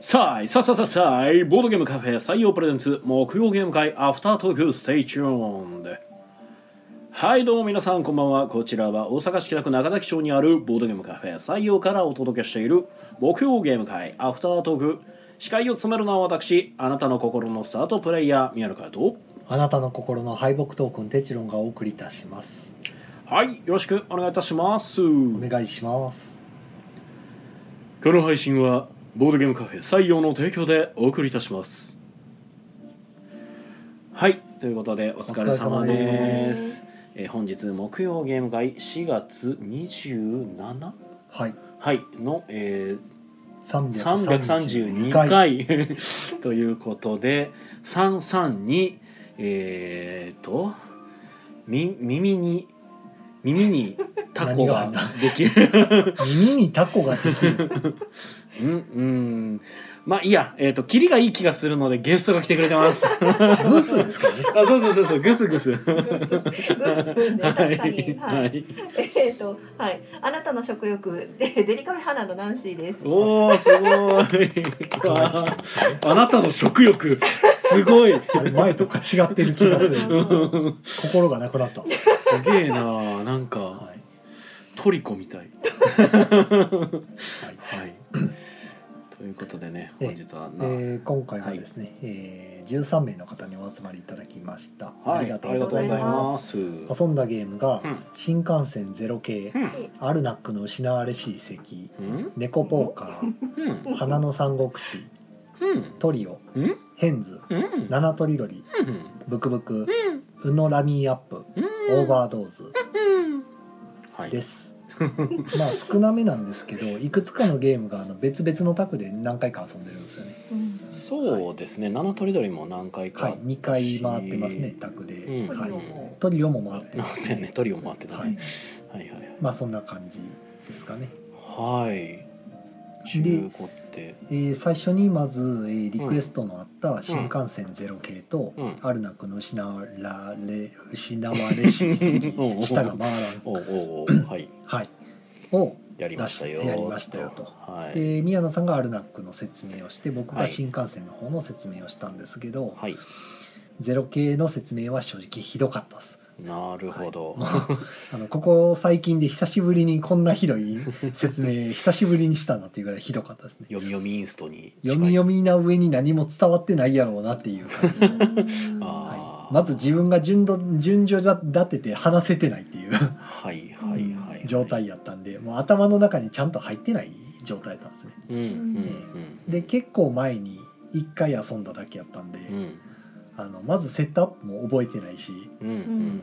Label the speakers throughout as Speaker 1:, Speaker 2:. Speaker 1: さあいさあさあさあさあいボードゲームカフェ採用プレゼンツ木曜ゲーム会アフタートークステイチューンではいどうも皆さんこんばんはこちらは大阪市北区中崎町にあるボードゲームカフェ採用からお届けしている木曜ゲーム会アフタートーク司会を務めるのは私あなたの心のスタートプレイヤー宮野佳代と
Speaker 2: あなたの心の敗北トークンテチロンがお送りいたします
Speaker 1: はいよろしくお願いいたします
Speaker 2: お願いします
Speaker 1: この配信はボードゲームカフェ採用の提供でお送りいたしますはいということでお疲れ様
Speaker 2: お疲れ様
Speaker 1: で
Speaker 2: です
Speaker 1: えー本日木曜ゲーム会4月27
Speaker 2: はい
Speaker 1: はいの、えー
Speaker 2: 332
Speaker 1: 332
Speaker 2: 回
Speaker 1: 回 ということで332えー、とみ耳に耳にタコが
Speaker 2: 何が
Speaker 1: できる。
Speaker 2: 耳にタコができる
Speaker 1: うん、うん、まあいいや、えっ、と、キリがいい気がするので、ゲストが来てくれてます。あ、
Speaker 2: ブスですかね
Speaker 1: そうそうそうそう、ぐすぐす。は
Speaker 3: グスプーンで確か
Speaker 1: い、
Speaker 3: に、
Speaker 1: は
Speaker 3: はい、
Speaker 1: い、
Speaker 3: えっ、と、はい、あなたの食欲、で、デリカフェ花のナンシーです。
Speaker 1: おお、すごい。わああなたの食欲、すごい。
Speaker 2: あれ前とか違ってる気がす る
Speaker 1: うん
Speaker 2: 心がなくなった、は
Speaker 1: すげえな、なんか、
Speaker 2: い
Speaker 1: トリコみたい。
Speaker 2: はい
Speaker 1: はい。ということでね、
Speaker 2: え
Speaker 1: 本日はな。
Speaker 2: えー今回はですね、えー、13名の方にお集まりいただきました、
Speaker 1: はい、あ
Speaker 2: あ
Speaker 1: り
Speaker 2: り
Speaker 1: が
Speaker 2: が
Speaker 1: と
Speaker 2: と
Speaker 1: う
Speaker 2: う
Speaker 1: ご
Speaker 2: ご
Speaker 1: ざ
Speaker 2: ざ
Speaker 1: い
Speaker 2: い
Speaker 1: ま
Speaker 2: ます
Speaker 1: す。うん
Speaker 2: 遊んだゲームが、
Speaker 1: うん
Speaker 2: 新幹線ゼロ系、アルナックの失われし遺跡
Speaker 1: うん、
Speaker 2: 猫ポーカ
Speaker 1: うん
Speaker 2: ー、花の三国志
Speaker 1: うん、
Speaker 2: トリオ
Speaker 1: うん、
Speaker 2: ヘンズ
Speaker 1: うん、
Speaker 2: 七トリロリ
Speaker 1: うん。
Speaker 2: ブクブク
Speaker 1: うん
Speaker 2: ウノラミーアップオーバードーズ
Speaker 1: うんはい
Speaker 2: で。 す。まあ少なめなんですけど、いくつかのゲームがあの別々のタクで何回か遊んでるんですよね。
Speaker 3: うん
Speaker 1: そうですね。七とりどりも何回か。
Speaker 2: はい、二回回ってますね。、タクで。
Speaker 1: うん
Speaker 2: はい
Speaker 3: トリオも、
Speaker 2: トリオも回って
Speaker 1: な
Speaker 2: ま
Speaker 1: ん
Speaker 2: す
Speaker 1: せね、トリオもあってた
Speaker 2: は
Speaker 1: ね
Speaker 2: い。、
Speaker 1: はいはい
Speaker 2: まあそんな感じですかね。
Speaker 1: はい。はい。中古って。
Speaker 2: えー最初にまず、えーリクエストのあった新幹線ゼロ系と、
Speaker 1: うん
Speaker 2: アルナックの失われ失われし遺
Speaker 1: うん
Speaker 2: 跡下が回らん、
Speaker 1: おうおうおうはい。
Speaker 2: はい、を
Speaker 1: やりましたよ。
Speaker 2: やりましたよと
Speaker 1: はい。
Speaker 2: で宮野さんがアルナックの説明をして僕
Speaker 1: は
Speaker 2: が
Speaker 1: い
Speaker 2: 新幹線の方の説明をしたんですけど、
Speaker 1: はい。
Speaker 2: ゼロ系の説明は正直ひどかったです。
Speaker 1: なるほど。
Speaker 2: はいもうあのここ最近で久しぶりにこんなひどい 説明久しぶりにしたなっていうぐらいひどかったですね。
Speaker 1: 読み読みインストに。
Speaker 2: 読み読みな上に何も伝わってないやろうなっていう感じ。
Speaker 1: あー
Speaker 2: はいまず自分が順度順序立てて話せてないっ ていう
Speaker 1: はいはいはい。
Speaker 2: 状。態やったんで、もう頭の中にちゃんと入ってない状態だったんですね。
Speaker 1: うんうんうん。
Speaker 2: で結構前に1回遊んだだけやったんで、
Speaker 1: うん
Speaker 2: あのまずセットアップも覚えてないし
Speaker 1: うんうんうん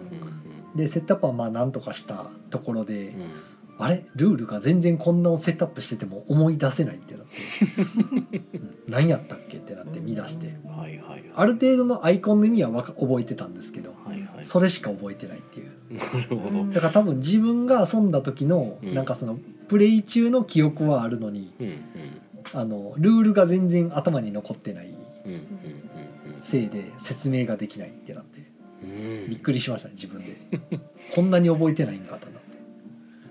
Speaker 2: でセットアップはまあなんとかしたところで、
Speaker 1: うんうん。
Speaker 2: あれルールが全然こんなをセットアップしてても思い出せないってなって うん何やったっけってなって見出して
Speaker 1: はいはいはい。
Speaker 2: ある程度のアイコンの意味はわか覚えてたんですけど
Speaker 1: はいはい。
Speaker 2: それしか覚えてないっていう
Speaker 1: なるほど。
Speaker 2: だから多分自分が遊んだ時の
Speaker 1: うん
Speaker 2: なんかそのプレイ中の記憶はあるのに
Speaker 1: うんうん
Speaker 2: あのルールが全然頭に残ってない
Speaker 1: うんうん
Speaker 2: せいで説明ができないってなって
Speaker 1: うんうん。
Speaker 2: びっくりしましたね自分でこんなに覚えてないんかとなって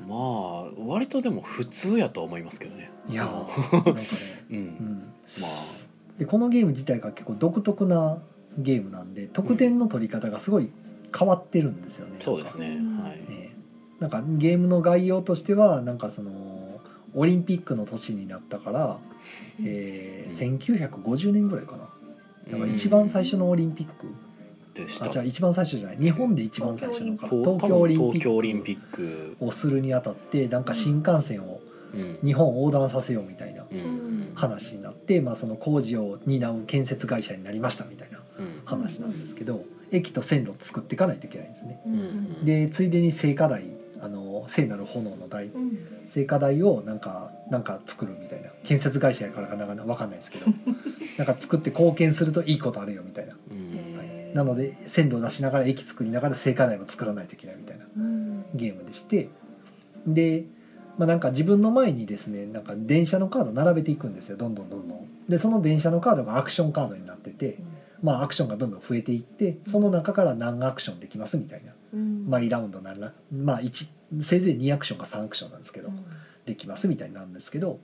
Speaker 1: まあ割とでも普通やと思いますけどね。
Speaker 2: いや
Speaker 1: そ
Speaker 2: ーなんかね、
Speaker 1: うう。
Speaker 2: うんん、
Speaker 1: まあ
Speaker 2: でこのゲーム自体が結構独特なゲームなんで得点の取り方がすごい変わってるんですよね、
Speaker 1: そうですね。はい。
Speaker 2: ねなんかゲームの概要としてはなんかそのオリンピックの年になったから、えー1950年ぐらいかななんか一番最初のオリンピック、
Speaker 1: でし
Speaker 2: あ
Speaker 1: た。
Speaker 2: じゃあ一番最初じゃない日本で一番最初のか
Speaker 1: 東京
Speaker 2: 東京
Speaker 1: オ
Speaker 2: オ
Speaker 1: リ
Speaker 2: リ
Speaker 1: ン
Speaker 2: ン
Speaker 1: ピック。
Speaker 2: ピ
Speaker 1: 東京オリ
Speaker 2: ッ
Speaker 1: ン
Speaker 2: ク
Speaker 1: ピック。
Speaker 2: をするにあたってなんか新幹線を
Speaker 1: うん
Speaker 2: 日本横断させようみたいな
Speaker 1: うんうん
Speaker 2: 話になって、まあ、その工事を担う建設会社になりましたみたいな
Speaker 1: うん
Speaker 2: 話なんですけど駅と線路を作っていかないといけないんですね。
Speaker 3: うん
Speaker 1: うん
Speaker 2: でついでに聖火台あの聖なる炎の台
Speaker 3: うん
Speaker 2: 聖火台をなんかなんか作るみたいな建設会社やからかなんか分かんないですけどなんか作って貢献するといいことあるよみたいな、
Speaker 1: うん
Speaker 2: はい、なので線路を出しながら駅作りながら聖火台も作らないといけないみたいな
Speaker 3: うん
Speaker 2: ゲームでしてで、まあ、なんか自分の前にですねなんか電車のカード並べていくんですよどんどんどんどんでその電車のカードがアクションカードになってて、まあ、アクションがどんどん増えていってその中から何アクションできますみたいな
Speaker 3: うん
Speaker 2: 毎ラウンドならまあ1せいぜい2アクションか3アクションなんですけ
Speaker 3: う
Speaker 2: ど
Speaker 3: ん
Speaker 2: できますみたいなんですけど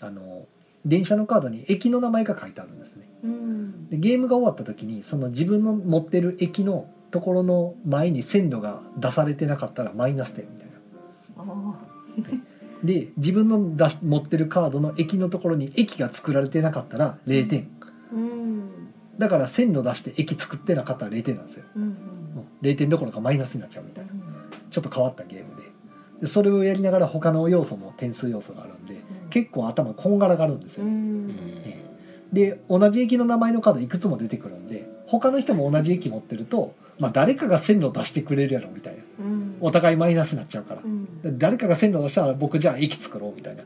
Speaker 2: あの電車のカードに駅の名前が書いてあるんですね
Speaker 3: うん
Speaker 2: でゲームが終わった時にその自分の持ってる駅のところの前に線路が出されてなかったらマイナス点みたいな
Speaker 3: ああ
Speaker 2: で自分の出し持ってるカードの駅のところに駅が作られてなかったら0点
Speaker 3: うん
Speaker 2: だから線路出して駅作ってなかったら0点なんですよ
Speaker 3: うん
Speaker 2: もう0点どころかマイナスになっちゃうみたいなちょっと変わったゲームででそれをやりながら他の要素も点数要素があるんで結構頭こんがらがるんです
Speaker 3: う
Speaker 2: よ、
Speaker 3: ん
Speaker 2: で同じ駅の名前のカードいくつも出てくるんで他の人も同じ駅持ってると、まあ、誰かが線路出してくれるやろみたいな
Speaker 3: うん
Speaker 2: お互いマイナスになっちゃうから
Speaker 3: うん
Speaker 2: で誰かが線路出したら僕じゃあ駅作ろうみたいな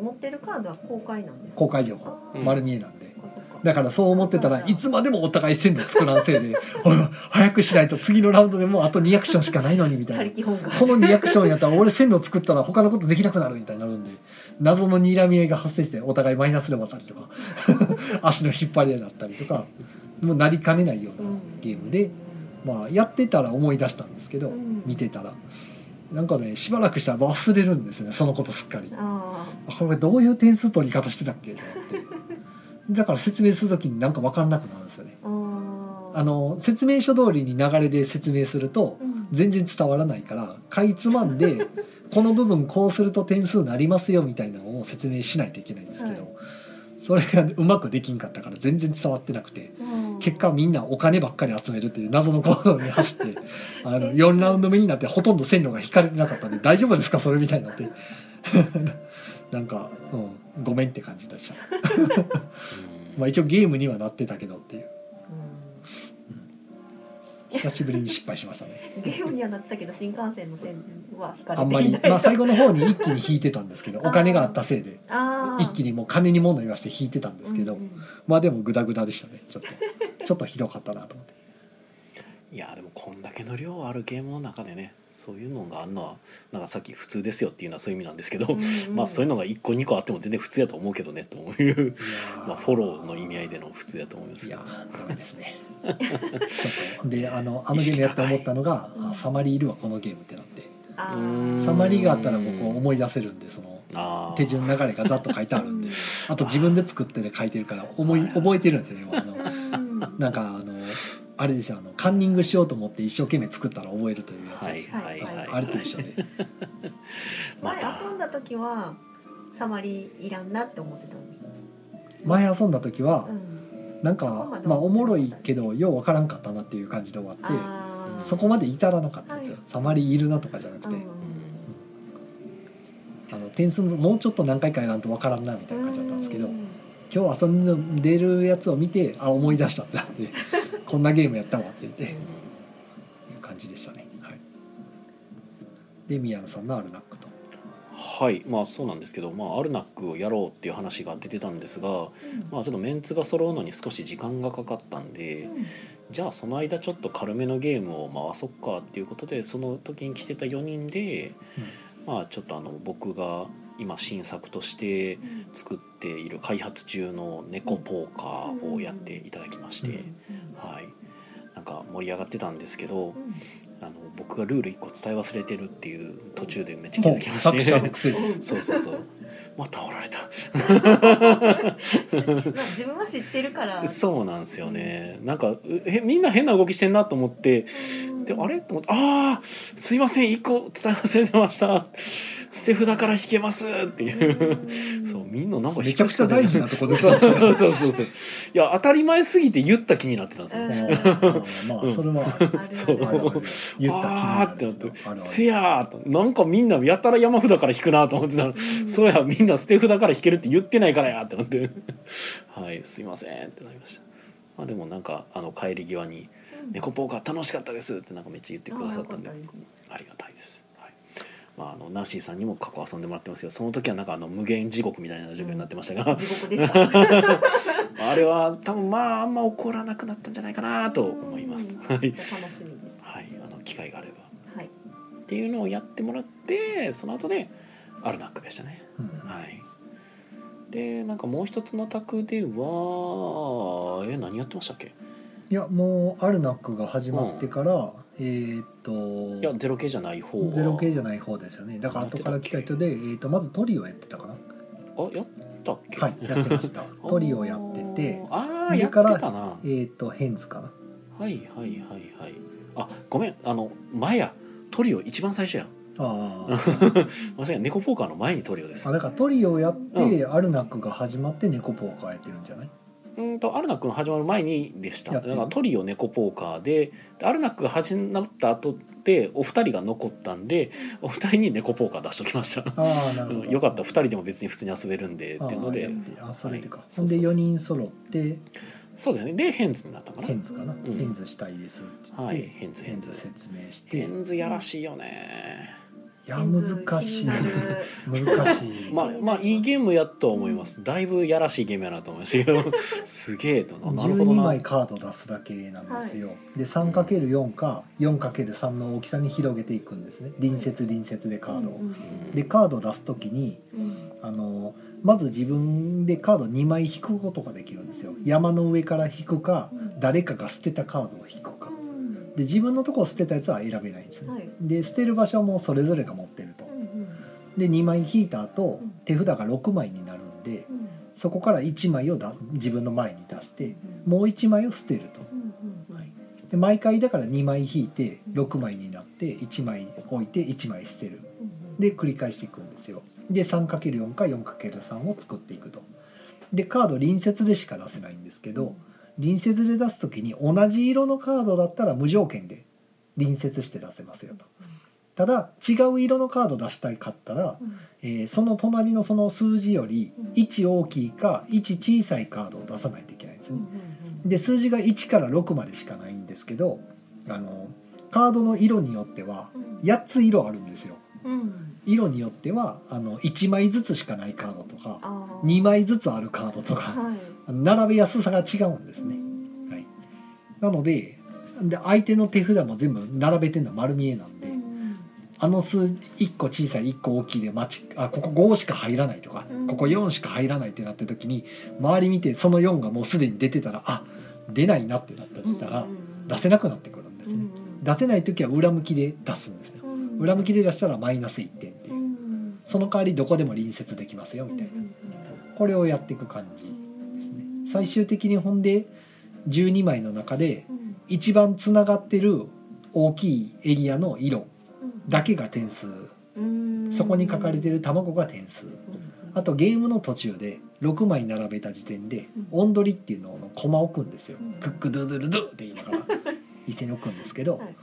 Speaker 3: 持ってるカードは公開なんですか
Speaker 2: 公開情報
Speaker 3: あ
Speaker 1: う
Speaker 3: ー
Speaker 1: ん
Speaker 2: 丸見えなんで、
Speaker 3: そっかそっか
Speaker 2: だからそう思ってたらいつまでもお互い線路作らんせいで おい早くしないと次のラウンドでもうあと2アクションしかないのにみた
Speaker 3: 他
Speaker 2: いな
Speaker 3: 力本願
Speaker 2: この2アクションやったら俺線路作ったら他のことできなくなるみたいになるんで謎の睨み合いが発生してお互いマイナスでもあったりとか 足の引っ張り合いだったりとかもうなりかねないようなゲームで、まあ、やってたら思い出したんですけど、
Speaker 3: うん
Speaker 2: 見てたらなんかねしばらくしたら忘れるんですねそのことすっかり。
Speaker 3: あ
Speaker 2: あこれどういう点数取り方してたっけと思ってだから説明する時になんか分かんなくなるんですよね
Speaker 3: ーあ
Speaker 2: あ
Speaker 3: ー
Speaker 2: の説明書通りに流れで説明すると
Speaker 3: うん
Speaker 2: 全然伝わらないからかいつまんでこの部分こうすると点数なりますよみたいなのを説明しないといけないんですけど、
Speaker 3: は
Speaker 2: それがうまくできんかったから全然伝わってなくて
Speaker 3: うん
Speaker 2: 結果みんなお金ばっかり集めるっていう謎の行動に走 ってあの4ラウンド目になってほとんど線路が引かれてなかったんで大丈夫ですかそれみたいになって なんか、うん、ごめんって感じでした、まあ、一応ゲームにはなってたけどっていう
Speaker 3: うん
Speaker 2: 久しぶりに失敗しました ね
Speaker 3: ゲームにはなったけど新幹線の線は引か
Speaker 2: あ
Speaker 3: れ
Speaker 2: んま
Speaker 3: てい
Speaker 2: り
Speaker 3: ない、
Speaker 2: まあ、最後の方に一気に引いてたん ですけどお金があったせいで
Speaker 3: あー
Speaker 2: 一気にもう金に物言わして引いてたんですけど、
Speaker 3: うんうん
Speaker 2: まあでもグダグダでしたねちょっとちょっとひどかったなと思って
Speaker 1: いやでもこんだけの量あるゲームの中でねそういうのがあんのはなんかさっき普通ですよっていうのはそういう意味なんですけど、
Speaker 3: うんうん
Speaker 1: まあそういうのが1個2個あっても全然普通やと思うけ どねという、まあ、フォローの意味合いでの普通やと思います
Speaker 2: い
Speaker 1: け
Speaker 2: や
Speaker 1: ど
Speaker 2: ーダメですねちょっと であのあのゲームやって思ったのが
Speaker 3: うん
Speaker 2: あサマリーいるわこのゲームってなって
Speaker 3: あー
Speaker 1: うん
Speaker 2: サマリーがあったら僕思い出せるんでその
Speaker 1: あー
Speaker 2: 手順流れがざっと書いてあるんであと自分で作って書いてるから思い覚えてるんですよ要はあの
Speaker 3: うん
Speaker 2: なんかあのあれですよあのカンニングしようと思って一生懸命作ったら覚えるというやつ
Speaker 1: は
Speaker 2: で
Speaker 1: い
Speaker 2: す、
Speaker 1: はいはい、はい、
Speaker 2: あれと一緒で
Speaker 1: ま
Speaker 3: 前
Speaker 1: た
Speaker 3: 遊んだ時はサマリーいらんなって思ってたんですね、
Speaker 2: 前遊んだ時は
Speaker 3: うん、
Speaker 2: なん
Speaker 3: そこま
Speaker 2: か
Speaker 3: で
Speaker 2: まあおもろいけどようわからんかったなっていう感じで終わって
Speaker 3: あー
Speaker 2: そこまで至らなかったんですよ
Speaker 3: はい
Speaker 2: サマリーいるなとかじゃなく
Speaker 3: うん
Speaker 2: てあの点数のもうちょっと何回かやらんとわからんなみたいな感じだったんですけど
Speaker 3: うん
Speaker 2: 今日遊んでるやつを見てあ思い出したってなって こんなゲームやったわって言っていう感じでしたね、はい、で宮野さんのアルナックと
Speaker 1: はいまあそうなんですけど、まあ、アルナックをやろうっていう話が出てたんですが、まあ、ちょっとメンツが揃うのに少し時間がかかったんでじゃあその間ちょっと軽めのゲームを回そっかっていうことでその時に来てた4人で、まあちょっとあの僕が今新作として作っている開発中の猫ポーカーをやっていただきまして、はいなんか盛り上がってたんですけどあの僕がルール1個伝え忘れてるっていう途中でめっちゃ気づきまして
Speaker 2: 作者のくせ に
Speaker 1: そうそうそう。またおられた。
Speaker 3: まあ自分は知ってるから
Speaker 1: そうなんですよね。なんかうへみんな変な動きしてんなと思って、
Speaker 3: うん
Speaker 1: であれと思って、ああすいません一個伝え忘れてました。捨て札から引けますっていう。
Speaker 3: ん
Speaker 1: そうみんななんか
Speaker 2: め
Speaker 1: 引
Speaker 2: ちゃ
Speaker 1: く
Speaker 2: く
Speaker 1: し
Speaker 2: ちゃ
Speaker 1: か出な
Speaker 2: 大
Speaker 1: い
Speaker 2: 事なとこで す
Speaker 1: そ
Speaker 2: よ
Speaker 1: うそうそうそうそう。いや当たり前すぎて言った気になってたんですよ。
Speaker 3: うん
Speaker 2: まあまあそれはある
Speaker 3: あるある
Speaker 1: そう
Speaker 2: あるある言った気にな
Speaker 1: あ
Speaker 2: る
Speaker 1: あーってなって
Speaker 2: あるある
Speaker 1: せやーとなんかみんなやたら山札から引くなと思ってたら、
Speaker 3: ん
Speaker 1: そうやみんな捨て札から引けるって言ってないからやってなってはいすいませんってなりました、まあ、でもなんかあの帰り際に
Speaker 3: う
Speaker 1: 「
Speaker 3: ん
Speaker 1: 猫ポーカー楽しかったです」ってなんかめっちゃ言ってくださったんで
Speaker 3: あーよかっ
Speaker 1: ありがたいです、はいまあ、あのナッシーさんにも過去遊んでもらってますけどその時はなんかあの無限地獄みたいな状況になってましたが、
Speaker 3: 地獄でした
Speaker 1: あれは多分まああんま怒らなくなったんじゃないかなと思います、
Speaker 3: うん
Speaker 1: は
Speaker 3: 楽
Speaker 1: い、
Speaker 3: しみです
Speaker 1: はい、あの機会があれば。
Speaker 3: はい
Speaker 1: っていうのをやってもらってその後でアルナックでしたね
Speaker 2: うん
Speaker 1: はいでなんかもう一つの卓ではえ何やってましたっけ
Speaker 2: いやもうアルナックが始まってから、えーっと
Speaker 1: いやゼロ系じゃない方は
Speaker 2: ゼロ系じゃない方ですよねだから後から来た人で、えーっとまずトリオやってたかな
Speaker 1: あやったっけ、
Speaker 2: はいやって ましたトリをやってて
Speaker 1: おーああ
Speaker 2: そ
Speaker 1: や
Speaker 2: れ
Speaker 1: ってた
Speaker 2: から
Speaker 1: な
Speaker 2: えーっとヘンズかな
Speaker 1: はいはいはいはいあごめんあの前やトリオ一番最初や
Speaker 2: ああ
Speaker 1: まさに猫ポーカーの前にトリオです
Speaker 2: あ
Speaker 1: う
Speaker 2: だからトリオをやって、
Speaker 1: う
Speaker 2: アルナックが始まってネコポーカーやってるんじゃない
Speaker 1: ーんとアルナックの始まる前にでしただ
Speaker 2: やって
Speaker 1: か
Speaker 2: る
Speaker 1: らトリオ猫ポーカーででアルナックが始まった後でお二人が残ったんでお二人に猫ポーカー出しときました
Speaker 2: ああな
Speaker 1: う
Speaker 2: るほ
Speaker 1: ん
Speaker 2: ど
Speaker 1: よかった二人でも別に普通に遊べるんでっていうの
Speaker 2: あ
Speaker 1: で
Speaker 2: ーやってあそれでか、
Speaker 1: はい
Speaker 2: ほん
Speaker 1: そ
Speaker 2: で
Speaker 1: うそうそう
Speaker 2: 4人揃って
Speaker 1: そうですねでヘンズになったのか
Speaker 2: ヘ
Speaker 1: な
Speaker 2: ンズかな、
Speaker 1: ん
Speaker 2: ヘンズしたいですって言って、
Speaker 1: はいヘンズヘ
Speaker 2: ヘ
Speaker 1: ン
Speaker 2: ン
Speaker 1: ズ
Speaker 2: ズ説明し
Speaker 1: ヘ
Speaker 2: て
Speaker 1: ンズやらしいよね
Speaker 2: いや難しい
Speaker 3: 気になる
Speaker 2: 難しい、
Speaker 1: まあまあいいゲームやとは思いますだいぶやらしいゲームやなと思いました けどすげえとななるほど
Speaker 2: 12
Speaker 1: な
Speaker 2: 枚カード出すだけなんですよ、で 3×4 か 4×3 の大きさに広げていくんですね隣接隣接でカードを、
Speaker 3: うん
Speaker 1: うん
Speaker 2: でカード出す時に
Speaker 3: うん
Speaker 2: あのまず自分でカード2枚引くことができるんですよ山の上から引くか
Speaker 3: うん
Speaker 2: 誰かが捨てたカードを引くか
Speaker 3: うん
Speaker 2: で自分のとこを捨てたやつは選べないんですね、
Speaker 3: はい
Speaker 2: で捨てる場所もそれぞれが持ってると
Speaker 3: うんうん
Speaker 2: で2枚引いた後
Speaker 3: うん
Speaker 2: 手札が6枚になるんで
Speaker 3: うん
Speaker 2: そこから1枚をだ自分の前に出して
Speaker 3: うん
Speaker 2: もう1枚を捨てると
Speaker 3: うんうんはい
Speaker 2: で毎回だから2枚引いて6枚になって1枚置いて1枚捨てる
Speaker 3: うん
Speaker 2: で繰り返していくんですよで 3×4 か 4×3 を作っていくとでカード隣接でしか出せないんですけど隣接で出す時に同じ色のカードだったら無条件で隣接して出せますよとただ違う色のカード出したいかったら、
Speaker 3: うん
Speaker 2: えーその隣のその数字より
Speaker 3: うん
Speaker 2: 1大きいか1小さいカードを出さないといけないんです
Speaker 3: うんう
Speaker 2: ね
Speaker 3: んうん
Speaker 2: で数字が1から6までしかないんですけどあのカードの色によっては
Speaker 3: うん
Speaker 2: 8つ色あるんですよ
Speaker 3: うん
Speaker 2: 色によってはあの1枚ずつしかないカードとか
Speaker 3: あー
Speaker 2: 2枚ずつあるカードとか
Speaker 3: はい
Speaker 2: 並べやすさが違うんですね
Speaker 3: うん
Speaker 2: はいなのでで相手の手札も全部並べてるのは丸見えなんで
Speaker 3: うん
Speaker 2: あの数1個小さい1個大きいで待ちあここ5しか入らないとか
Speaker 3: うん
Speaker 2: ここ4しか入らないってなった時に周り見てその4がもうすでに出てたらあ出ないなってなったりしたら出せなくなってくるんですね出せない時は裏向きで出すんですね裏向きで出したらマイナス1点っていうその代わりどこでも隣接できますよみたいなこれをやっていく感じですね最終的にほんで12枚の中で一番つながってる大きいエリアの色だけが点数そこに書かれてる卵が点数あとゲームの途中で6枚並べた時点で
Speaker 3: うん
Speaker 2: オンドリっていうのをコマ置くんですよ
Speaker 3: うん
Speaker 2: クックドゥドゥルドゥって言いな がら一斉に置くんですけど
Speaker 3: はい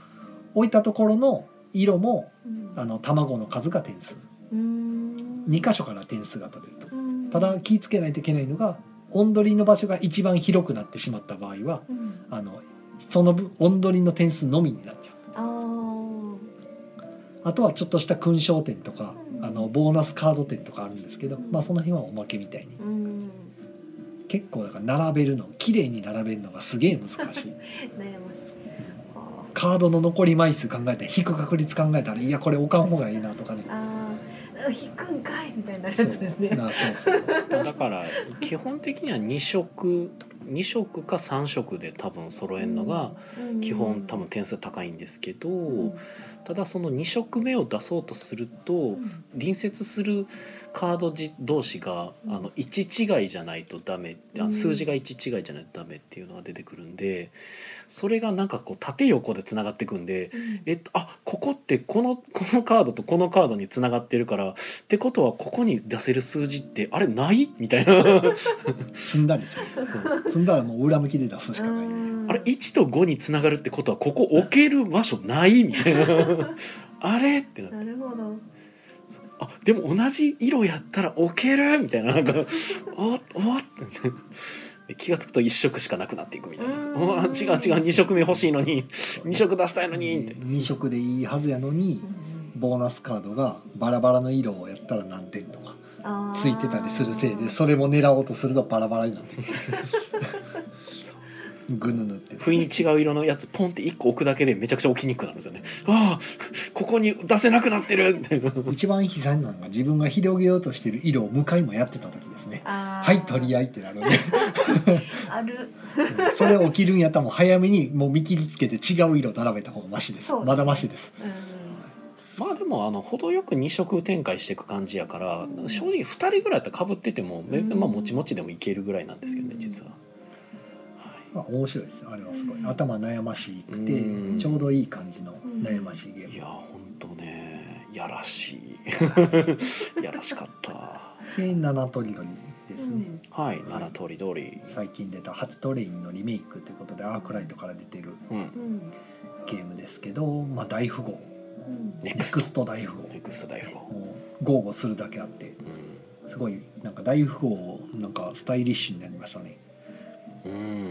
Speaker 2: 置いたところの色もあの卵の数が点数2箇所から点数が取れるとただ気ぃつけないといけないのがオンドリの場所が一番広くなってしまった場合はあのその分オンドリの点数のみになっちゃうあとはちょっとした勲章点とか
Speaker 3: うん
Speaker 2: あのボーナスカード点とかあるんですけど、まあ、その辺はおまけみたいに結構だから並べるの綺麗に並べるのがすげえ 難しいカードの残り枚数考えて引く確率考えたらいやこれ置かん方がいいなとかね
Speaker 3: 引くんかいみたいなやつ
Speaker 2: そう
Speaker 3: ですね。
Speaker 2: なそうそう
Speaker 1: だから基本的には2色2色か3色で多分揃えるのが基本多分点数高いんですけどただその2色目を出そうとすると隣接するカードじ同士があの1違いじゃないとダメあ
Speaker 3: うん
Speaker 1: 数字が1違いじゃないとダメっていうのが出てくるんでそれがなんかこう縦横でつながっていくんでえっと、あここってこのこのカードとこのカードにつながってるからってことはここに出せる数字ってあれないみたいな
Speaker 2: 積んだりする
Speaker 1: そう
Speaker 2: 積んだらもう裏向きで出すしかない、
Speaker 1: あれ1と5につながるってことはここ置ける場所ないみたい なあれってなって
Speaker 3: なるほど。
Speaker 1: あでも同じ色やったら置けるみたいななんかおおって気が付くと1色しかなくなっていくみたいな
Speaker 3: うん
Speaker 1: お違う違う2色目欲しいのに2色出したいのにって
Speaker 2: 2色でいいはずやのにボーナスカードがバラバラの色をやったら何点とかついてたりするせいでそれも狙おうとするとバラバラになってくる
Speaker 1: そう
Speaker 2: ぐぬぬって
Speaker 1: 不意に違う色のやつポンって1個置くだけでめちゃくちゃ置きにくくなるんですよねああここに出せなくなって るみたいな
Speaker 2: 一番悲惨なのが自分が広げようとしてる色を向かいもやってた時ですねは
Speaker 3: はい
Speaker 2: 取り合いってな るね
Speaker 3: ある。
Speaker 2: うんそれ起きるんやったらもう早めにもう見切りつけて違う色並べた方がマシです
Speaker 3: そう
Speaker 2: まだマシです
Speaker 1: まあでもあの程よく2色展開していく感じやから正直2人ぐらいやったらかぶってても別にまあもちもちでもいけるぐらいなんですけどね実は。
Speaker 2: まあ、面白いですあれはすごい頭悩ましく
Speaker 1: うん
Speaker 2: てちょうどいい感じの悩ましいゲ
Speaker 1: い
Speaker 2: ー
Speaker 1: や本当ねやらし いやらしかった。
Speaker 2: ムで7トリガリですね、
Speaker 1: はい7通り通り。
Speaker 2: 最近出た「初トレイン」のリメイクということでアークライトから出てる
Speaker 1: うん。
Speaker 3: うん
Speaker 2: ゲームですけど、まあ、大富豪
Speaker 3: うん
Speaker 1: ネ
Speaker 2: ネ
Speaker 1: ク
Speaker 2: ク
Speaker 1: ス
Speaker 2: ス
Speaker 1: ト
Speaker 2: ト大富豪
Speaker 1: ネクスト大富豪。
Speaker 2: もう豪語するだけあって
Speaker 1: う
Speaker 2: すごいなんか大富豪なんかスタイリッシュになりましたね
Speaker 1: ん。うん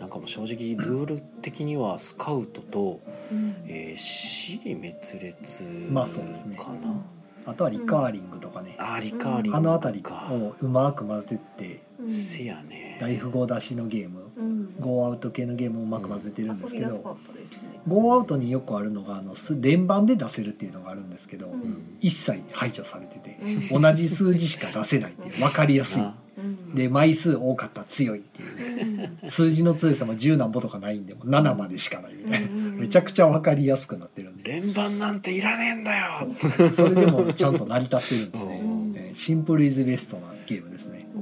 Speaker 1: なんかもう正直ルール的にはスカウトと、
Speaker 3: うん
Speaker 1: えー、死に滅裂
Speaker 2: まあそうですね
Speaker 1: かな。
Speaker 2: あとはリカーリングとかね、
Speaker 1: あーリカーリング
Speaker 2: あの辺り
Speaker 1: か。
Speaker 2: をうまく混ぜて
Speaker 3: うん
Speaker 1: せやね。
Speaker 2: 大富豪出しのゲーム
Speaker 3: うん
Speaker 2: ゴーアウト系のゲームをうまく混ぜてるんですけ
Speaker 3: 遊びやすか
Speaker 2: ど
Speaker 3: ったですね
Speaker 2: ゴーアウトによくあるのがあのす連番で出せるっていうのがあるんですけど、
Speaker 3: うん
Speaker 1: うん
Speaker 2: 一切排除されてて
Speaker 3: う
Speaker 2: 同じ数字しか出せないっていう分かりやすい
Speaker 1: な
Speaker 3: うん
Speaker 2: で枚数多かったら強いっていう
Speaker 3: うん
Speaker 2: 数字の強さも10何歩とかないんでもう7までしかないみたいな
Speaker 3: うん
Speaker 2: めちゃくちゃ分かりやすくなってるんで
Speaker 1: 連番なんていらねえんだよ。
Speaker 2: それでもちゃんと成り立ってるんで
Speaker 1: う
Speaker 2: ね
Speaker 1: ん
Speaker 2: えーシンプルイズベストなゲームですね
Speaker 1: あ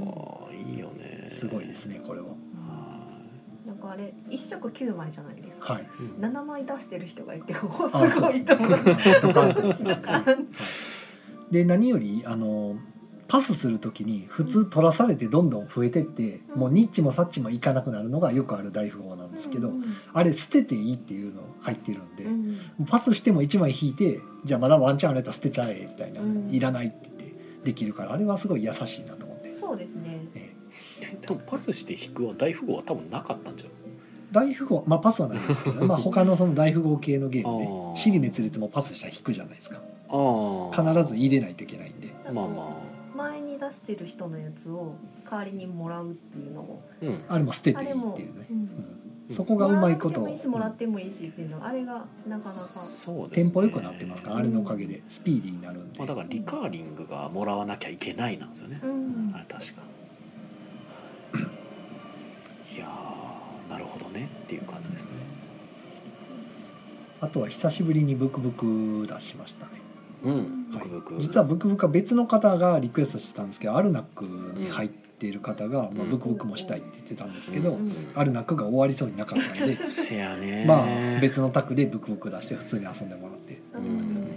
Speaker 1: あいいよね。
Speaker 2: すごいですねこれは
Speaker 1: は
Speaker 3: なんかあれ一色九枚じゃないですか。
Speaker 2: はい
Speaker 1: い。うん
Speaker 3: 七枚出してる人がいて、お
Speaker 2: あ
Speaker 3: すごいと
Speaker 2: そう
Speaker 3: 思
Speaker 2: で
Speaker 3: っ
Speaker 2: す
Speaker 3: て。
Speaker 2: ねドカンってですね
Speaker 3: ドカン
Speaker 2: はいで何よりあのパスする時に普通取らされてどんどん増えてってもうニッチもサッチもいかなくなるのがよくある大富豪なんですけどあれ捨てていいっていうの入ってるんで、
Speaker 3: うん
Speaker 2: パスしても1枚引いてじゃあまだワンチャンあれたら捨てちゃえみたいな、
Speaker 3: うん
Speaker 2: いらないって言ってできるからあれはすごい優しいなと思って
Speaker 3: そうですね。
Speaker 1: でもパスして引くは大富豪は多分なかったんじゃん。
Speaker 2: 大富豪まあパスはないです けど、まあ、他のその大富豪系のゲーム
Speaker 1: あー
Speaker 2: で尻滅裂もパスしたら引くじゃないですか
Speaker 1: あ
Speaker 2: 必ず入れないといけないんで
Speaker 1: あ。まあま
Speaker 3: あ。前に出してる人のやつを代わりにもらうっていうのも、
Speaker 1: あ。うん。
Speaker 2: あれも捨てて
Speaker 3: あ
Speaker 2: いい
Speaker 3: れ
Speaker 2: っ
Speaker 3: も
Speaker 2: ていうね、
Speaker 3: うん
Speaker 2: うん、そこがうまいこと
Speaker 3: もらわなくてもいいしもらってもいいしっていうのあれがなかなか
Speaker 1: そうです
Speaker 2: テ
Speaker 1: ね。
Speaker 2: ンポ良くなってますから
Speaker 3: ね
Speaker 2: あれのおかげでスピーディーになるんで、
Speaker 1: まあだからリカーリングがもらわなきゃいけないなんですよね
Speaker 3: う。ん
Speaker 1: あれ確か。いやーなるほどねっていう感じですね。
Speaker 2: あとは久しぶりにブクブク出しましたね
Speaker 1: うん。ブ
Speaker 2: はい
Speaker 1: クブク。
Speaker 2: 実はブクブクは別の方がリクエストしてたんですけどアルナックに入っている方が、まあ、
Speaker 1: うん
Speaker 2: ブクブクもしたいって言ってたんですけ
Speaker 1: う
Speaker 2: ど、
Speaker 1: ん
Speaker 2: アルナックが終わりそうになかったので
Speaker 1: せやね。
Speaker 2: まあ別の卓でブクブク出して普通に遊んでもらって、
Speaker 1: う
Speaker 3: うん
Speaker 1: ん。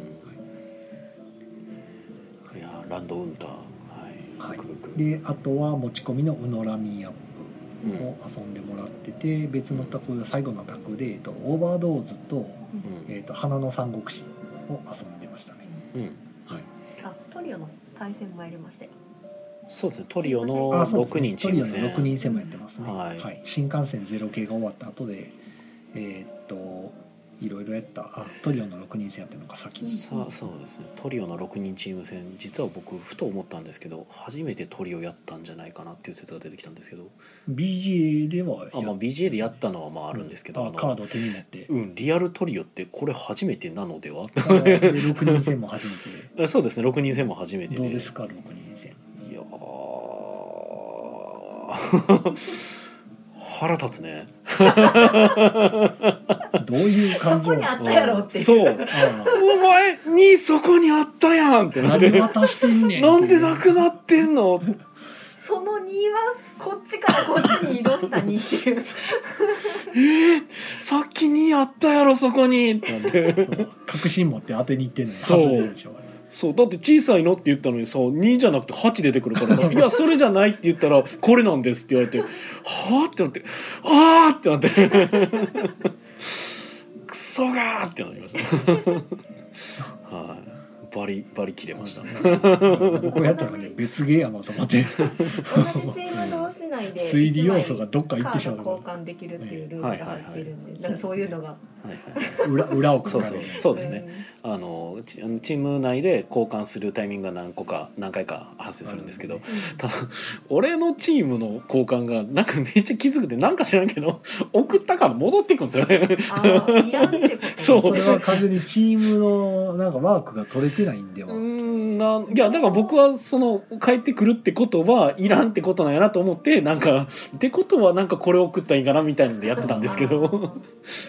Speaker 1: いやーランドウンター。はい。
Speaker 2: はい
Speaker 1: ブクブク。
Speaker 2: であとは持ち込みの「ウノラミーアッ
Speaker 1: う
Speaker 2: プ」
Speaker 1: ん。
Speaker 2: を遊んでもらってて別の卓最後の卓で、えっと、オーバードーズと,、
Speaker 1: うん
Speaker 2: えっと「花の三国志」を遊んでましたね。
Speaker 1: うん。
Speaker 3: あトリオの対戦もやりましたよ。
Speaker 1: そうですね。トリオ
Speaker 2: あ
Speaker 1: の
Speaker 2: そうです
Speaker 1: 六
Speaker 2: ね
Speaker 1: 人チーム
Speaker 2: トリ
Speaker 1: 戦。
Speaker 2: オの6人戦もやってますね、
Speaker 1: はい
Speaker 2: 新幹線ゼロ系が終わった後でえーっといろいろやったあトリオの6人戦やってるのか先に
Speaker 1: さあそうですねトリオの6人チーム戦実は僕ふと思ったんですけど初めてトリオやったんじゃないかなっていう説が出てきたんですけど
Speaker 2: BGA では
Speaker 1: あ、まあ、BGA でやったのはまああるんですけど、
Speaker 2: あ
Speaker 1: あの
Speaker 2: カードを手に持って
Speaker 1: うん、リアルトリオってこれ初めてなのでは
Speaker 2: あので6人戦も初め
Speaker 1: あそう ですね6人戦も初め
Speaker 2: て
Speaker 1: て
Speaker 2: ど
Speaker 1: で
Speaker 2: うですか6人戦
Speaker 1: いやー 腹立つね
Speaker 2: どういう
Speaker 3: そ
Speaker 2: 感情
Speaker 3: こにあったやろっていう。
Speaker 1: そう
Speaker 2: あ
Speaker 1: お前にそこにあったやんって
Speaker 2: あ
Speaker 1: なっ
Speaker 2: 何
Speaker 1: て
Speaker 2: 渡してんねん
Speaker 1: なんでなくなってんの
Speaker 3: その二はこっちからこっちに移動した二っていう。
Speaker 1: えー、さっきにあったやろそこにってなって
Speaker 2: そう確信持って当てにいってんのに
Speaker 1: そう
Speaker 2: 外れるでしょあれ
Speaker 1: そうだって小さいのって言ったのにさ2じゃなくて8出てくるから さ「いやそれじゃない」って言ったら「これなんです」って言われて「はあ?」ってなって「ああ!」ってなって「 クソがー!」ってなりましたはいバリバリ切れましたね
Speaker 2: 僕がやったのに別ゲーやなと思って
Speaker 3: 同じチーム同士内で
Speaker 2: 推理要素がどっか
Speaker 3: カ
Speaker 2: 行ってしま
Speaker 3: ー
Speaker 2: う
Speaker 3: ド交換できるっていうルールが入ってるん
Speaker 2: は
Speaker 3: で、
Speaker 2: い
Speaker 3: なんかそういうのが。
Speaker 1: はいはい
Speaker 2: 裏裏をかか
Speaker 1: そ
Speaker 2: れ
Speaker 1: う
Speaker 2: る
Speaker 1: そうそうですねあのチチーム内で交換するタイミングが何個か何回か発生するんですけどただ俺のチームの交換がなんかめっちゃ気づくてなんか知らんけど 送ったから戻ってくんですよね
Speaker 3: うん。あーいらんってこと。
Speaker 1: そう
Speaker 2: それは完全にチームのなんかワークが取れてないんでは、
Speaker 1: うんないやだから僕はその帰ってくるってことはいらんってことなんやなと思ってなんかってことはなんかこれ送ったらいいかなみたいなのでやってたんですけど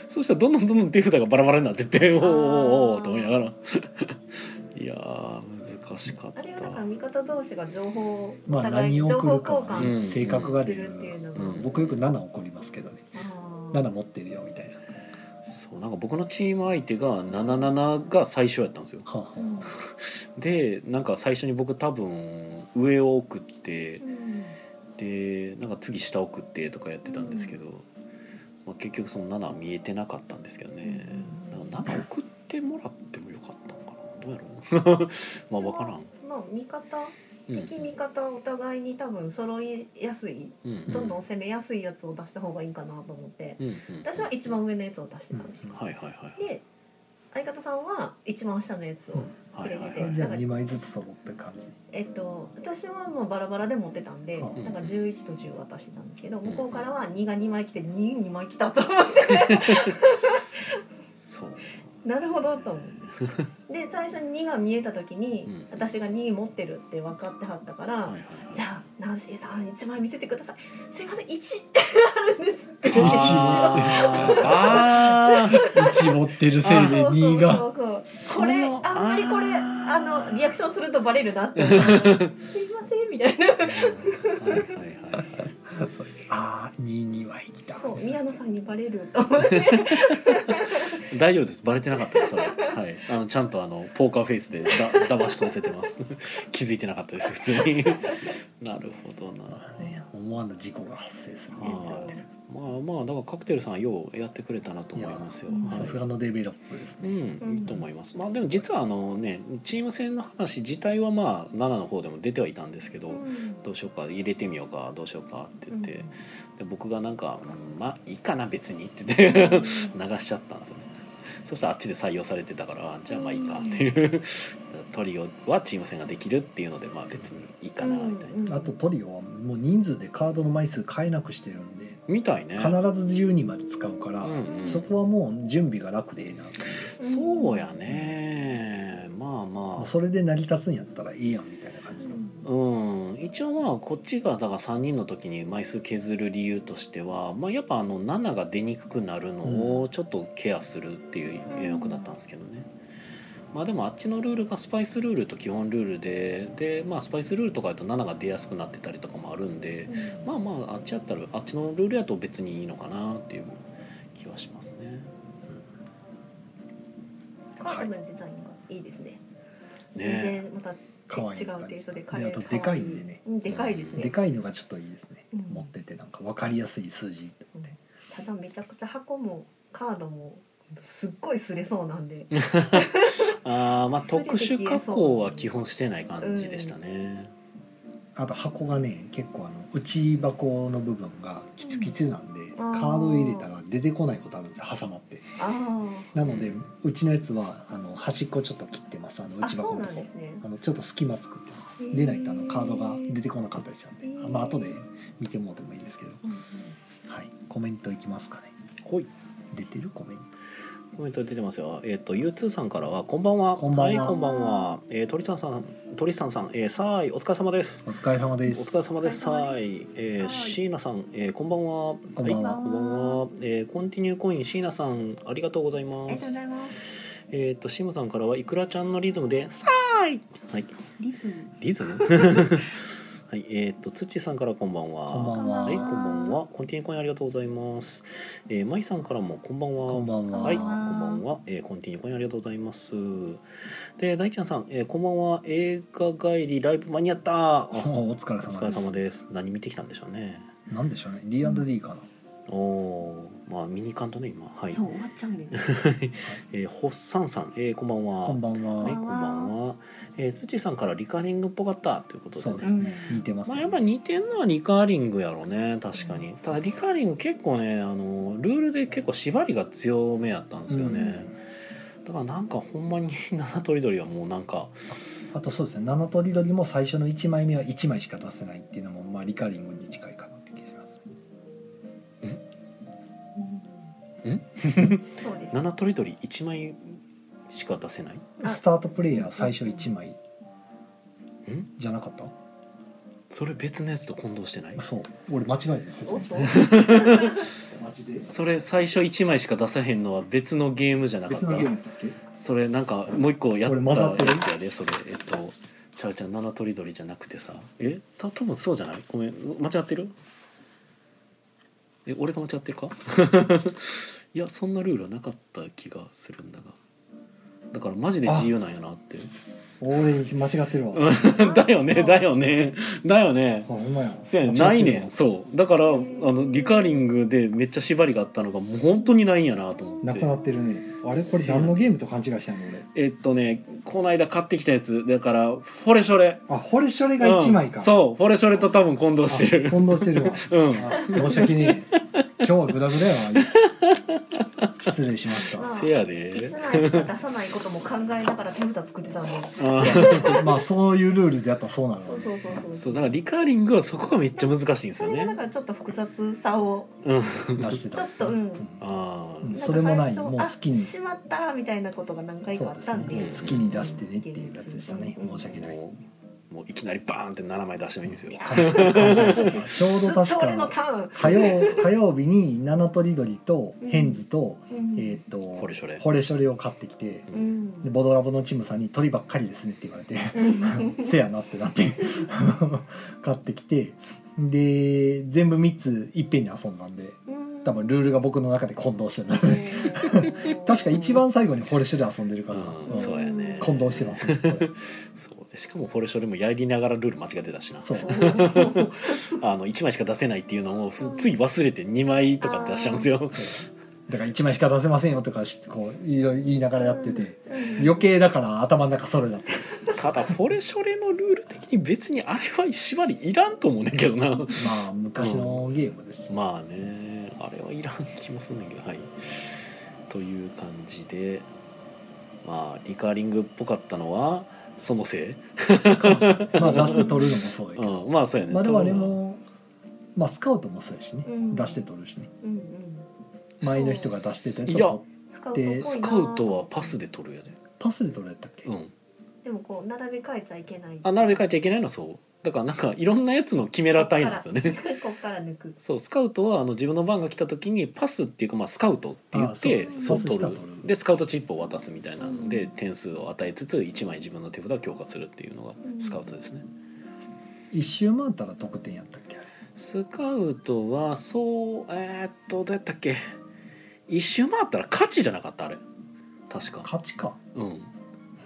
Speaker 1: そしたらどんどんどんどん手札がバラバラになってっておーおーおーと思いながら いやー難しかっ
Speaker 3: あれは
Speaker 1: た
Speaker 3: だから味方同士が情報を
Speaker 2: ま
Speaker 3: お
Speaker 2: あ
Speaker 3: 互い
Speaker 2: 何を
Speaker 3: 情
Speaker 2: 送
Speaker 3: 報
Speaker 2: る
Speaker 3: 交
Speaker 2: かは
Speaker 3: 換
Speaker 2: ね
Speaker 1: うん
Speaker 2: 性格が出る
Speaker 3: するっていうのが
Speaker 2: うん僕よく7怒りますけどね
Speaker 3: あー
Speaker 2: 7持ってるよみたいな、は
Speaker 1: そうなんか僕のチーム相手が77が最初やったんですよ
Speaker 2: あはあ
Speaker 3: うん
Speaker 1: でなんか最初に僕多分上を送ってでなんか次下送ってとかやってたんですけど、まあ、結局その7は見えてなかったんですけどね、
Speaker 3: うんうん
Speaker 1: なんか7送ってもらってもよかったのかなどうや ろうまあ分からん、
Speaker 3: まあ味方
Speaker 1: うん
Speaker 3: 敵味方お互いに多分揃いやすい
Speaker 1: うんうん
Speaker 3: どんどん攻めやすいやつを出した方がいいかなと思って
Speaker 1: うんうん
Speaker 3: 私は一番上のやつを出してたんです
Speaker 2: うん
Speaker 1: はいはいはい
Speaker 3: で相方さんは一番下のやつを
Speaker 1: はいはいはい
Speaker 3: これ見て
Speaker 2: じゃあ2枚ずつ揃ってる感じ
Speaker 3: えっと私はもうバラバラで持ってたんで
Speaker 2: うん
Speaker 3: なんか11と10私なんですけど
Speaker 1: ん
Speaker 3: 向こうからは2が2枚来て22枚来 たと思って
Speaker 1: そう
Speaker 3: なるほどと思ってで最初に2が見えた時に
Speaker 1: うん
Speaker 3: 私が2持ってるって分かってはったから、
Speaker 1: はいはいはい
Speaker 3: じゃあナンシーさん1枚見せてくださいすいません1 あるんですって言って
Speaker 1: あーあー
Speaker 2: 1持ってるせいで2が
Speaker 3: そうそうそう
Speaker 1: そ
Speaker 3: これ
Speaker 1: れ
Speaker 3: あ
Speaker 1: を
Speaker 3: んまりこれ
Speaker 1: あ
Speaker 3: あ
Speaker 1: ー
Speaker 3: のリアクションするとバレるな って思ったすいませんみたいな
Speaker 1: うんはいはいはいはい
Speaker 2: ああ22は生きた
Speaker 3: そう宮野さんにバレると思って
Speaker 1: 大丈夫ですバレてなかったですそれはいあのちゃんとあのポーカーフェイスでだ騙し通せてます 気づいてなかったです普通に なるほどな
Speaker 2: ね思わぬ事故が発生する
Speaker 1: はいまあまあだからカクテルさんはようやってくれたなと思いますよ
Speaker 3: いや
Speaker 1: はい
Speaker 2: さすがのデベロップです
Speaker 1: う
Speaker 2: ね、
Speaker 1: ん、いいと思います。まあでも実はあのねチーム戦の話自体はまあ7の方でも出てはいたんです けど、どうしようか入れてみようかどうしようかって言って、で僕がなんか、うんまあいいかな別にって言って流しちゃったんですよねそしたらあっちで採用されてたからあじゃあまあいいかっていうトリオはチーム戦ができるっていうのでまあ別にいいかなみたいな、
Speaker 2: あとトリオはもう人数でカードの枚数変えなくしてるんで
Speaker 1: みたいね
Speaker 2: 必ず12まで使うから、
Speaker 1: うんうん
Speaker 2: そこはもう準備が楽でええな
Speaker 1: そうやねまあま
Speaker 2: も
Speaker 1: あ
Speaker 2: うそれで成り立つんやったらええやんみたいな感じの、
Speaker 1: うん、一応まあこっちがだから3人の時に枚数削る理由としては、まあ、やっぱあの7が出にくくなるの
Speaker 2: う
Speaker 1: をちょっとケアするっていう予約だったんですけどね、まあ、でもあっちのルールがスパイスルールと基本ルールでで、まあ、スパイスルールとかだと7が出やすくなってたりとかもあるんでまあまああっちやったらあっちのルールやと別にいいのかなっていう気はしますね。
Speaker 3: カードのデザインがいいですね全
Speaker 1: ね
Speaker 3: 然また
Speaker 2: かわいい
Speaker 3: 違う
Speaker 2: 感
Speaker 3: テイ
Speaker 2: じ
Speaker 3: ストで
Speaker 2: であとでかいんでね
Speaker 3: うんでかいですね
Speaker 2: でかいのがちょっといいですね、
Speaker 3: うん
Speaker 2: 持っててなんか分かりやすい数字って、
Speaker 3: ただめちゃくちゃ箱もカードもすっごい擦れそうなんで
Speaker 1: あーまあ
Speaker 3: すぐで
Speaker 1: 特
Speaker 3: きそう
Speaker 1: 殊加工は基本してない感じでしたね。
Speaker 2: あと箱がね結構あの内箱の部分がキツキツなんで、
Speaker 3: あー
Speaker 2: カードを入れたら出てこないことあるんですよ挟まって
Speaker 3: あ ー
Speaker 2: なので、
Speaker 1: う
Speaker 2: うちのやつはあの端っこちょっと切ってますあの
Speaker 3: あ
Speaker 2: 内
Speaker 3: そ
Speaker 2: 箱
Speaker 3: う
Speaker 2: の
Speaker 3: な
Speaker 2: と
Speaker 3: ん
Speaker 2: こ
Speaker 3: ですね
Speaker 2: あのちょっと隙間作ってます
Speaker 3: へー
Speaker 2: 出ないとあのカードが出てこなかったりしちゃうんで、
Speaker 3: へー
Speaker 2: まあ後で見てもらってもいいですけど
Speaker 3: うんうん
Speaker 2: はいコメントいきますかね
Speaker 1: ほい
Speaker 2: 出てるコメン
Speaker 1: コメント出てますよ。えっ、と U2 さんからはこんばんは。
Speaker 2: こんばんはい
Speaker 1: こんばんは。えー、トリスタンさん、トリスタンさん、えー、さーいお疲れ様です。
Speaker 2: トお疲れ様
Speaker 1: お
Speaker 2: です
Speaker 1: 疲れ様です。
Speaker 3: お
Speaker 1: さ
Speaker 3: 疲れ様
Speaker 1: ーい、えー、
Speaker 3: はい
Speaker 1: シーナさん、えー、こんばんは。
Speaker 2: こんばんは
Speaker 1: はいこんばんは。えー、コンティニューコインシーナさん、ありがとうござい
Speaker 3: あ
Speaker 1: ま
Speaker 3: りがとう
Speaker 1: す
Speaker 3: ござ。います
Speaker 1: えっ、とシムさんからはいくらちゃんのリズムでさーい。はい、
Speaker 3: リズム
Speaker 1: リズ ム。 はい、えっ、と土さんからこんばんは。
Speaker 2: こんばんは
Speaker 1: はい、こんばんは。コンティニューコインありがとうございます。えー、マイさんからもこんばんは。
Speaker 2: こんばんは、
Speaker 1: はい、こんば
Speaker 3: あ
Speaker 1: んは、えー、コンティニューコインありがとうございます。で、大ちゃんさん、えー、こんばんは、映画帰りライブ間に合った。あ
Speaker 2: おお疲れ様
Speaker 1: お
Speaker 2: です
Speaker 1: 疲れ様です。何見てきたんでしょうね。
Speaker 2: なんでしょうね D&D かな、
Speaker 1: おおー、まあ、ミニカントね、今、はい
Speaker 3: そ、う終わっちゃうんです
Speaker 1: えー、ホッサンさん、えー、こんばんは。
Speaker 2: こんばん
Speaker 1: はい、
Speaker 2: は
Speaker 1: こんばんは。えー、土さんからリカーリングっぽかったということで
Speaker 2: そう
Speaker 1: ね
Speaker 2: ですね、似てます、ね
Speaker 1: まあ、やっぱ似てんのはリカーリングやろうね確かにただリカーリング結構ねあのルールで結構縛りが強めやったんですよね、だからなんかほんまに 七とりどりはもうなんか
Speaker 2: あとそうですね七とりどりも最初の1枚目は1枚しか出せないっていうのもまあリカリングに近いかなって気がします
Speaker 1: ん
Speaker 3: そうです
Speaker 1: 七とりどり1枚しか出せない
Speaker 3: あ
Speaker 2: スタートプレイヤー最初1枚じゃなかった
Speaker 1: それ別のやつと混同してない
Speaker 2: そう俺間違えて説
Speaker 3: おっ
Speaker 2: 明し
Speaker 3: と
Speaker 2: て マジで
Speaker 1: それ最初1枚しか出さへんのは別のゲームじゃなかっ
Speaker 2: 別
Speaker 1: た
Speaker 2: のゲームやったっけ
Speaker 1: それなんかもう一個やっ
Speaker 2: これ混ざって
Speaker 1: た
Speaker 2: る
Speaker 1: やつやでそれえっとちゃうちゃう七とりどりじゃなくてさえた多分そうじゃないごめん間違ってるえ俺が間違ってるか いやそんなルールはなかった気がするんだがだからマジで自由なんやなって
Speaker 2: 俺間違ってるわ
Speaker 1: だよねだよねだよね
Speaker 2: あほんまや
Speaker 1: せやねんない
Speaker 2: 間違って
Speaker 1: ね
Speaker 2: る
Speaker 1: ん
Speaker 2: わ
Speaker 1: そうだからあのリカーリングでめっちゃ縛りがあったのがもう本当にないんやなと思って
Speaker 2: なくなってるねあれこれ何のゲームと勘違いしたの俺
Speaker 1: えっとねこの間買ってきたやつだからフォレショレ
Speaker 2: あこれそれが1枚か、
Speaker 1: うんそうフォレショレと多分混同して
Speaker 2: あ
Speaker 1: る
Speaker 2: 混同してる
Speaker 1: う
Speaker 2: わ
Speaker 1: ん
Speaker 2: あ申し訳ねえ今日はグダグダやわ失礼しました
Speaker 3: あ
Speaker 1: せや
Speaker 3: 一
Speaker 1: で
Speaker 3: 枚しか出さないことも考えながら手札作ってたの。
Speaker 1: あー
Speaker 2: まあそういうルールでやったらそうなの
Speaker 3: そうそうそうそう。
Speaker 1: そうだからリカーリングはそこがめっちゃ難しいんです
Speaker 3: そ
Speaker 1: よ
Speaker 3: れがだ
Speaker 1: ね
Speaker 3: からちょっと複雑さを
Speaker 1: うん
Speaker 2: 出して
Speaker 3: ちょ
Speaker 2: た
Speaker 3: っとうん。
Speaker 1: あ
Speaker 2: うん
Speaker 1: ー
Speaker 2: それもない
Speaker 3: んか最初
Speaker 2: もう好きに
Speaker 3: あしまったみたいなことが何回かあったん
Speaker 1: そう
Speaker 3: で。
Speaker 1: です
Speaker 2: 好
Speaker 1: ね
Speaker 2: きに出してねっていうやつでしたね
Speaker 3: うん
Speaker 2: 申し訳ない
Speaker 1: もうもういきなりバーンって7枚出してもいいんですよ
Speaker 3: いや
Speaker 2: 勘違いしてたちょう
Speaker 3: ず
Speaker 2: ど
Speaker 3: っと
Speaker 2: 確
Speaker 3: 俺のタ
Speaker 2: か
Speaker 3: ーン。
Speaker 2: 火
Speaker 1: そうそう
Speaker 2: 曜火曜日に七とりどりとヘンズと、
Speaker 3: うん
Speaker 2: えーっと
Speaker 1: フォレショレ
Speaker 2: ホレショレを買ってきて
Speaker 3: う
Speaker 2: で
Speaker 3: ん。
Speaker 2: ボドラボのチームさんに「鳥ばっかりですね」って言わ れて
Speaker 3: うん
Speaker 2: せやなってなって 買ってきてで全部3ついっぺんに遊んだんで多分ルールが僕の中で混同して る確か一番最後にホレシュで遊んでるから、
Speaker 1: うん
Speaker 2: うん
Speaker 1: そうやね
Speaker 2: 混同してますこれ
Speaker 1: そうでしかもフォレショレもやりながらルール間違ってたしな
Speaker 2: そう
Speaker 1: あの1枚しか出せないっていうのをふつい忘れて2枚とか出しちゃうんですよ
Speaker 2: だから1枚しか出せませんよとかしこういろいろ言いながらやってて
Speaker 3: うん
Speaker 2: 余計だから頭の中それだっ
Speaker 1: た
Speaker 2: た
Speaker 1: だフォレショレのルール的に別にあれは縛りいらんと思うねんけどな
Speaker 2: まあ昔のゲームです、
Speaker 1: まあねあれはいらん気もすんねんけどはいという感じでまあリカーリングっぽかったのはそのせい、
Speaker 2: まあ出して取るのもそうやけ
Speaker 1: う
Speaker 2: ど、
Speaker 1: ん、まあそうやね
Speaker 2: まあでもあれ
Speaker 1: 多分
Speaker 2: も、まあ、スカウトもそうやしね、
Speaker 3: うん
Speaker 2: 出して取るしね
Speaker 3: うんうん
Speaker 2: 前の人が出してたやつ
Speaker 1: い
Speaker 2: を
Speaker 1: や
Speaker 2: 取っ
Speaker 3: スカ
Speaker 1: スカウ
Speaker 2: で
Speaker 3: ウトっぽいな
Speaker 1: トはパスで取るやで、
Speaker 2: パスで取るやったっけ、
Speaker 1: うん、
Speaker 3: でもこう並び替えちゃいけない
Speaker 1: あ並べ替えちゃいけないのはそうだからなんかいろんなやつのキメラ体なんですよね
Speaker 3: こっから抜く
Speaker 1: そうスカウトはあの自分の番が来た時にパスっていうか、まあ、スカウトって言って
Speaker 3: あ
Speaker 1: そ
Speaker 3: そうう
Speaker 1: 取
Speaker 2: パスした
Speaker 1: る
Speaker 2: 取る
Speaker 1: でスカウトチップを渡すみたいなので点数を与えつつ1枚自分の手札を強化するっていうのがスカウトですね、
Speaker 2: 一周回ったら得点やったっけあれ
Speaker 1: スカウトはそうえーっとどうやったっけ一周回ったら勝ちじゃなかったあれ確か
Speaker 2: 勝ちか
Speaker 1: うん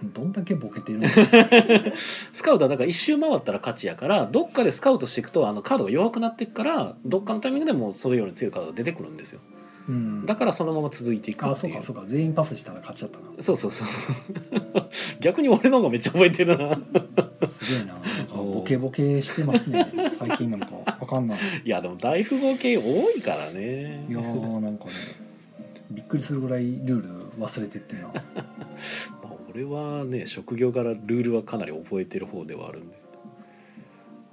Speaker 2: どんだけボ ケてるの
Speaker 1: スカウトはだから一周回ったら勝ちやからどっかでスカウトしていくとあのカードが弱くなっていくからどっかのタイミングでもうそれより強いカードが出てくるんですよ
Speaker 2: うん
Speaker 1: だからそのまま続いていく
Speaker 2: あ
Speaker 1: って
Speaker 2: そう
Speaker 1: いう
Speaker 2: かそうか全員パスしたら勝ちだったな
Speaker 1: そうそうそう 逆に俺の方がめっちゃ覚えてるな
Speaker 2: すげえななんか
Speaker 1: おう
Speaker 2: ボケボケしてます ね最近なんかわかんない
Speaker 1: いやでも大富豪系多いからね
Speaker 2: いやーなんかねびっくりするぐらいルール忘れてってんな
Speaker 1: まあ、俺はね職業柄ルールはかなり覚えてる方ではあるんで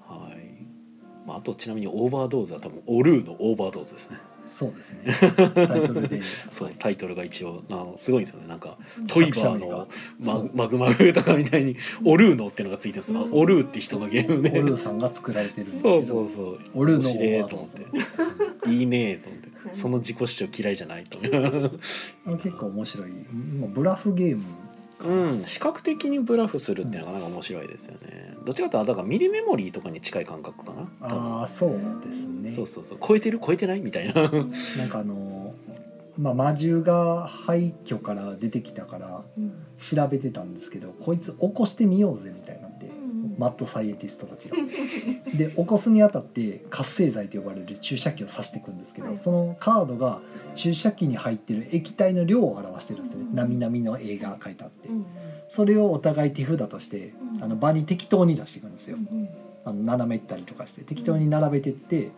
Speaker 1: はい、まあ、あとちなみにオーバードーズは多分オルーのオーバードーズですね
Speaker 2: そうですねタイト ルで
Speaker 1: そうタイトルが一応あのすごいんですよねなんか
Speaker 3: うん
Speaker 1: トイバー
Speaker 2: 作者名が
Speaker 1: のマグマグマグとかみたいにオルーノっていうのがついてるんですよ、
Speaker 3: うん
Speaker 1: オルーって人のゲーム
Speaker 2: オル
Speaker 1: ね
Speaker 2: ーさんが作られてるんですけ
Speaker 1: そ
Speaker 2: ど
Speaker 1: うそうそう
Speaker 2: オル
Speaker 1: 面
Speaker 2: ーノオ
Speaker 1: 白
Speaker 2: ー
Speaker 1: え
Speaker 2: バー
Speaker 1: と
Speaker 2: ド
Speaker 1: 思っ
Speaker 2: ーズ
Speaker 1: てうんいいねと思ってその自己主張嫌いじゃないと
Speaker 2: あれ結構面白いもうブラフゲーム
Speaker 1: うん視覚的にブラフするっていうのがなんか面白いですよねどっちかというとだからミリメモリーとかに近い感覚かな多分
Speaker 2: ああそうですね
Speaker 1: そうそうそう超えてる超えてないみたいな
Speaker 2: なんかあのーまあ、魔獣が廃墟から出てきたから
Speaker 3: うん
Speaker 2: 調べてたんですけどこいつ起こしてみようぜみたいになって
Speaker 3: うん
Speaker 2: マッドサイエンティストたちが。で起こすにあたって活性剤と呼ばれる注射器を刺していくんですけど、
Speaker 3: はい
Speaker 2: そのカードが注射器に入ってる液体の量を表してるんですね「
Speaker 3: うん
Speaker 2: なみなみ」の映画が書いてあって、
Speaker 3: うん
Speaker 2: それをお互い手札として
Speaker 3: うん
Speaker 2: あの場に適当に出していくんですよ。
Speaker 3: うん
Speaker 2: あの斜めったりとかして適当に並べてって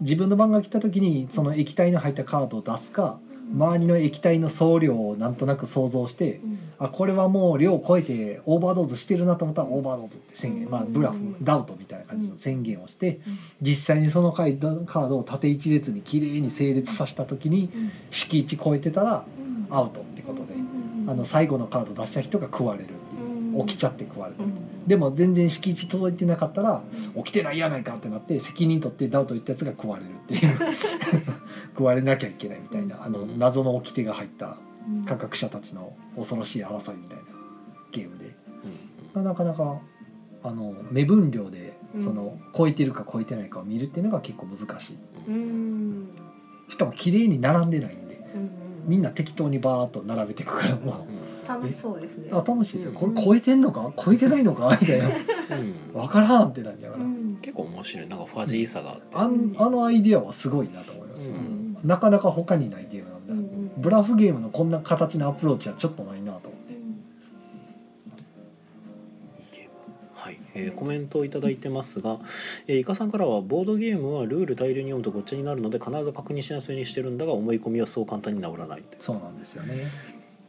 Speaker 2: 自分の番が来た時にその液体の入ったカードを出すか周りの液体の総量をなんとなく想像して
Speaker 3: うん
Speaker 2: あこれはもう量を超えてオーバードーズしてるなと思ったらオーバードーズって宣言まあブラフダウトみたいな感じの宣言をして実際にそのカードカードを縦一列に綺麗に整列させた時に
Speaker 3: うん
Speaker 2: 敷地超えてたら
Speaker 3: うん
Speaker 2: アウトってことで
Speaker 3: うんうんうん
Speaker 2: あの最後のカード出した人が食われるっていう起きち
Speaker 3: ゃ
Speaker 2: ゃって食われる
Speaker 3: うん
Speaker 2: でも全然敷地届いてなかったら起きてないやないかってなって責任取ってダウト言ったやつが食われるっていう 食われなきゃいけないみたいなあの
Speaker 1: うん
Speaker 2: 謎の掟が入った科学者たちの恐ろしい争いみたいなゲームでまあなかなかあの目分量で
Speaker 3: うん
Speaker 2: その超えてるか超えてないかを見るっていうのが結構難しい
Speaker 3: うんうん
Speaker 2: しかも綺麗に並んでないんで
Speaker 3: うん
Speaker 2: みんな適当にバーッと並べていくからも
Speaker 3: 楽しそうですね
Speaker 2: うあ楽しいですよこ
Speaker 3: う
Speaker 2: れ
Speaker 3: ん
Speaker 2: 超えてんのか超えてないのかみたいな分からんってなりなが
Speaker 3: う
Speaker 2: ら
Speaker 3: ん
Speaker 1: 結構面白いなんかファジーさがあって
Speaker 2: あんあのアイディアはすごいなと思いました、
Speaker 1: うん
Speaker 2: なかなか他にないゲームなん
Speaker 3: う
Speaker 2: だ、
Speaker 3: ん
Speaker 2: ブラフゲームのこんな形のアプローチはちょっとないなと思って
Speaker 1: はい、えーコメントをいただいてますが、えー、イカさんからはボードゲームはルール大量に読むとごっちゃになるので必ず確認しないようにしてるんだが思い込みはそう簡単に治らないって、
Speaker 2: そうなんですよね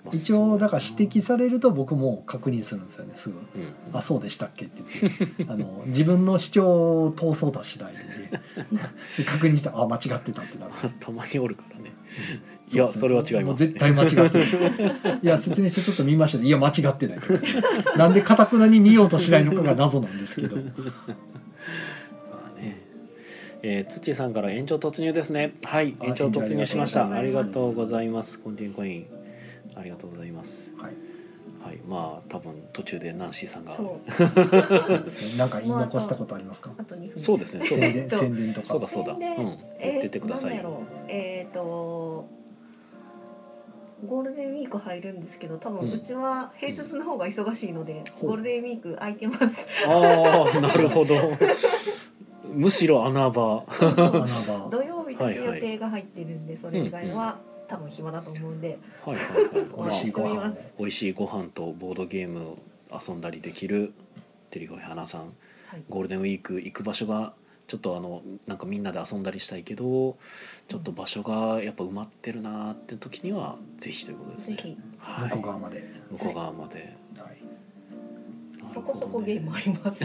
Speaker 1: まあ
Speaker 2: 一応だから指摘、されると僕も確認するんですよねすぐ
Speaker 1: そううん
Speaker 2: 「あそうでしたっけ?」って 言ってあの自分の主張を通そうとはしないんでで確認したら「あ間違ってた」ってなる
Speaker 1: まあ たまにおるからねいやそれは違い
Speaker 2: もう
Speaker 1: ます、ね、
Speaker 2: 絶対間違ってない。いや、説明書ちょっと見ましたね。いや、間違ってない。なんでかたくなに見ようとしないのかが謎なんですけど。
Speaker 1: まあねえー、土さんから延長突入ですねはい
Speaker 2: あ
Speaker 1: 延長突入しましたあ
Speaker 3: あ
Speaker 1: り
Speaker 3: り
Speaker 1: が
Speaker 3: が
Speaker 1: と
Speaker 2: と
Speaker 1: う
Speaker 2: う
Speaker 1: ご
Speaker 2: ご
Speaker 1: ざ
Speaker 2: ざ
Speaker 1: いますコンティニューコインありがとうございます
Speaker 2: はい。
Speaker 1: はいまあ多分途中でナンシーさんが
Speaker 3: そう
Speaker 2: なんか言い残したことありますか。
Speaker 3: あと2分
Speaker 1: そうですねそうだ
Speaker 2: 宣
Speaker 3: え
Speaker 2: 伝、
Speaker 3: っと
Speaker 2: 宣伝と
Speaker 1: そうだ
Speaker 2: か。
Speaker 1: そうだ、うん、
Speaker 3: 宣伝
Speaker 1: 言っててください
Speaker 3: え
Speaker 1: よ
Speaker 3: ーなんだろうえっ、とゴールデンウィーク入るんですけど多
Speaker 1: うん
Speaker 3: 分うちは平日の方が忙しいので、
Speaker 1: ほう
Speaker 3: ゴールデンウィーク空いてます
Speaker 1: ああなるほど むしろ穴場
Speaker 2: 穴場。
Speaker 3: 土曜日だけ
Speaker 1: はい
Speaker 3: 予
Speaker 1: はい
Speaker 3: 定が入ってるんでそれ以外
Speaker 1: うん
Speaker 3: は多分暇だと思うんで
Speaker 1: はいはい
Speaker 3: お
Speaker 1: はい、まあ
Speaker 2: 美味
Speaker 3: 待ち
Speaker 2: しいご
Speaker 3: しており
Speaker 2: 飯
Speaker 3: ま
Speaker 2: を
Speaker 3: す。
Speaker 1: 美味しいご飯とボードゲームを遊んだりできるデリカフェ花さん
Speaker 3: はい
Speaker 1: ゴールデンウィーク行く場所がちょっとあのなんかみんなで遊んだりしたいけどちょっと場所がやっぱ埋まってるなーって時にはぜひということです
Speaker 3: ぜ
Speaker 1: ね。
Speaker 3: ひ
Speaker 1: はい、
Speaker 2: 向こう側まで。
Speaker 1: 向こう側まで。
Speaker 2: はい。
Speaker 3: そこそこゲーム
Speaker 1: な
Speaker 3: あ
Speaker 1: る
Speaker 3: ります。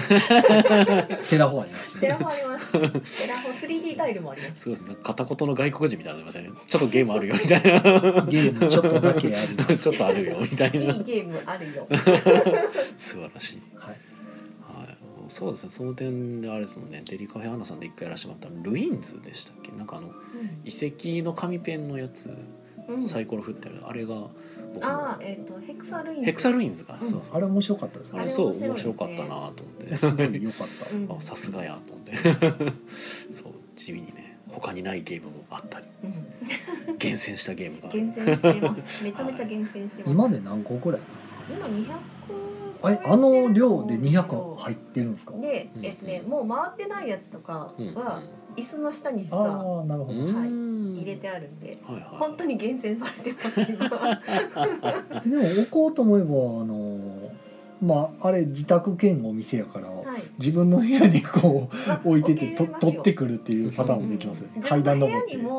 Speaker 2: テラフォアにます、
Speaker 3: テラ
Speaker 2: ね。
Speaker 3: フォあります。テラフォ 3D タイルもあり
Speaker 1: ほ
Speaker 3: ま
Speaker 1: どね。
Speaker 3: す。
Speaker 1: すごいですね。片言の外国人みたいになってましたね。ちょっとゲームあるよみた い
Speaker 2: ゲームちょっとだけありま
Speaker 1: な。
Speaker 2: す。
Speaker 1: ちょっとあるよみたい
Speaker 3: いい
Speaker 1: な。
Speaker 3: ゲームあるよ。
Speaker 1: 素晴らしい。
Speaker 2: はい。
Speaker 1: はい。そうですね。その点であれですもんね。デリカフェアナさんで一回やらせてもらったルインズでしたっけ？なんかあの遺跡の紙ペンのやつ、
Speaker 3: うん
Speaker 1: サイコロ振ってあるあれが僕
Speaker 3: あ
Speaker 1: の
Speaker 3: あ、えっ、とヘクサルインズ。
Speaker 1: ヘクサルインズか。
Speaker 3: うん
Speaker 1: そうそう
Speaker 2: あれ面白かったです
Speaker 1: あ
Speaker 2: ね
Speaker 1: れ
Speaker 3: れ。
Speaker 1: そう面
Speaker 3: 面
Speaker 1: 白
Speaker 3: 白
Speaker 1: か
Speaker 3: か
Speaker 1: っ
Speaker 3: った
Speaker 1: たな
Speaker 3: な
Speaker 1: と思っ
Speaker 2: すご
Speaker 1: て
Speaker 2: い良かった。
Speaker 3: うん
Speaker 1: あさすがやと思って そう地味にね他にないゲームもあったり
Speaker 3: うん
Speaker 1: 厳選したゲームが
Speaker 3: 厳選してます。めちゃめちゃ厳選してます。
Speaker 2: 今で何個くらいなんですか。
Speaker 3: 今200
Speaker 2: あれ、あの量で200入ってるんですか。
Speaker 3: で
Speaker 1: うん、
Speaker 3: えっとね、もう回ってないやつとか
Speaker 1: うんうん
Speaker 3: は椅子の下に
Speaker 2: あ
Speaker 3: 実
Speaker 2: あ
Speaker 3: は
Speaker 2: ー、なるほ
Speaker 1: う
Speaker 2: ど。
Speaker 1: ん
Speaker 3: 入れてあるんで
Speaker 1: はいはい
Speaker 3: 本当に厳選されてます 今
Speaker 2: でも置こうと思えばあのまああれ自宅兼お店やから、
Speaker 3: はい
Speaker 2: 自分の部屋にこ
Speaker 3: まあ
Speaker 2: う置いてて
Speaker 3: 置
Speaker 2: と
Speaker 3: けますよ
Speaker 2: 取ってくるっていうパターンもできますよね、
Speaker 3: 自
Speaker 2: 階
Speaker 3: 分
Speaker 2: 段
Speaker 3: の
Speaker 2: 登
Speaker 3: 部屋
Speaker 2: っ
Speaker 3: に
Speaker 2: て、
Speaker 3: も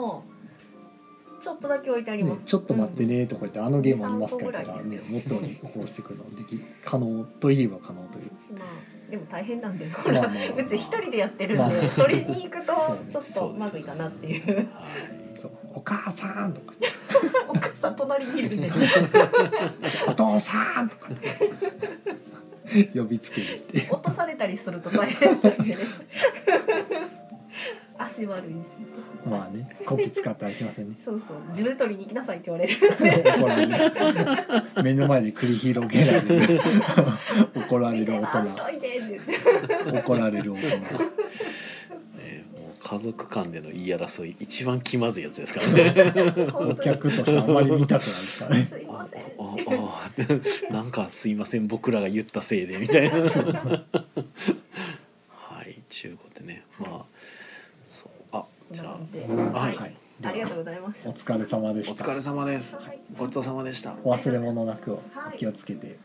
Speaker 3: ちょっとだけ置いてありま
Speaker 2: ね
Speaker 3: す、
Speaker 2: ちょっと待ってねとか言って、あのゲームありますか
Speaker 3: 2-3
Speaker 2: ら
Speaker 3: 個ぐらい
Speaker 2: ねもっとこうしてくるのでき可能といえば可能という
Speaker 3: うんまあでも大変なんでほ
Speaker 2: まあま
Speaker 3: ら
Speaker 2: あまあ
Speaker 3: うち一人でやってるんで、
Speaker 2: まあ
Speaker 3: 取りに行くとちょ
Speaker 1: そ
Speaker 3: っ
Speaker 1: うです
Speaker 3: とまずいかなっていう
Speaker 1: はい
Speaker 2: そうお母さんとか
Speaker 3: お母さん隣にいるんで
Speaker 2: お父さんとかって呼びつけるって
Speaker 3: 落とされたりすると大変なんで ね足悪いし
Speaker 2: まあねコピ使ってはいけませんね
Speaker 3: そうそう自分取りに行きなさいって言われる
Speaker 2: 怒られる目の前で繰り広げられる怒られる
Speaker 3: 店
Speaker 2: 大
Speaker 3: 回し
Speaker 2: 人
Speaker 3: といてって言って
Speaker 2: 怒られる大人
Speaker 1: えーもう家族間での言い争い一番気まずいやつですからね
Speaker 2: お
Speaker 3: 本当に
Speaker 2: 客としてあまり見たくないですからね
Speaker 3: すいま
Speaker 1: あ
Speaker 3: せん
Speaker 1: ああってなんかすいません僕らが言ったせいでみたいな はい中古ってねまあそうあ
Speaker 3: こ
Speaker 1: じ
Speaker 3: んな
Speaker 1: ゃ
Speaker 3: 感じで
Speaker 1: あはい、
Speaker 2: はい
Speaker 3: ありがとうございました
Speaker 2: お疲れ様で
Speaker 1: お
Speaker 2: した
Speaker 1: 疲れ様です
Speaker 3: はい
Speaker 1: ごちそうさまでしたは
Speaker 2: お忘れ物なくお
Speaker 3: はい
Speaker 2: 気をつけて、
Speaker 1: い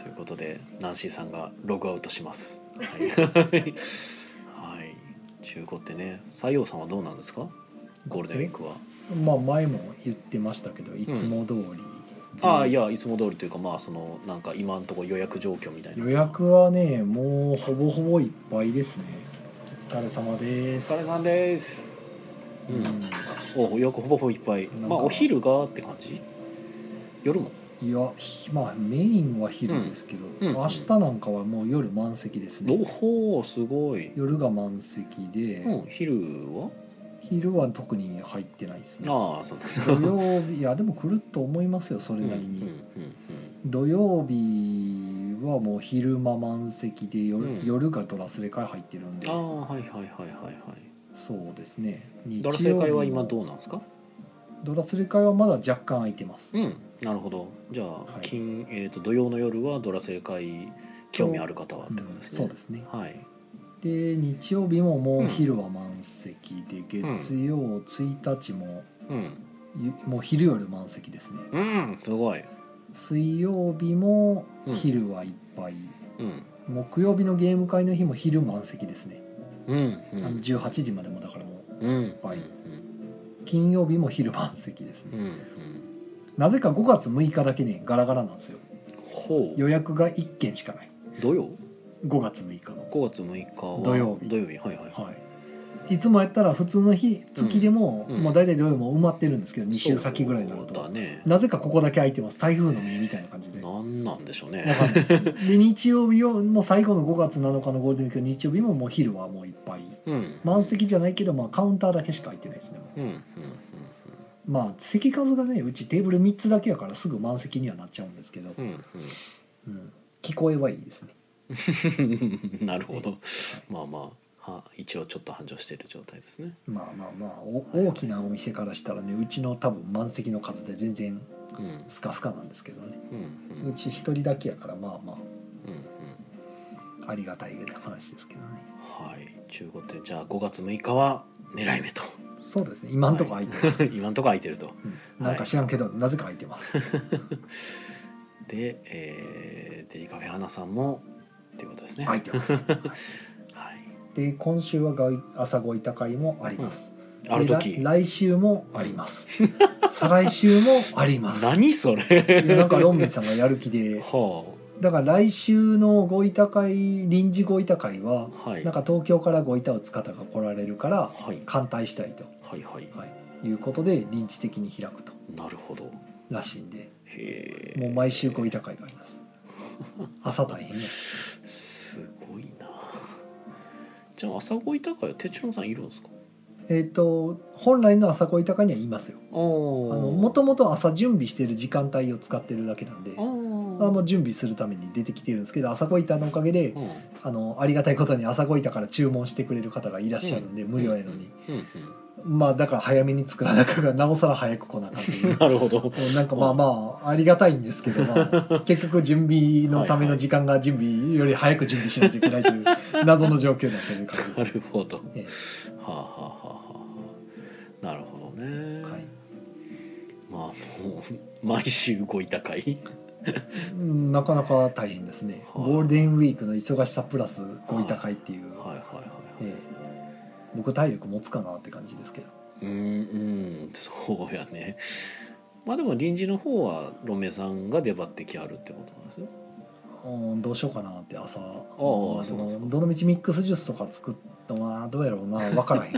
Speaker 1: ということでナンシーさんがログアウトします はい、はい、中古ってね西洋さんはどうなんですかゴールデンウィークは
Speaker 2: まあ前も言ってましたけどいつも通り、
Speaker 1: ああいやいつも通りというかまあそのなんか今のところ予約状況みたいな
Speaker 2: 予約はねもうほぼほぼいっぱいですねお疲れ様で
Speaker 1: お
Speaker 2: す
Speaker 1: 疲れさんですう
Speaker 2: うん
Speaker 1: んおよくほぼほぼいっぱい
Speaker 2: なんか
Speaker 1: まあお昼がって感じ夜も
Speaker 2: いやひまあメインは昼ですけど、
Speaker 1: うんうん
Speaker 2: 明日なんかはもう夜満席ですね、
Speaker 1: おほーすごい、
Speaker 2: 夜が満席で、
Speaker 1: うん、昼は
Speaker 2: 昼は特に入ってないですね
Speaker 1: ああそうなんだ
Speaker 2: 土曜日いやでも来ると思いますよそれなりに、土曜日はもう昼間満席で夜,、
Speaker 1: うん
Speaker 2: 夜がドラスレ会入ってるんで
Speaker 1: ああはいはいはいはいはい
Speaker 2: そうですね日
Speaker 1: ドラ正解は今
Speaker 2: 曜日も
Speaker 1: どうなんですか
Speaker 2: ドラスレ会はまだ若干空いてます、
Speaker 1: うんなるほどじゃあ、
Speaker 2: い
Speaker 1: 金えー、と土曜の夜はドラ正解興味ある方はっ
Speaker 2: うん
Speaker 1: てことですね、
Speaker 2: そうですね
Speaker 1: はい
Speaker 2: で日曜日ももう昼は満席で、月曜1日も
Speaker 1: うん
Speaker 2: ゆもう昼夜満席ですね
Speaker 1: うんすごい
Speaker 2: 水曜日も
Speaker 1: うん
Speaker 2: 昼はいっぱい、
Speaker 1: うん
Speaker 2: 木曜日のゲーム会の日も昼満席ですね、
Speaker 1: うんう
Speaker 2: あの
Speaker 1: ん
Speaker 2: 18時までもだからも
Speaker 1: うんうん
Speaker 2: はい
Speaker 1: うん
Speaker 2: う金曜日も昼満席ですね、
Speaker 1: うんうん
Speaker 2: なぜか5月6日だけねガラガラなんですよ
Speaker 1: ほう
Speaker 2: 予約が1件しかない
Speaker 1: 土曜
Speaker 2: 5月6日の
Speaker 1: 5月6日は
Speaker 2: 土曜日
Speaker 1: 土曜日はいはい
Speaker 2: はいいつもやったら普通の日月でも、
Speaker 1: うん
Speaker 2: まあ、大体土曜日も埋まってるんですけど2週先ぐらいになる
Speaker 1: そうだ
Speaker 2: と
Speaker 1: ね
Speaker 2: なぜかここだけ空いてます台風の目みたいな感じで
Speaker 1: なんなんでしょう
Speaker 2: わ
Speaker 1: ね
Speaker 2: かんないですで日曜日をもう最後の5月7日のゴールデンウィークの日曜日ももう昼はもういっぱい
Speaker 1: うん
Speaker 2: 満席じゃないけど、まあ、カウンターだけしか空いてないですね
Speaker 1: うんうんうん
Speaker 2: まあ席数がねうちテーブル3つだけやからすぐ満席にはなっちゃうんですけど、
Speaker 1: うんうん
Speaker 2: うん、聞こえはいいですね
Speaker 1: うんなるほどまあまあは一応ちょっと繁盛している状態ですね
Speaker 2: まあまあまあお大きなお店からしたらねうちの多分満席の数で全然
Speaker 1: うんうん
Speaker 2: スカスカなんですけどね
Speaker 1: うんう
Speaker 2: うんち1人だけやからまあま
Speaker 1: うん
Speaker 2: あありがたい話ですけどね
Speaker 1: はい中古店じゃあ5月6日は狙い目と
Speaker 2: そうですね今んとこ空いてます、
Speaker 1: 今んとこ空いてると
Speaker 2: うんなんか知らんけど、なぜか空い てます
Speaker 1: で、えー、デリカフェ花さんもっていうことですね
Speaker 2: 空いてます
Speaker 1: はい、
Speaker 2: で今週はがい朝ごいた会もあります、
Speaker 1: ある
Speaker 2: でら
Speaker 1: 時
Speaker 2: 来週もあります再来週もあります
Speaker 1: 何それ
Speaker 2: いやなんかロンメイさんがやる気で
Speaker 1: は
Speaker 2: だから来週のごいた会臨時ごいた会は
Speaker 1: あはい
Speaker 2: なんか東京からごいたをつかたが来られるから
Speaker 1: はい
Speaker 2: 歓待したいと、
Speaker 1: はいはい
Speaker 2: はい、いうことで臨時的に開くと
Speaker 1: なるほど
Speaker 2: らしいんで
Speaker 1: へえ
Speaker 2: もう毎週ごいた会があります朝大変や
Speaker 1: すごいなじゃあ朝ごいた会は哲郎さんいるんですか
Speaker 2: えっ、と本来の朝ごいた会にはいますよ
Speaker 1: あ
Speaker 2: あ
Speaker 1: の
Speaker 2: のもともと朝準備してる時間帯を使ってるだけなんで
Speaker 1: あー
Speaker 2: あもう準備するために出てきてるんですけど朝ごいたのおかげで
Speaker 1: うん
Speaker 2: あのありがたいことに朝ごいたから注文してくれる方がいらっしゃるんで、無料やのに、
Speaker 1: うんうん
Speaker 2: まあだから早めに作らなきゃなおさら早く 来なあかんとい
Speaker 1: うん
Speaker 2: う
Speaker 1: なるほど
Speaker 2: もうなんかまあまあありがたいんですけど、ま あ、結局準備のための時間が準備より早く準備しないといけないという謎の状況になってる感じ
Speaker 1: な
Speaker 2: です。
Speaker 1: るほどは
Speaker 2: え
Speaker 1: あ、はあはあはあ、なるほどね、
Speaker 2: えはい、
Speaker 1: まあもう毎週ごいた会
Speaker 2: うんなかなか大変ですね、
Speaker 1: はい
Speaker 2: ゴールデンウィークの忙しさプラスごいた会っていう、
Speaker 1: はいはいはいはい、
Speaker 2: ええ僕体力持つかなって感じですけど
Speaker 1: うんうんそうやねまあでも臨時の方はロメさんが出張ってきあるってことなんですよ
Speaker 2: うんどうしようかなって朝
Speaker 1: そう
Speaker 2: で
Speaker 1: なんですか
Speaker 2: もどのみちミックスジュースとか作ったのはどうやろうな 分からへん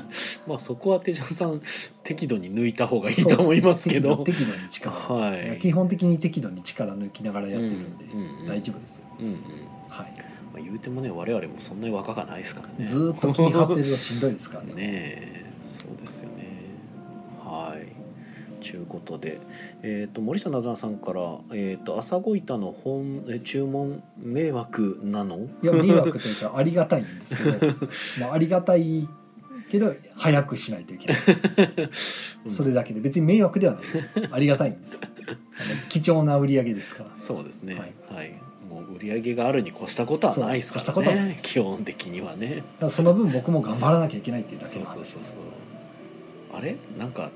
Speaker 1: まあそこは手錠さん適度に抜いた方がいいと思いますけ ど
Speaker 2: 適度に力を
Speaker 1: はい
Speaker 2: や基本的に適度に力抜きながらやってるんで、
Speaker 1: うんうんうん
Speaker 2: 大丈夫ですよ、
Speaker 1: うんうん
Speaker 2: はい
Speaker 1: まあ、言うてもね我々もそんなに若がないですからね
Speaker 2: ずーっと気に張ってるのしんどいですからね
Speaker 1: ねえそうですよねはいちゅうことで、えー、と森下なずなさんから「えー、と朝ごいたの本え注文迷惑なの?
Speaker 2: いや迷惑というかありがたいんですけ ど、まあ、ありがたいけど早くしないといけない、
Speaker 1: うん
Speaker 2: それだけで別に迷惑ではないですありがたいんですあの貴重な売り上げですから」
Speaker 1: そうですね
Speaker 2: は
Speaker 1: はい
Speaker 2: い、
Speaker 1: もう売り上げがあるに越したことはないですか
Speaker 2: そう
Speaker 1: ら
Speaker 2: 越したことはない
Speaker 1: ね基本的にはね
Speaker 2: だからその分僕も頑張らなきゃいけないっていうだけ
Speaker 1: そ
Speaker 2: の
Speaker 1: う
Speaker 2: 話
Speaker 1: そうそうそうあれなんか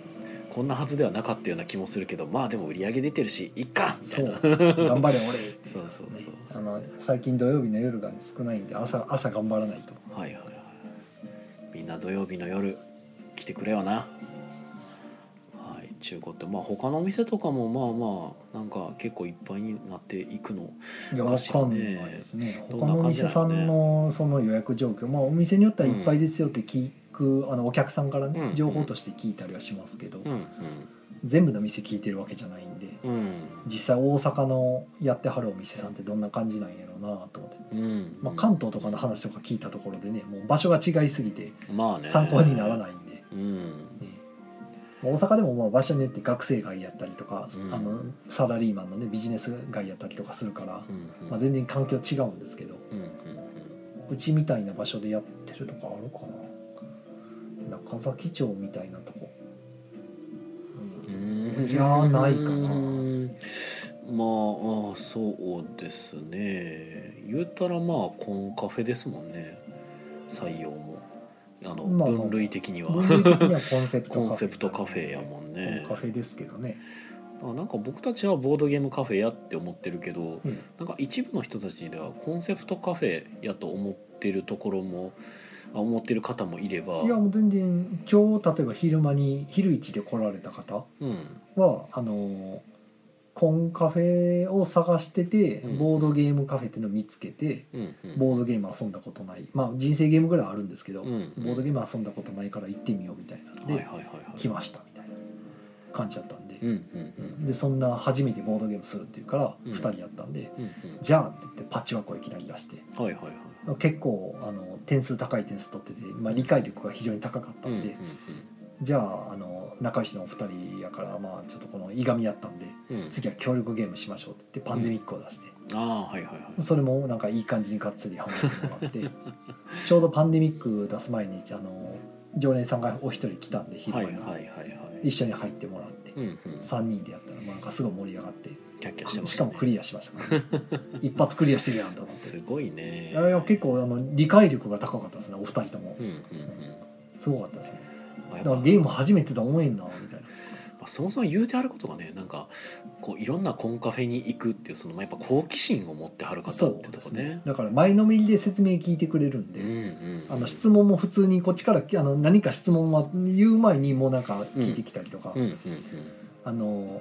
Speaker 1: こんなはずではなかったような気もするけどまあでも売り上げ出てるしいっかみた
Speaker 2: そ
Speaker 1: いうな
Speaker 2: 頑張れ俺
Speaker 1: そうそうそう
Speaker 2: あの最近土曜日の夜がね、少ないんで朝朝頑張らないと
Speaker 1: はいはいはいみんな土曜日の夜来てくれよなはい中古ってまあ他のお店とかもまあまあなんか結構いっぱいになっていくの
Speaker 2: いや
Speaker 1: おか
Speaker 2: わ
Speaker 1: しい
Speaker 2: か
Speaker 1: ね
Speaker 2: んないですね
Speaker 1: どん
Speaker 2: 他
Speaker 1: な
Speaker 2: のお
Speaker 1: 感じだろ
Speaker 2: 店さ
Speaker 1: うね
Speaker 2: んのその予約状況まあお店によってはいっぱいですよって聞く、あのお客さんから
Speaker 1: う
Speaker 2: ね
Speaker 1: ん
Speaker 2: 情報として聞いたりはしますけど、
Speaker 1: うんうん
Speaker 2: 全部の店聞いてるわけじゃないんで
Speaker 1: うん
Speaker 2: 実際大阪のやってはるお店さんってどんな感じなんやろうなと思って、
Speaker 1: うん
Speaker 2: まあ、関東とかの話とか聞いたところでねもう場所が違いすぎて
Speaker 1: まあね
Speaker 2: 参考にならないんで、
Speaker 1: うん
Speaker 2: ねまあ大阪でもまあ場所によって学生街やったりとか、
Speaker 1: うん
Speaker 2: あのサラリーマンのねビジネス街やったりとかするから、
Speaker 1: うんうん
Speaker 2: まあ、全然環境違うんですけど
Speaker 1: うんうん
Speaker 2: うちみたいな場所でやってるとかあるかな中崎町みたいなとこ、
Speaker 1: う
Speaker 2: うん
Speaker 1: ん
Speaker 2: いやーないかな
Speaker 1: うんまあああそうですね言うたらまあコンカフェですもんね採用もあの
Speaker 2: まあまあ
Speaker 1: 分類的には
Speaker 2: 文類的にはコンセプトカフェ
Speaker 1: コンセプトカフェやもんね
Speaker 2: コンカフェですけどね、
Speaker 1: あなんか僕たちはボードゲームカフェやって思ってるけど
Speaker 2: うん
Speaker 1: なんか一部の人たちではコンセプトカフェやと思ってるところもあ思ってる方もいれば
Speaker 2: いやもう全然今日例えば昼間に昼一で来られた方
Speaker 1: うん
Speaker 2: はあのコンカフェを探してて、
Speaker 1: うん
Speaker 2: ボードゲームカフェっていうのを見つけて
Speaker 1: うんうん
Speaker 2: ボードゲーム遊んだことないまあ人生ゲームぐらいあるんですけど、
Speaker 1: うん
Speaker 2: ボードゲーム遊んだことないから行ってみようみたいなんで、
Speaker 1: はいはいはいはい
Speaker 2: 来ましたみたいな感じだったんで
Speaker 1: う,、んうんうん
Speaker 2: でそんな初めてボードゲームするっていうから
Speaker 1: うん
Speaker 2: 2人やったんで、
Speaker 1: うん
Speaker 2: じゃあって言ってパッチワークをいきなり出して
Speaker 1: うんはいはいはい
Speaker 2: 結構あの点数高い点数取ってて、まあ、理解力が非常に高かったんで、じゃああの仲良しのお二人やから、まあ、ちょっとこのいがみやったんで
Speaker 1: うんうんうん、
Speaker 2: 次は協力ゲームしましょうって言ってパンデミックを出して、
Speaker 1: ああはいはいはい
Speaker 2: それもなんかいい感じにがっつりハマってもらっ てちょうどパンデミック出す前にあの常連さんがお一人来たんで昼
Speaker 1: は
Speaker 2: 間
Speaker 1: い
Speaker 2: に、
Speaker 1: はいはいはい
Speaker 2: 一緒に入ってもらって、
Speaker 1: うんうん
Speaker 2: 三3人でやったらまあなんかすごい盛り上がって
Speaker 1: キャッキャしてま
Speaker 2: し
Speaker 1: した
Speaker 2: かも
Speaker 1: ね
Speaker 2: クリアしましたから、 一発クリアしてるやんと思って
Speaker 1: す。ごいね
Speaker 2: いやいや結構あの理解力が高かったですねお二人とも
Speaker 1: うんうんうん
Speaker 2: すごかったですね
Speaker 1: まあや
Speaker 2: だ
Speaker 1: っ
Speaker 2: か
Speaker 1: ぱ
Speaker 2: らゲーム初めてと思えんなみたいな
Speaker 1: まあそもそも言うてあることがねなんかこういろんなコンカフェに行くっていうそのまあやっぱ好奇心を持ってはる方
Speaker 2: そ
Speaker 1: ってと
Speaker 2: うです
Speaker 1: こ
Speaker 2: ね
Speaker 1: ね
Speaker 2: だから前のめりで説明聞いてくれるん
Speaker 1: う
Speaker 2: で、
Speaker 1: んうん
Speaker 2: あの質問も普通にこっちからあの何か質問は言う前にもうなんか聞いてきたりとか、
Speaker 1: うんうん
Speaker 2: あの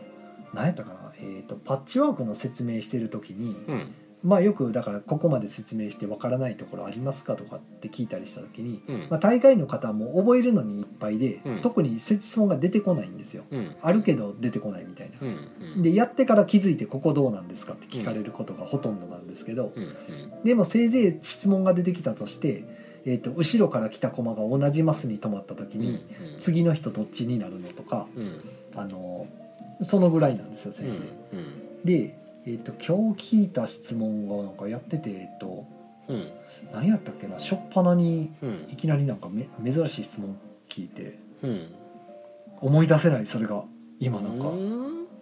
Speaker 2: 何やったかな、えー、とパッチワークの説明してる時に、
Speaker 1: うんうん
Speaker 2: まあよくだからここまで説明してわからないところありますかとかって聞いたりした時に、
Speaker 1: うん
Speaker 2: まあ、大概の方はもう覚えるのにいっぱいで、
Speaker 1: うん
Speaker 2: 特に質問が出てこないんですよ
Speaker 1: うん
Speaker 2: あるけど出てこないみたいな
Speaker 1: う。んうん
Speaker 2: でやってから気づいて「ここどうなんですか?」って聞かれることがほとんどなんですけど、
Speaker 1: うんうん
Speaker 2: でもせいぜい質問が出てきたとして、えー、と後ろから来た駒が同じマスに止まった時
Speaker 1: うん
Speaker 2: に、
Speaker 1: うん
Speaker 2: 次の人どっちになるのとか、
Speaker 1: うんうん
Speaker 2: あのそのぐらいなんですよ先生。
Speaker 1: うん
Speaker 2: で、えー、と今日聞いた質問がなんかやってて、えー、と
Speaker 1: うん
Speaker 2: 何やったっけな初っ端に
Speaker 1: うん
Speaker 2: いきなりなんかめ珍しい質問聞いて
Speaker 1: うん
Speaker 2: 思い出せないそれが今なんか、
Speaker 1: う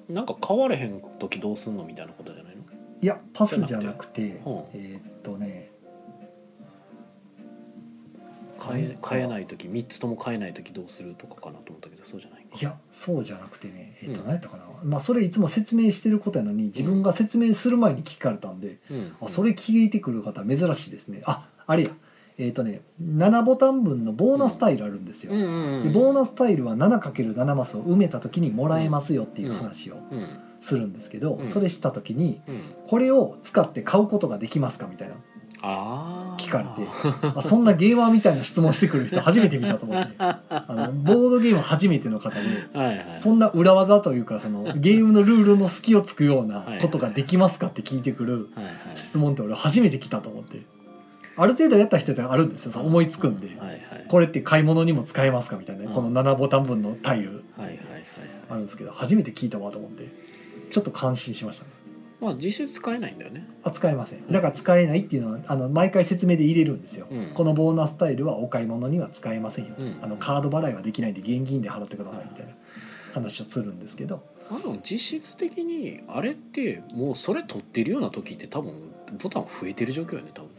Speaker 2: い
Speaker 1: んなんか変われへん時どうすんのみたいなことじゃないの
Speaker 2: やパスじゃなくて
Speaker 1: ほう
Speaker 2: えー、っとね
Speaker 1: 変
Speaker 2: な
Speaker 1: え
Speaker 2: んか
Speaker 1: 変えない時3つとも変えない時どうするとかかなと思ったけどそうじゃないか
Speaker 2: いやそうじゃなくてねえっと、
Speaker 1: うん
Speaker 2: 何やったかな、まあ、それいつも説明してることやのに自分が説明する前に聞かれたんで、
Speaker 1: うん
Speaker 2: あそれ聞いてくる方珍しいですねああれやえっとね7ボタン分のボーナスタイルあるんですよ、
Speaker 1: うんうんう
Speaker 2: で
Speaker 1: ん
Speaker 2: ボーナスタイルは 7×7 マスを埋めた時にもらえますよっていう話を
Speaker 1: うん
Speaker 2: するんですけど、
Speaker 1: うん
Speaker 2: それした時に
Speaker 1: うん
Speaker 2: これを使って買うことができますかみたいな
Speaker 1: ああ
Speaker 2: 聞かれてあそんなゲーマーみたいな質問してくる人初めて見たと思ってあのボードゲーム初めての方で
Speaker 1: はいはい
Speaker 2: そんな裏技というかそのゲームのルールの隙をつくようなことができますかって聞いてくる
Speaker 1: はいはい
Speaker 2: 質問って俺初めて来たと思ってある程度やった人ってあるんですよ思いつくんで
Speaker 1: はいはい
Speaker 2: これって買い物にも使えますかみたいな
Speaker 1: うん
Speaker 2: この7ボタン分のタイル
Speaker 1: はいはいはい
Speaker 2: あ
Speaker 1: は
Speaker 2: る
Speaker 1: い
Speaker 2: んですけど初めて聞いたわと思ってちょっと感心しましたね
Speaker 1: まあ実際使えないんだよね
Speaker 2: あ使えませんだから使えないっていうのはあの毎回説明で入れるんですよ、
Speaker 1: うん
Speaker 2: このボーナスタイルはお買い物には使えませんよ、
Speaker 1: うん
Speaker 2: あのカード払いはできないんで現金で払ってくださいみたいな話をするんですけど
Speaker 1: あの実質的にあれってもうそれ取ってるような時って多分ボタン増えてる状況よね多分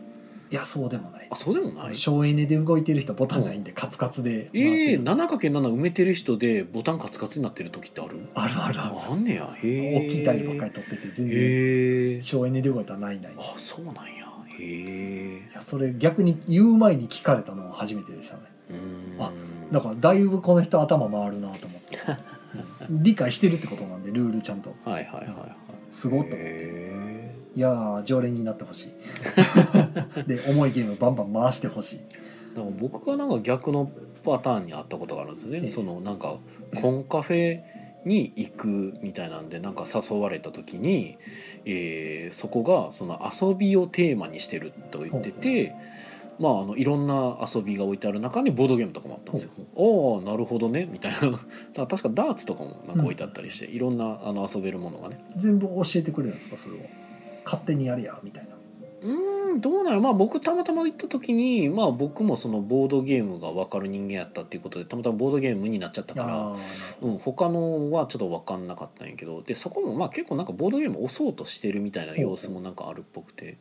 Speaker 2: いやそうでもない
Speaker 1: あそうでも
Speaker 2: あ
Speaker 1: な
Speaker 2: の
Speaker 1: い
Speaker 2: 省エネで動いてる人ボタンないんでカツカツで回って
Speaker 1: ええー、
Speaker 2: る
Speaker 1: 7×7 埋めてる人でボタンカツカツになってる時ってある
Speaker 2: あるあるある
Speaker 1: あんねやへえ
Speaker 2: 大きいタイルばっかり取ってて全然
Speaker 1: へえ
Speaker 2: 省エネで動いたらないないい
Speaker 1: あそうなんやへえ
Speaker 2: やそれ逆に言う前に聞かれたのは初めてでしたね
Speaker 1: うーん
Speaker 2: あだからだいぶこの人頭回るなと思って うん理解してるってことなんでルールちゃんと
Speaker 1: はいはいはいはい
Speaker 2: すごっと思って
Speaker 1: へ
Speaker 2: いやー常連になってほし いで重いゲームバンバン回してほしい
Speaker 1: ーだから僕がなんか逆のパターンにあったことがあるんですよね、
Speaker 2: ええ
Speaker 1: そのなんかコンカフェに行くみたいなんでなんか誘われた時に、えーそこがその遊びをテーマにしてると言ってて、まあ、あのいろんな遊びが置いてある中にボードゲームとかもあったんですよ。おーなるほどねみたいな だから確かダーツとかもなんか置いてあったりして、いろんなあの遊べるものがね
Speaker 2: 全部教えてくれるんですかそれを勝手にやれやみたいな
Speaker 1: うーんどうなるまあ僕たまたま行った時にまあ僕もそのボードゲームが分かる人間やったっていうことでたまたまボードゲームになっちゃったから。
Speaker 2: あ
Speaker 1: うん、他のはちょっと分かんなかったんやけどでそこもまあ結構なんかボードゲーム押そうとしてるみたいな様子もなんかあるっぽくて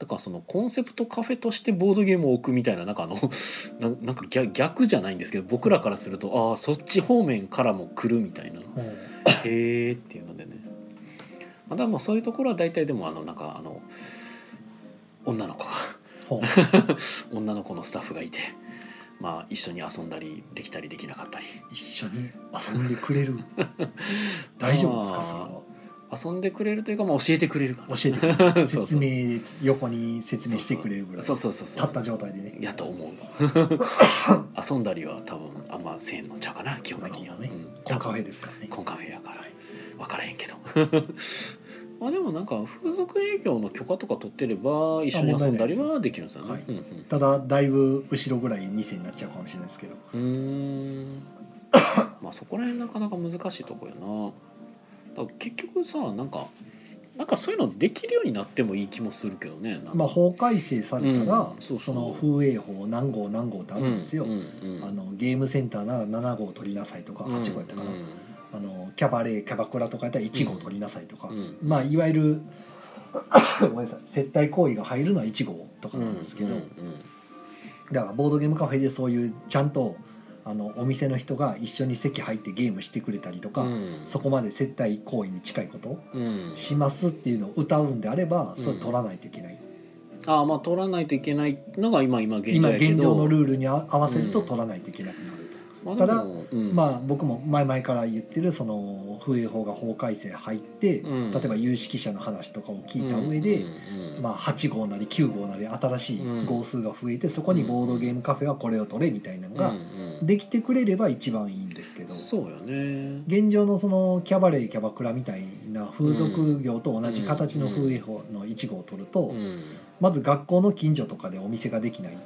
Speaker 1: だからそのコンセプトカフェとしてボードゲームを置くみたいななんかあの ななんか逆逆じゃないんですけど僕らからするとああそっち方面からも来るみたいな
Speaker 2: ーなるほど
Speaker 1: へえっていうのでねまあだからまあそういうところは大体でもあのなんかあの女の子が
Speaker 2: ほうほ
Speaker 1: 女の子のスタッフがいてまあ一緒に遊んだりできたりできなかったり
Speaker 2: う一緒に遊んでく れる大丈夫です
Speaker 1: あ
Speaker 2: か
Speaker 1: ー
Speaker 2: それは
Speaker 1: 遊んでくれるというか、まあ、教えてくれるから
Speaker 2: 教えてくれる
Speaker 1: そう
Speaker 2: 説
Speaker 1: そう
Speaker 2: 明横に説明してくれるぐらい
Speaker 1: そう
Speaker 2: 立
Speaker 1: そうそうそう
Speaker 2: った状態でね
Speaker 1: やと思う 遊んだりは多分あんませんのちゃうかな基本的には
Speaker 2: なるほど
Speaker 1: うん
Speaker 2: コンカフェですからね
Speaker 1: コンカフェやから分からへんけ どまあでもなんか風俗営業の許可とか取ってれば一緒に遊んだりはできるんですよね、
Speaker 2: はい
Speaker 1: うんうん
Speaker 2: ただだいぶ後ろぐらい店になっちゃうかもしれないですけど
Speaker 1: うーんまあそこら辺なかなか難しいとこやなだから結局さなんかなんかそういうのできるようになってもいい気もするけどねなんか
Speaker 2: まあ法改正されたら、
Speaker 1: うんそ
Speaker 2: そう
Speaker 1: そう
Speaker 2: の風営法何号何号ってあるんですよ、
Speaker 1: うんうんうん
Speaker 2: あのゲームセンターなら7号取りなさいとか8号やったかな、あのキャバレーキャバクラとかやったら1号取りなさいとか、
Speaker 1: うんうん
Speaker 2: まあいわゆる ごめんなさい接待行為が入るのは1号とかなんですけど、
Speaker 1: うん
Speaker 2: だからボードゲームカフェでそういうちゃんとあのお店の人が一緒に席入ってゲームしてくれたりとか、
Speaker 1: うん
Speaker 2: そこまで接待行為に近いこと
Speaker 1: うん
Speaker 2: しますっていうのを歌うんであればそれ取らないといけない、
Speaker 1: ああまあ取らないといけないのが今今現状
Speaker 2: 今
Speaker 1: やけど
Speaker 2: 現状のルールにあ合わせると取らないといけなくなる
Speaker 1: ま
Speaker 2: と、
Speaker 1: あ
Speaker 2: た
Speaker 1: で
Speaker 2: だ
Speaker 1: もうん
Speaker 2: まあ僕も前々から言ってるその風営法が法改正入って、
Speaker 1: うん
Speaker 2: 例えば有識者の話とかを聞いた上で、
Speaker 1: うんうん
Speaker 2: まあ、8号なり9号なり新しい号数が増えて、そこにボードゲームカフェはこれを取れみたいなの
Speaker 1: う
Speaker 2: が
Speaker 1: んうん
Speaker 2: できてくれれば一番いいんですけど、
Speaker 1: そうよね
Speaker 2: 現状のそのキャバレーキャバクラみたいな風俗業と同じ形の風営法の1号を取ると、
Speaker 1: うん
Speaker 2: まず学校の近所とかでお店ができない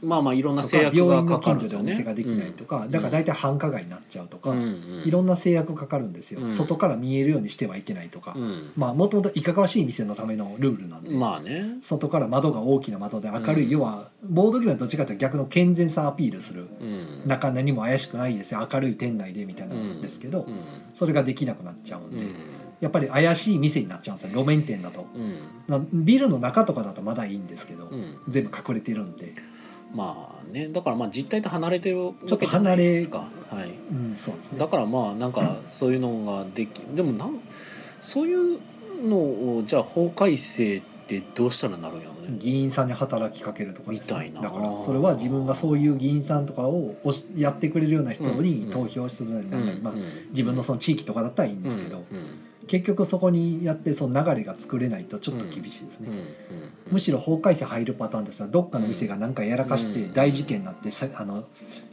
Speaker 1: まあまあいろんな
Speaker 2: とか
Speaker 1: 制約
Speaker 2: 病
Speaker 1: が
Speaker 2: 院
Speaker 1: かか
Speaker 2: の近
Speaker 1: るんで
Speaker 2: 所
Speaker 1: す
Speaker 2: で
Speaker 1: よ
Speaker 2: お
Speaker 1: ね
Speaker 2: 店ができないとか、
Speaker 1: うん
Speaker 2: だから大体繁華街になっちゃうとか、
Speaker 1: うん
Speaker 2: いろんな制約かかるんですよ、
Speaker 1: うん
Speaker 2: 外から見えるようにしてはいけないとか、
Speaker 1: うん
Speaker 2: まあもともといかがわしい店のためのルールなんで、
Speaker 1: まあね
Speaker 2: 外から窓が大きな窓で明るい、
Speaker 1: うん
Speaker 2: 要はボードゲームはどっちかというと逆の健全さアピールする
Speaker 1: うん
Speaker 2: 中何も怪しくないですよ明るい店内でみたいなんですけど、
Speaker 1: うん
Speaker 2: それができなくなっちゃうん
Speaker 1: う
Speaker 2: で、
Speaker 1: ん
Speaker 2: やっぱり怪しい店になっちゃうんですよ路面店だと
Speaker 1: うん
Speaker 2: なビルの中とかだとまだいいんですけど、
Speaker 1: うん
Speaker 2: 全部隠れてるんで、
Speaker 1: まあねだからまあ実態と離れてるわ
Speaker 2: ちょっ
Speaker 1: け
Speaker 2: と
Speaker 1: じゃな
Speaker 2: 離
Speaker 1: いで
Speaker 2: れ
Speaker 1: すかはい
Speaker 2: うん、そうですね
Speaker 1: だからまあなんかそういうのができでもなんそういうのをじゃあ法改正ってどうしたらなるんやろね、
Speaker 2: 議員さんに働きかけるとかですね
Speaker 1: みたいな
Speaker 2: だからそれは自分がそういう議員さんとかを推しやってくれるような人
Speaker 1: うんう
Speaker 2: に
Speaker 1: ん
Speaker 2: 投票してたりなんなり、まあ
Speaker 1: うん、
Speaker 2: 自分のその地域とかだったらいいんですけど、
Speaker 1: うん
Speaker 2: 結局そこにやってその流れが作れないとちょっと厳しいですね、
Speaker 1: うんうんうん
Speaker 2: むしろ法改正入るパターンとしてはどっかの店が何かやらかし
Speaker 1: う
Speaker 2: て
Speaker 1: ん
Speaker 2: 大事件になってさあの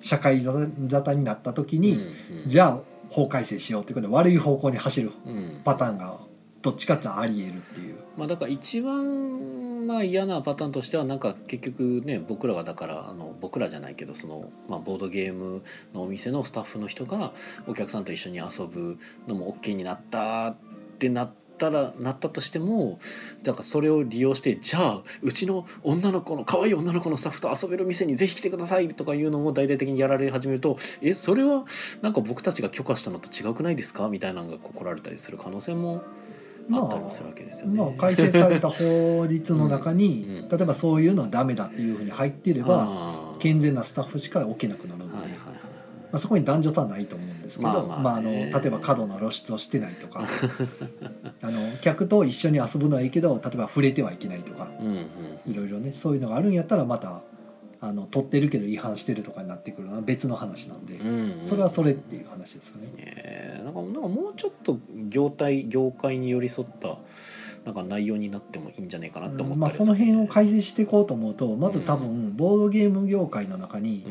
Speaker 2: 社会沙汰になった時に、
Speaker 1: うんうん
Speaker 2: じゃあ法改正しようってことで悪い方向に走る
Speaker 1: うん
Speaker 2: パターンがどっちかっていうとありえるっていう
Speaker 1: まあ、だから一番まあ嫌なパターンとしてはなんか結局ね僕らがだからあの僕らじゃないけどその、まあ、ボードゲームのお店のスタッフの人がお客さんと一緒に遊ぶのも OK になったってなったらなったとしてもだからそれを利用してじゃあうちの女の子の可愛い女の子のスタッフと遊べる店にぜひ来てくださいとかいうのも大々的にやられ始めるとえそれはなんか僕たちが許可したのと違くないですかみたいなのがこう来られたりする可能性もあったりもするわけですよね。
Speaker 2: まあ、改正された法律の中に、
Speaker 1: うんうん
Speaker 2: 例えばそういうのはダメだっていうふうに入っていれば
Speaker 1: あー
Speaker 2: 健全なスタッフしか置けなくなるので、
Speaker 1: はいはい
Speaker 2: ま
Speaker 1: はい
Speaker 2: あ、そこに男女差はないと思うんですけど、
Speaker 1: ま
Speaker 2: ま
Speaker 1: あ
Speaker 2: あ
Speaker 1: まあ
Speaker 2: あ
Speaker 1: ね
Speaker 2: の例えば過度な露出をしてない とかあの客と一緒に遊ぶのはいいけど例えば触れてはいけないとか
Speaker 1: うんうん
Speaker 2: いろいろねそういうのがあるんやったらまたあの取ってるけど違反してるとかになってくるのは別の話なんで、
Speaker 1: うんうん
Speaker 2: それはそれっていう話ですよね。
Speaker 1: ねえなんかなんかもうちょっと業態業界に寄り添ったなんか内容になってもいいんじゃないかなって思
Speaker 2: う
Speaker 1: っ
Speaker 2: んま
Speaker 1: た
Speaker 2: あ、
Speaker 1: り
Speaker 2: その辺を
Speaker 1: い
Speaker 2: 改正していこうと思うとまず多分ボードゲーム業界の中
Speaker 1: う
Speaker 2: に、
Speaker 1: ん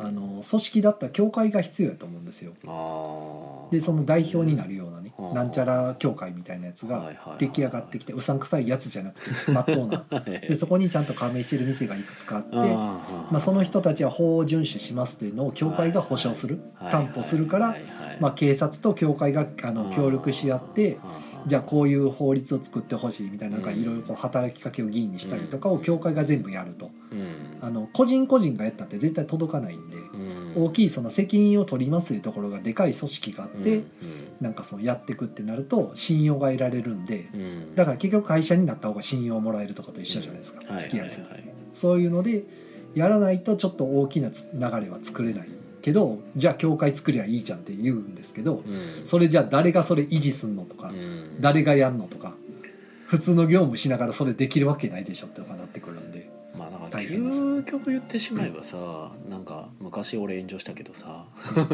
Speaker 2: あの組織だった協会が必要やと思うんですよ。
Speaker 1: あ
Speaker 2: でその代表になるよう
Speaker 1: う
Speaker 2: なね、
Speaker 1: ん
Speaker 2: なんちゃら協会みたいなやつが出来上がってきてうさんくさいやつじゃなく てまっとうなでそこにちゃんと加盟してる店がいくつかあってまあ、その人たちは法を遵守しますというのを協会が保証する担保するから、まあ、警察と協会があの協力し合ってじゃあこういう法律を作ってほしいみたいななんか
Speaker 1: うん
Speaker 2: いろいろこう働きかけを議員にしたりとか
Speaker 1: う
Speaker 2: を
Speaker 1: ん
Speaker 2: 協会が全部やると
Speaker 1: う、うん
Speaker 2: あの個人個人がやったって絶対届かないんで
Speaker 1: うん、
Speaker 2: 大きいその責任を取りますというところがでかい組織があって。
Speaker 1: うん
Speaker 2: なんかそのやっていくってなると信用が得られるんで
Speaker 1: うん、
Speaker 2: だから結局会社になった方が信用をもらえるとかと一緒じゃないですか、
Speaker 1: うん
Speaker 2: 付き合いする、
Speaker 1: はいはいはい
Speaker 2: そういうのでやらないとちょっと大きなつ流れは作れないけどじゃあ協会作りゃいいじゃんって言うんですけど
Speaker 1: うん
Speaker 2: それじゃあ誰がそれ維持すんのとか、
Speaker 1: うん
Speaker 2: 誰がやんのとか普通の業務しながらそれできるわけないでしょってのがなってくるんで
Speaker 1: まあなんか
Speaker 2: 大変ですね
Speaker 1: 究極言ってしまえばさ、なんか昔俺炎上したけどさ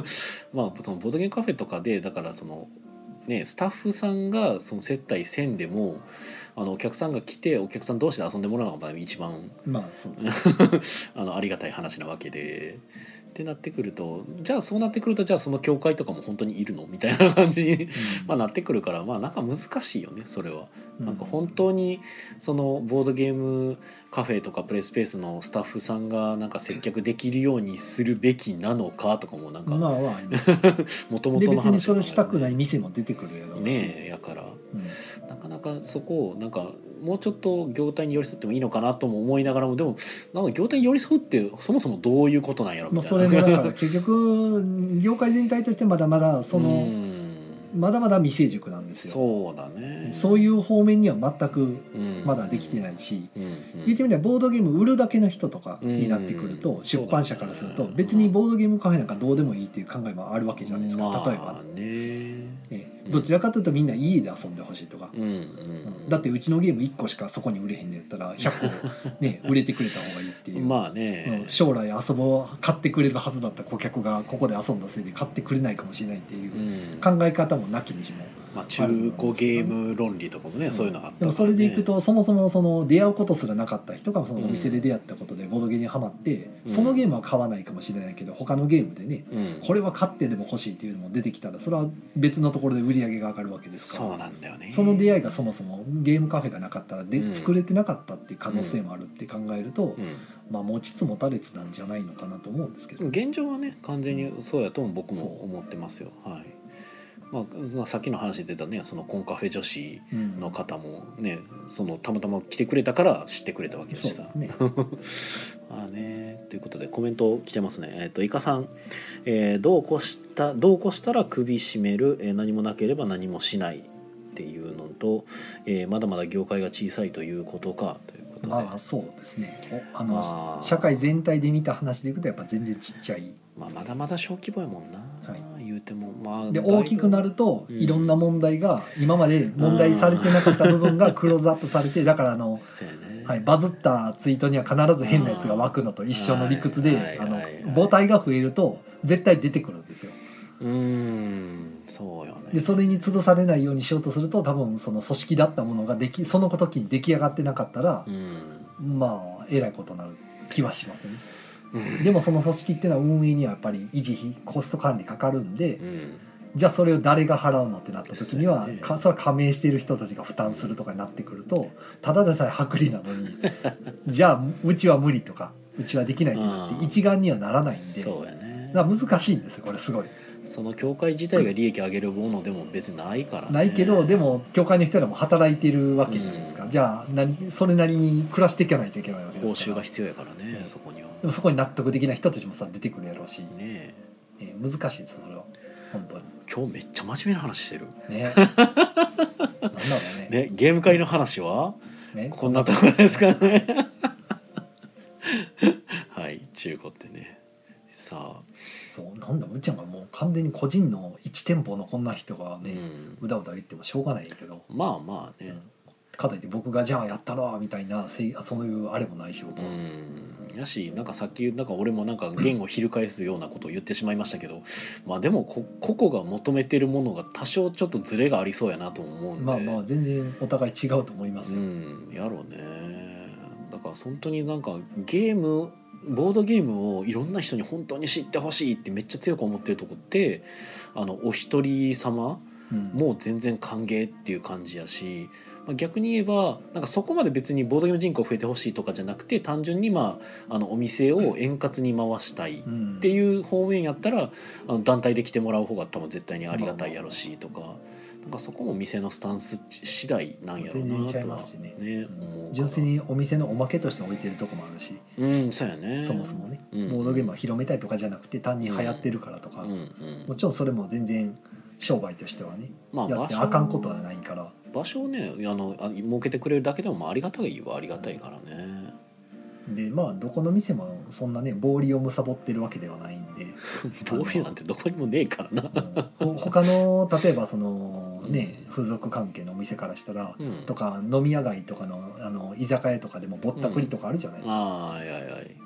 Speaker 1: まあそのボードゲームカフェとかでだからそのねスタッフさんがその接待せんでもあのお客さんが来てお客さん同士で遊んでもらうのがまあ一番
Speaker 2: まあそうですね
Speaker 1: あのありがたい話なわけで。ってなってくるとじゃあそうなってくるとじゃあその教会とかも本当にいるのみたいな感じに、 まあ、なってくるからまあなんか難しいよねそれは。
Speaker 2: う
Speaker 1: なんか本当にそのボードゲームカフェとかプレイスペースのスタッフさんがなんか接客できるようにするべきなのかとかもなんか
Speaker 2: まあはあります
Speaker 1: もとも
Speaker 2: で
Speaker 1: との
Speaker 2: 別に
Speaker 1: 話
Speaker 2: それしたくない
Speaker 1: ね
Speaker 2: 店も出てくるやろうし、
Speaker 1: えやから
Speaker 2: うん
Speaker 1: なかなかそこをなんかもうちょっと業態に寄り添ってもいいのかなとも思いながらもでもなんか業態に寄り添うってそもそもどういうことなんやろみ
Speaker 2: まあ、
Speaker 1: たいな。
Speaker 2: それもだから結局 業界全体としてまだまだその、
Speaker 1: うん
Speaker 2: まだまだ未成熟なんです
Speaker 1: そ
Speaker 2: よ
Speaker 1: うだね
Speaker 2: そういう方面には全く
Speaker 1: うん
Speaker 2: まだできてないし、
Speaker 1: うんうん
Speaker 2: 言ってみればボードゲーム売るだけの人とかになってくると、
Speaker 1: うん
Speaker 2: 出版社からする
Speaker 1: そう
Speaker 2: と
Speaker 1: だね
Speaker 2: 別にボードゲームカフェなんかどうでもいいっていう考えもあるわけじゃないですか、
Speaker 1: ま
Speaker 2: 例えば
Speaker 1: あ、ね
Speaker 2: ええ
Speaker 1: うん
Speaker 2: どちらかというとみんな家で遊んでほしいとか、
Speaker 1: うん
Speaker 2: うんだってうちのゲーム1個しかそこに売れへんのやった ら100個、ね、売れてくれた方がいいって
Speaker 1: う、
Speaker 2: いうん
Speaker 1: まあ
Speaker 2: うん
Speaker 1: ね、
Speaker 2: 将来遊ぼう買ってくれるはずだった顧客がここで遊んだせいで買ってくれないかもしれないっていう
Speaker 1: うん
Speaker 2: 考え方もなきにしも
Speaker 1: まあ、中古ゲーム論理とかもね、そういうのがあった
Speaker 2: で
Speaker 1: からね
Speaker 2: もそれでいくとそもそもその出会うことすらなかった人がそのお店で出会ったことでボードゲームにはまって
Speaker 1: うん
Speaker 2: そのゲームは買わないかもしれないけど他のゲームでね
Speaker 1: うん、
Speaker 2: これは買ってでも欲しいっていうのも出てきたらそれは別のところで売り上げが上がるわけですか
Speaker 1: そう
Speaker 2: ら
Speaker 1: なんだよね
Speaker 2: その出会いがそもそもゲームカフェがなかったら
Speaker 1: うん
Speaker 2: で作れてなかったっていう可能性もあるって考えると
Speaker 1: う
Speaker 2: まあ持ちつ持たれつなんじゃないのかなと思うんですけど
Speaker 1: ん、現状はね完全にそうやとも僕も思ってますよはいまあまあ、さっきの話で出たねそのコンカフェ女子
Speaker 2: うん
Speaker 1: の方もねそのたまたま来てくれたから知ってくれたわけだ
Speaker 2: そう
Speaker 1: し
Speaker 2: で
Speaker 1: さ
Speaker 2: すね
Speaker 1: あーねということでコメント来てますね。えっ、とイカさん、えーどうこしたどうこしたら首絞める、えー何もなければ何もしないっていうのと、えーまだまだ業界が小さいということかということで、
Speaker 2: まあそうですねおあ
Speaker 1: あー
Speaker 2: の社会全体で見た話でいくとやっぱ全然ちっちゃい
Speaker 1: まあまだまだ小規模やもんな。
Speaker 2: は
Speaker 1: 言うてもまあ
Speaker 2: で大きくな
Speaker 1: る
Speaker 2: ると
Speaker 1: うん
Speaker 2: いろんな問題が今まで問題されてなかった部分 がクローズアップされてだからあの、
Speaker 1: そうやね。
Speaker 2: はい、バズったツイートには必ず変なやつが湧くのと一緒の理屈で
Speaker 1: うん
Speaker 2: あの
Speaker 1: はいはいはい
Speaker 2: 母体が増えると絶対出てくるんですよ
Speaker 1: うーんそうよね。
Speaker 2: でそれに潰されないようにしようとすると多分その組織だったものができその時に出来上がってなかったら
Speaker 1: う、ん。
Speaker 2: まあえらいことになる気はしますね
Speaker 1: うん
Speaker 2: でもその組織っていうのは運営にはやっぱり維持費コスト管理かかるんで、
Speaker 1: うん
Speaker 2: じゃあそれを誰が払うのってなった時に
Speaker 1: で
Speaker 2: は、
Speaker 1: すよね
Speaker 2: かそれは加盟している人たちが負担するとかになってくるとただでさえ薄利なの にじゃあうちは無理とかうちはできないってなっ
Speaker 1: あ
Speaker 2: て
Speaker 1: ー
Speaker 2: 一概にはならないんで
Speaker 1: そうやね。
Speaker 2: だから難しいんですよこれすごい。
Speaker 1: その教会自体が利益上げるものでも別にないから、ね。
Speaker 2: ないけどでも教会の人らも働いてるわけじゃないですか、
Speaker 1: うん
Speaker 2: じゃあなそれなりに暮らしていかないといけないわけ
Speaker 1: 報
Speaker 2: です
Speaker 1: 酬
Speaker 2: か
Speaker 1: が
Speaker 2: ら。
Speaker 1: 必要やからね、
Speaker 2: うん
Speaker 1: そこには
Speaker 2: でもそこに納得できない人たちもさ出てくるやろうし、
Speaker 1: ねえ
Speaker 2: えー難しいですそれは本当に
Speaker 1: 今日めっちゃ真面目な話してる
Speaker 2: ねなんだろうね
Speaker 1: ねゲーム会の話は
Speaker 2: ね
Speaker 1: こんなところですかね はい中古ってねさあ
Speaker 2: そうなんだむっちゃんがもう完全に個人の1店舗のこんな人が
Speaker 1: う
Speaker 2: ね、
Speaker 1: ん
Speaker 2: うだうだ言ってもしょうがないんやけど、
Speaker 1: まあまあ
Speaker 2: う
Speaker 1: ね
Speaker 2: んかといって僕がじゃあやったらみたいなせいそういうあれもないし僕
Speaker 1: う
Speaker 2: は、
Speaker 1: んやしなんかさっきなんか俺もなんか言語を翻すようなことを言ってしまいましたけどまあでもこ個々が求めてるものが多少ちょっとずれがありそうやなとも思うんで
Speaker 2: まあまあ全然お互い違うと思います
Speaker 1: う
Speaker 2: よ、
Speaker 1: んやろうねだから本当になんかゲームボードゲームをいろんな人に本当に知ってほしいってめっちゃ強く思ってるとこってあのお一人様
Speaker 2: うん
Speaker 1: もう全然歓迎っていう感じやし、まあ、逆に言えばなんかそこまで別にボードゲーム人口増えてほしいとかじゃなくて単純に、まあ、あのお店を円滑に回したいっ
Speaker 2: ん
Speaker 1: ていう方面やったらあの団体で来てもらう方が多分絶対にありがたいやろしとか。なんかそこも店のスタンス次第なんやろう
Speaker 2: 全
Speaker 1: な
Speaker 2: 然違い
Speaker 1: と
Speaker 2: ま
Speaker 1: は
Speaker 2: すしね
Speaker 1: ね
Speaker 2: うん
Speaker 1: 思うから
Speaker 2: 純粋にお店のおまけとして置いてるとこもあるし、
Speaker 1: うんそうやね
Speaker 2: そもそもね、
Speaker 1: うん
Speaker 2: ボードゲームを広めたいとかじゃなくて単に流行ってるからとか、
Speaker 1: うんう
Speaker 2: も
Speaker 1: ん
Speaker 2: ちろんそれも全然商売としてはね
Speaker 1: まあ
Speaker 2: やっ
Speaker 1: 場
Speaker 2: てあかんこと
Speaker 1: 所
Speaker 2: はないから
Speaker 1: 場所をねあのあ設けてくれるだけでもまあありがたいはありがたい からね
Speaker 2: でまあどこの店もそんなね暴利を貪ってるわけではないんで、
Speaker 1: ボーイなんてどこにもねえからな
Speaker 2: うんほ 他の例えばそのね
Speaker 1: うん
Speaker 2: 風俗関係のお店からしたら、
Speaker 1: うん
Speaker 2: とか飲み屋街とかのあの居酒屋とかでもぼったくりとかあるじゃないですか、
Speaker 1: ああいやいやい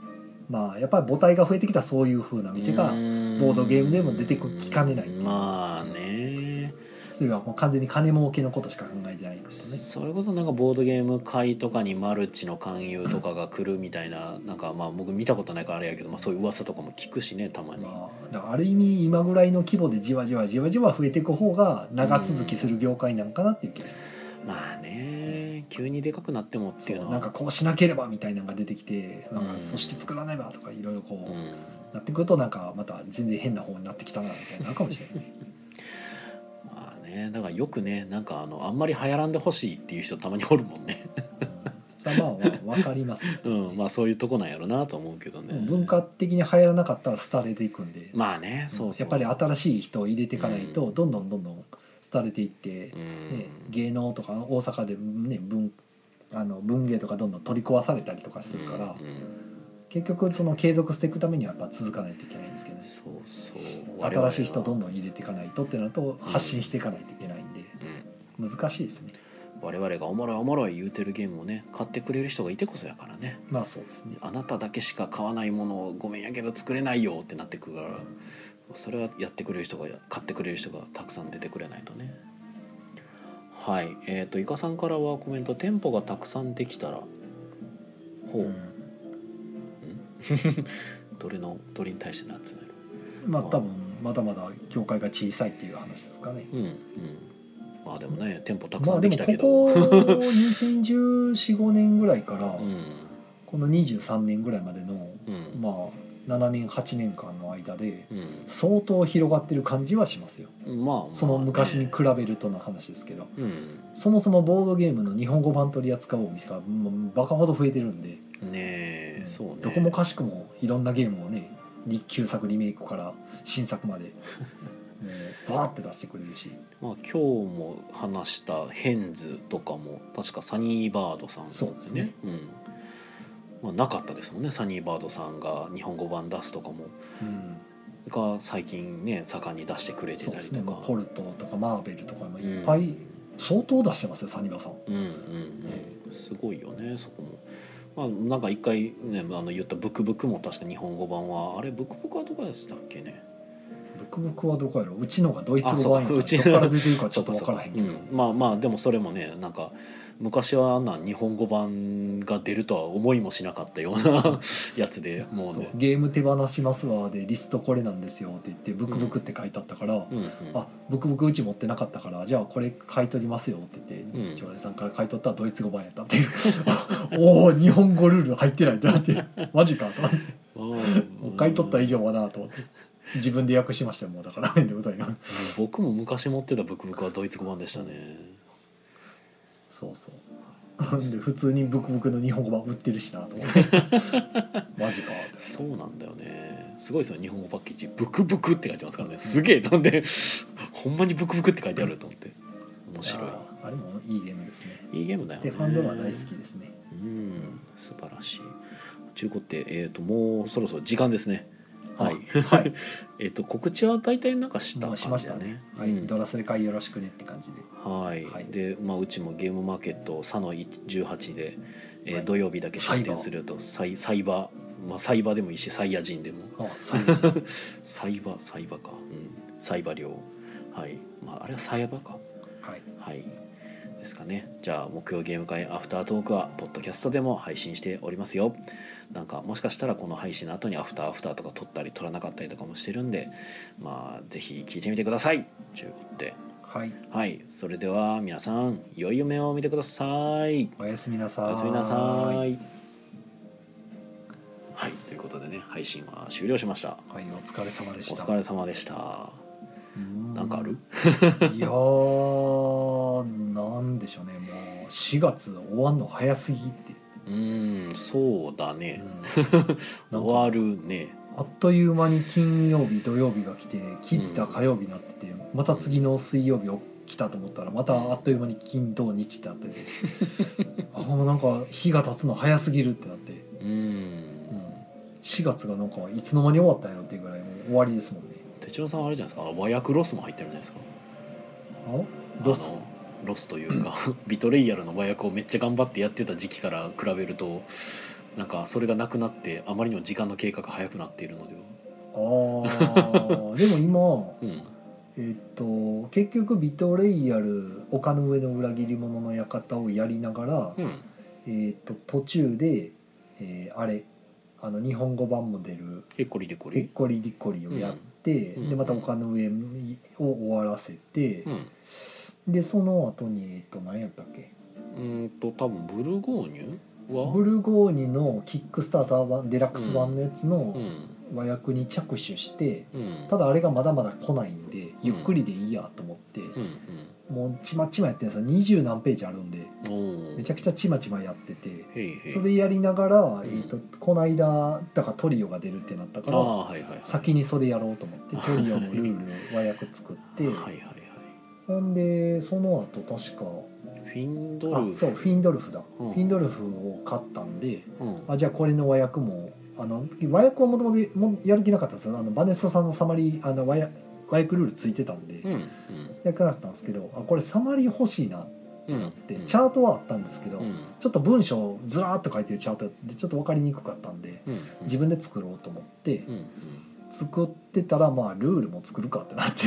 Speaker 2: まあやっぱり母体が増えてきたそういう風な店がボ
Speaker 1: ー
Speaker 2: ードゲームでも出てくきかねないっていう
Speaker 1: まあね
Speaker 2: それはもう完全に金儲けのことしか考えてないことね
Speaker 1: それこそなんかボードゲーム会とかにマルチの勧誘とかが来るみたいななんかまあ僕見たことないからあれやけど、まあ、そういう噂とかも聞くしねたまに、
Speaker 2: まあ、だからある意味今ぐらいの規模でじわじわじわじわ増えていく方が長続きする業界なんかなっていう気がします
Speaker 1: まあね急にでかくなってもっていうの
Speaker 2: そう
Speaker 1: は
Speaker 2: なんかこうしなければみたいなのが出てきてなんか
Speaker 1: うん
Speaker 2: 組織作らねばとかいろいろこう、
Speaker 1: うん
Speaker 2: なってくるとなんかまた全然変な方になってきたなみたいになるかもしれない
Speaker 1: まあねだからよくねなんかあのあんまり流行らんでほしいっていう人たまにおるもんね
Speaker 2: うんそれはまあわ分かります、
Speaker 1: うんまあそういうとこなんやろなと思うけどね
Speaker 2: 文化的に流行らなかったら廃れていくんで、
Speaker 1: まあねそうそう
Speaker 2: やっぱり新しい人を入れていかないと
Speaker 1: う
Speaker 2: どんどんどんどん廃れていって、
Speaker 1: うん、
Speaker 2: ね、芸能とか大阪で、ね、文あの文芸とかどんどん取り壊されたりとかするから、
Speaker 1: うんうん
Speaker 2: 結局その継続していくためにはやっぱ続かないといけないんですけどね
Speaker 1: そうそう
Speaker 2: 新しい人どん
Speaker 1: ん
Speaker 2: どん入れていかないとってなると発信していかないといけないんで難しいですね
Speaker 1: 我々がおもろいおもろい言うてるゲームをね買ってくれる人がいてこそやからね
Speaker 2: まあそうですね
Speaker 1: あなただけしか買わないものをごめんやけど作れないよってなってくるからそれはやってくれる人が買ってくれる人がたくさん出てくれないとねはいえっ、といかさんからはコメント「店舗がたくさんできたら」ほう、
Speaker 2: うん
Speaker 1: どれのどれに対しての集める
Speaker 2: まあ多分まだまだ業界が小さいっていう話ですかね
Speaker 1: うんうんまあでもね店舗たく
Speaker 2: ま
Speaker 1: さ
Speaker 2: あ
Speaker 1: ん
Speaker 2: で
Speaker 1: で
Speaker 2: も
Speaker 1: きたけ
Speaker 2: こ
Speaker 1: ど、
Speaker 2: こ201415年ぐらいから
Speaker 1: うん
Speaker 2: この23年ぐらいまで
Speaker 1: う
Speaker 2: の
Speaker 1: ん
Speaker 2: まあ7年8年間の間で
Speaker 1: うん
Speaker 2: 相当広がってる感じはしますよ
Speaker 1: まあまあね
Speaker 2: その昔に比べるとの話ですけど
Speaker 1: うん
Speaker 2: そもそもボードゲームの日本語版取り扱うお店がもうバカほど増えてるんで、
Speaker 1: ねえそうね
Speaker 2: どこもかしくもいろんなゲームをねり旧作リメイクから新 作までもうバーって出してくれるし
Speaker 1: まあ、今日も話したヘンズとかも確かサニーバードさん
Speaker 2: そうですね、
Speaker 1: うんまあ、なかったですもんねサニーバードさんが日本語版出すとかも
Speaker 2: うん
Speaker 1: が最近ね盛んに出してくれて
Speaker 2: そう
Speaker 1: た
Speaker 2: で
Speaker 1: り
Speaker 2: す
Speaker 1: と
Speaker 2: ね
Speaker 1: か
Speaker 2: もうポルトとかマーベルとかもいっぱい、相当出してますよサニバさん
Speaker 1: うんうんうんすごいよねそこも。まあ、なんか一回、ね、あの言った「ブクブク」も確か日本語版はあれブクブクはどこでしたっけね
Speaker 2: ブクブクはどこやろうちのがドイツ語版やから
Speaker 1: あそうかう
Speaker 2: どっ
Speaker 1: ちの
Speaker 2: から出てるかちょっと
Speaker 1: そう
Speaker 2: 分
Speaker 1: か
Speaker 2: か
Speaker 1: そうか
Speaker 2: らへん
Speaker 1: う
Speaker 2: けど
Speaker 1: ん、まあまあでもそれもねなんか昔はあんな日本語版が出るとは思いもしなかったよう なやつでもう
Speaker 2: そう
Speaker 1: ね
Speaker 2: ゲーム手放しますわでリストこれなんですよって言ってブクブクって書いてあったから、
Speaker 1: うんうん
Speaker 2: あブクブクうち持ってなかったからじゃあこれ買い取りますよって言って、
Speaker 1: うん
Speaker 2: 常連さんから買い取ったらドイツ語版やったっていう おお日本語ルール入ってないってなって マジかと思ってもう買い取った以上はなと思って自分で訳しましたよもうだから 面でございます
Speaker 1: 僕も昔持ってたブクブクはドイツ語版でしたね
Speaker 2: そうそうで普通にブクブクの日本語版売ってるしな と思ってマジかって
Speaker 1: そうなんだよねすごいですよ日本語パッケージ「ブクブク」って書いてますからねすげえとんで ほんまにブクブクって書いてあると思って面白い
Speaker 2: あーあれもいいゲームですね
Speaker 1: いいゲームだ
Speaker 2: ス
Speaker 1: よね
Speaker 2: テファンドラ大好きですね
Speaker 1: うん素晴らしい中古ってえっ、ともうそろそろ時間ですねはい
Speaker 2: はい、
Speaker 1: えっと告知は大体なんかした感
Speaker 2: もう
Speaker 1: じ
Speaker 2: し
Speaker 1: だ
Speaker 2: ましたね、はい
Speaker 1: うん
Speaker 2: ドラスレ会よろしくねって感じで
Speaker 1: はい
Speaker 2: はい
Speaker 1: で、まあ、うちもゲームマーケット佐野18で、えー
Speaker 2: はい
Speaker 1: 土曜日だけ出
Speaker 2: サイバ
Speaker 1: 店
Speaker 2: ー
Speaker 1: するとサイサイバーまあ、サイバーでもいいしサイヤ人でも
Speaker 2: あサイ ヤ人
Speaker 1: サイバーサイバーか、うん、サイバー量はい、まあ、あれはサイバーか
Speaker 2: はい
Speaker 1: はいですかねじゃあ木曜ゲーム会アフタートークはポッドキャストでも配信しておりますよなんかもしかしたらこの配信の後にアフターアフターとか撮ったり撮らなかったりとかもしてるんでまあ是非聞いてみてくださいということで
Speaker 2: はい
Speaker 1: はいそれでは皆さん良い夢を見てください
Speaker 2: おやすみなさ
Speaker 1: お
Speaker 2: ーい
Speaker 1: やすみなさいはいということでね配信は終了しました
Speaker 2: はいお疲れ様で
Speaker 1: お
Speaker 2: した
Speaker 1: 疲れ様でした
Speaker 2: うーん
Speaker 1: なんかある
Speaker 2: いやーなんでしょうねもう4月終わんの早すぎって、
Speaker 1: うーんそうだね
Speaker 2: う ん
Speaker 1: 終わ
Speaker 2: なんか
Speaker 1: るね
Speaker 2: あっという間に金曜日土曜日が来て気づいたら火曜日になってて、また次の水曜日来たと思ったらまたあっという間に金土日ってなっててあもうなんか日が経つの早すぎるってなって、
Speaker 1: うー
Speaker 2: うんん、4月がなんかいつの間に終わったんやろっていうぐらいもう終わりですもんね
Speaker 1: 哲郎さんあれじゃないですか和訳ロスも入ってるじゃないですか
Speaker 2: あロス
Speaker 1: あのロスというか ビトレイヤルの和訳をめっちゃ頑張ってやってた時期から比べるとなんかそれがなくなってあまりにも時間の経過が早くなっているのでは
Speaker 2: あーでも
Speaker 1: うん
Speaker 2: 今えっと結局ビトレイヤル丘の上の裏切り者の館をやりながら、
Speaker 1: うん
Speaker 2: えっと途中で、えーあれあの日本語版も出る
Speaker 1: へっこりでこ
Speaker 2: 「ペ
Speaker 1: り
Speaker 2: ッコリディッコリ」をやって、
Speaker 1: うん
Speaker 2: でまた丘の上を終わらせて
Speaker 1: う、ん
Speaker 2: でその後にえっと何やったっけ
Speaker 1: うーんと多分ブルゴーニュは
Speaker 2: ブルゴーニュのキックスターター版デラックス版のやつ
Speaker 1: う
Speaker 2: の
Speaker 1: ん
Speaker 2: 和訳に着手して、
Speaker 1: うん
Speaker 2: ただあれがまだまだ来ないんでゆっくりでいいやと思って。
Speaker 1: うん
Speaker 2: もうちまちまやってるんですよ二十何ページあるんで
Speaker 1: うんおお
Speaker 2: めちゃくちゃちまちまやってて
Speaker 1: へいへい
Speaker 2: それやりながら、
Speaker 1: ん
Speaker 2: えー、とこの間だからトリオが出るってなったか
Speaker 1: あ
Speaker 2: ら
Speaker 1: あはいはいはい
Speaker 2: 先にそれやろうと思ってトリオのルール和訳作って、
Speaker 1: はいはいはい
Speaker 2: ほんでその後確か
Speaker 1: フィンドル
Speaker 2: あ
Speaker 1: フ
Speaker 2: そうフィンドルフだ、
Speaker 1: うん
Speaker 2: フィンドルフを買ったんで
Speaker 1: うん
Speaker 2: あじゃあこれの和訳もあの和訳はもともともやる気なかったんですよあのバネストさんのサマリーあの和訳和訳ルールついてたんで、
Speaker 1: うん
Speaker 2: やらなかったんですけどあこれサマリー欲しいな
Speaker 1: うんうん
Speaker 2: ってチャートはあったんですけど、
Speaker 1: うん
Speaker 2: ちょっと文章をずらーっと書いてるチャートでちょっと分かりにくかったんで
Speaker 1: うん
Speaker 2: 自分で作ろうと思って
Speaker 1: うんうん
Speaker 2: 作ってたらまあルールも作るかってなって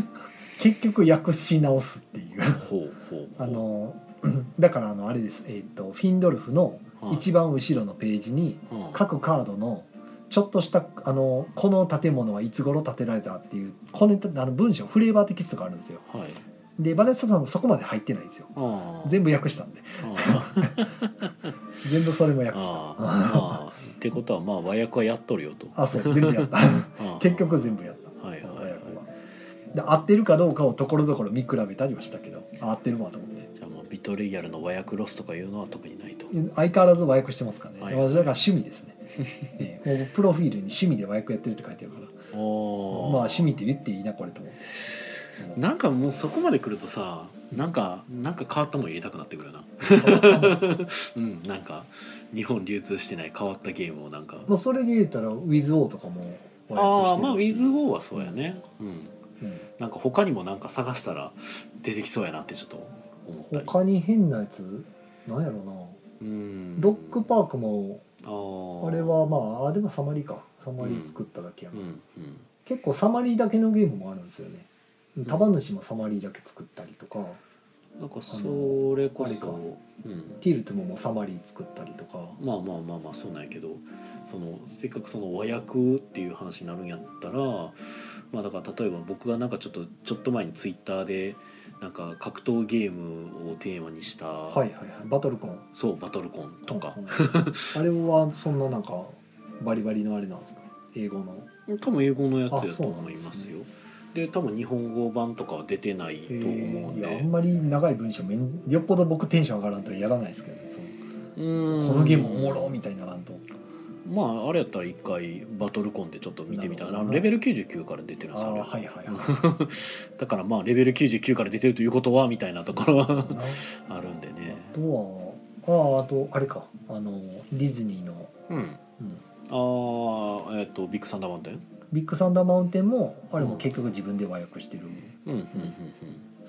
Speaker 2: 結局訳し直すっていう
Speaker 1: ほうほうほう
Speaker 2: あの だからあのあれです、えー、とフィンドルフの
Speaker 1: はい
Speaker 2: 一番後ろのページに
Speaker 1: うん
Speaker 2: 各カードのちょっとしたあのこの建物はいつ頃建てられたっていうこのあの文章フレーバーテキストがあるんですよ
Speaker 1: はい
Speaker 2: でバネッサさんのそこまで入ってないんですよ
Speaker 1: ああ
Speaker 2: 全部訳したんで
Speaker 1: ああ
Speaker 2: 全部それも訳した
Speaker 1: ああああってことはまあ和訳はやっとるよと
Speaker 2: あそう全部やった
Speaker 1: ああ
Speaker 2: 結局全部やった
Speaker 1: はいはいはい
Speaker 2: 親子はで合ってるかどうかをところどころ見比べたりはしたけどあ合ってるわと思って
Speaker 1: じゃあもうビトレイヤルの和訳ロスとかいうのは特にないと
Speaker 2: 相変わらず和訳してますからね、
Speaker 1: はい
Speaker 2: 私だから趣味ですね、 ええもうプロフィールに趣味で和訳やってるって書いてるから
Speaker 1: おー
Speaker 2: まあ趣味って言っていいなこれと思ってうん
Speaker 1: なんかもうそこまで来るとさなんかなんか変わったもん入れたくなってくるな うんなんか日本流通してない変わったゲームをなんか
Speaker 2: まあそれで言うたら「WithO」とかも
Speaker 1: ああまあ
Speaker 2: 和
Speaker 1: ウ
Speaker 2: 訳
Speaker 1: ィ
Speaker 2: して
Speaker 1: ズ
Speaker 2: るし
Speaker 1: ゴーはそうやねうん
Speaker 2: うん
Speaker 1: なんか他にもなんか探したら出てきそうやなってちょっと思ったり
Speaker 2: 他に変なやつなんやろうな
Speaker 1: うん
Speaker 2: ロックパークも
Speaker 1: あー
Speaker 2: あれはまああでもサマリーかサマリー作っただけや
Speaker 1: う
Speaker 2: な、
Speaker 1: んうん
Speaker 2: 結構サマリーだけのゲームもあるんですよね束主もサマリーだけ作ったりとか、
Speaker 1: なんかそれこ
Speaker 2: あれか
Speaker 1: そうん
Speaker 2: ティルトももうサマリー作ったりとか
Speaker 1: まあまあまあまあそうなんやけどそのせっかくその和訳っていう話になるんやったらまあだから例えば僕がなんかちょっとちょっと前にツイッターでなんか格闘ゲームをテーマにした、
Speaker 2: はいはいはいバトルコン
Speaker 1: そうバトルコンとか
Speaker 2: うんあれはそんななんかバリバリのあれなんですか英語の
Speaker 1: 多分英語のやつや
Speaker 2: あ
Speaker 1: と
Speaker 2: そうなん
Speaker 1: 思
Speaker 2: ですね
Speaker 1: いますよ。で多分日本語版とかは出てないと思うん
Speaker 2: いやあ
Speaker 1: で
Speaker 2: んまり長い文章めんよっぽど僕テンション上がらんとやらないですけどねその
Speaker 1: こ
Speaker 2: このゲームおもろみたいにならんと
Speaker 1: まああれやったら一回バトルコンでちょっと見てみたい
Speaker 2: な
Speaker 1: な
Speaker 2: るほど
Speaker 1: レベル99から出てるん
Speaker 2: あ
Speaker 1: ですよ
Speaker 2: あ
Speaker 1: あ
Speaker 2: は
Speaker 1: れ
Speaker 2: いはいはい
Speaker 1: だからまあレベル99から出てるということはみたいなところは
Speaker 2: な
Speaker 1: あるんでね。
Speaker 2: あとはあああとあれかあのディズニーの、
Speaker 1: うん。
Speaker 2: うん、
Speaker 1: ああ、えっ、とビッグサンダーマウンテン。
Speaker 2: ビッグサンダーマウンテンもあれも結局自分で和訳してる、
Speaker 1: うんうん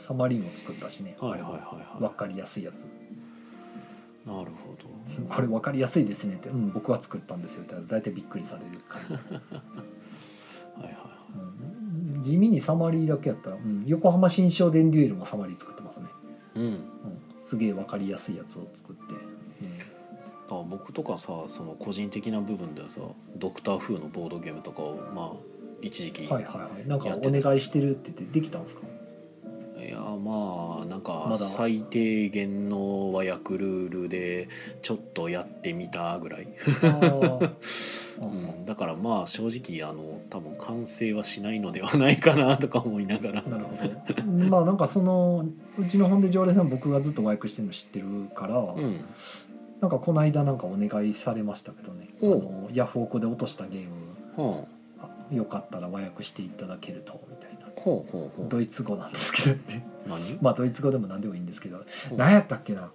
Speaker 2: サマリーも作ったしね、
Speaker 1: うんうん。はいはいはいは
Speaker 2: わかりやすいやつ
Speaker 1: い。なるほ
Speaker 2: 「 これ分かりやすいですね」って「うん僕は作ったんですよ」って言ったら大体びっくりされる感じ、
Speaker 1: はいはい
Speaker 2: うん、地味にサマリーだけやったら、うん、横浜新商電デュエルもサマリー作ってますね、
Speaker 1: うん、
Speaker 2: うん、すげえ分かりやすいやつを作って、
Speaker 1: だから僕とかさその個人的な部分ではさドクター風のボードゲームとかをまあ一時期、
Speaker 2: うんはいはいはいなんかお願いしてるって言ってできたんですか
Speaker 1: いやまあなんか
Speaker 2: まだ
Speaker 1: 最低限の和訳ルールでちょっとやってみたぐらい、
Speaker 2: あ ーう
Speaker 1: うんん、だからまあ正直あの多分完成はしないのではないかなとか思いながら
Speaker 2: なるほどまあなんかそのうちの本で常連さん僕がずっと和訳してるの知ってるから、
Speaker 1: うん
Speaker 2: なんかこの間なんかお願いされましたけどねあ
Speaker 1: おう
Speaker 2: のヤフオクで落としたゲーム
Speaker 1: ほ
Speaker 2: あよかったら和訳していただけるとみたいな
Speaker 1: うほうほうほ
Speaker 2: ドイツ語なんですけどね
Speaker 1: う何
Speaker 2: まあドイツ語でも何でもいいんですけど
Speaker 1: うん
Speaker 2: 何やったっ けな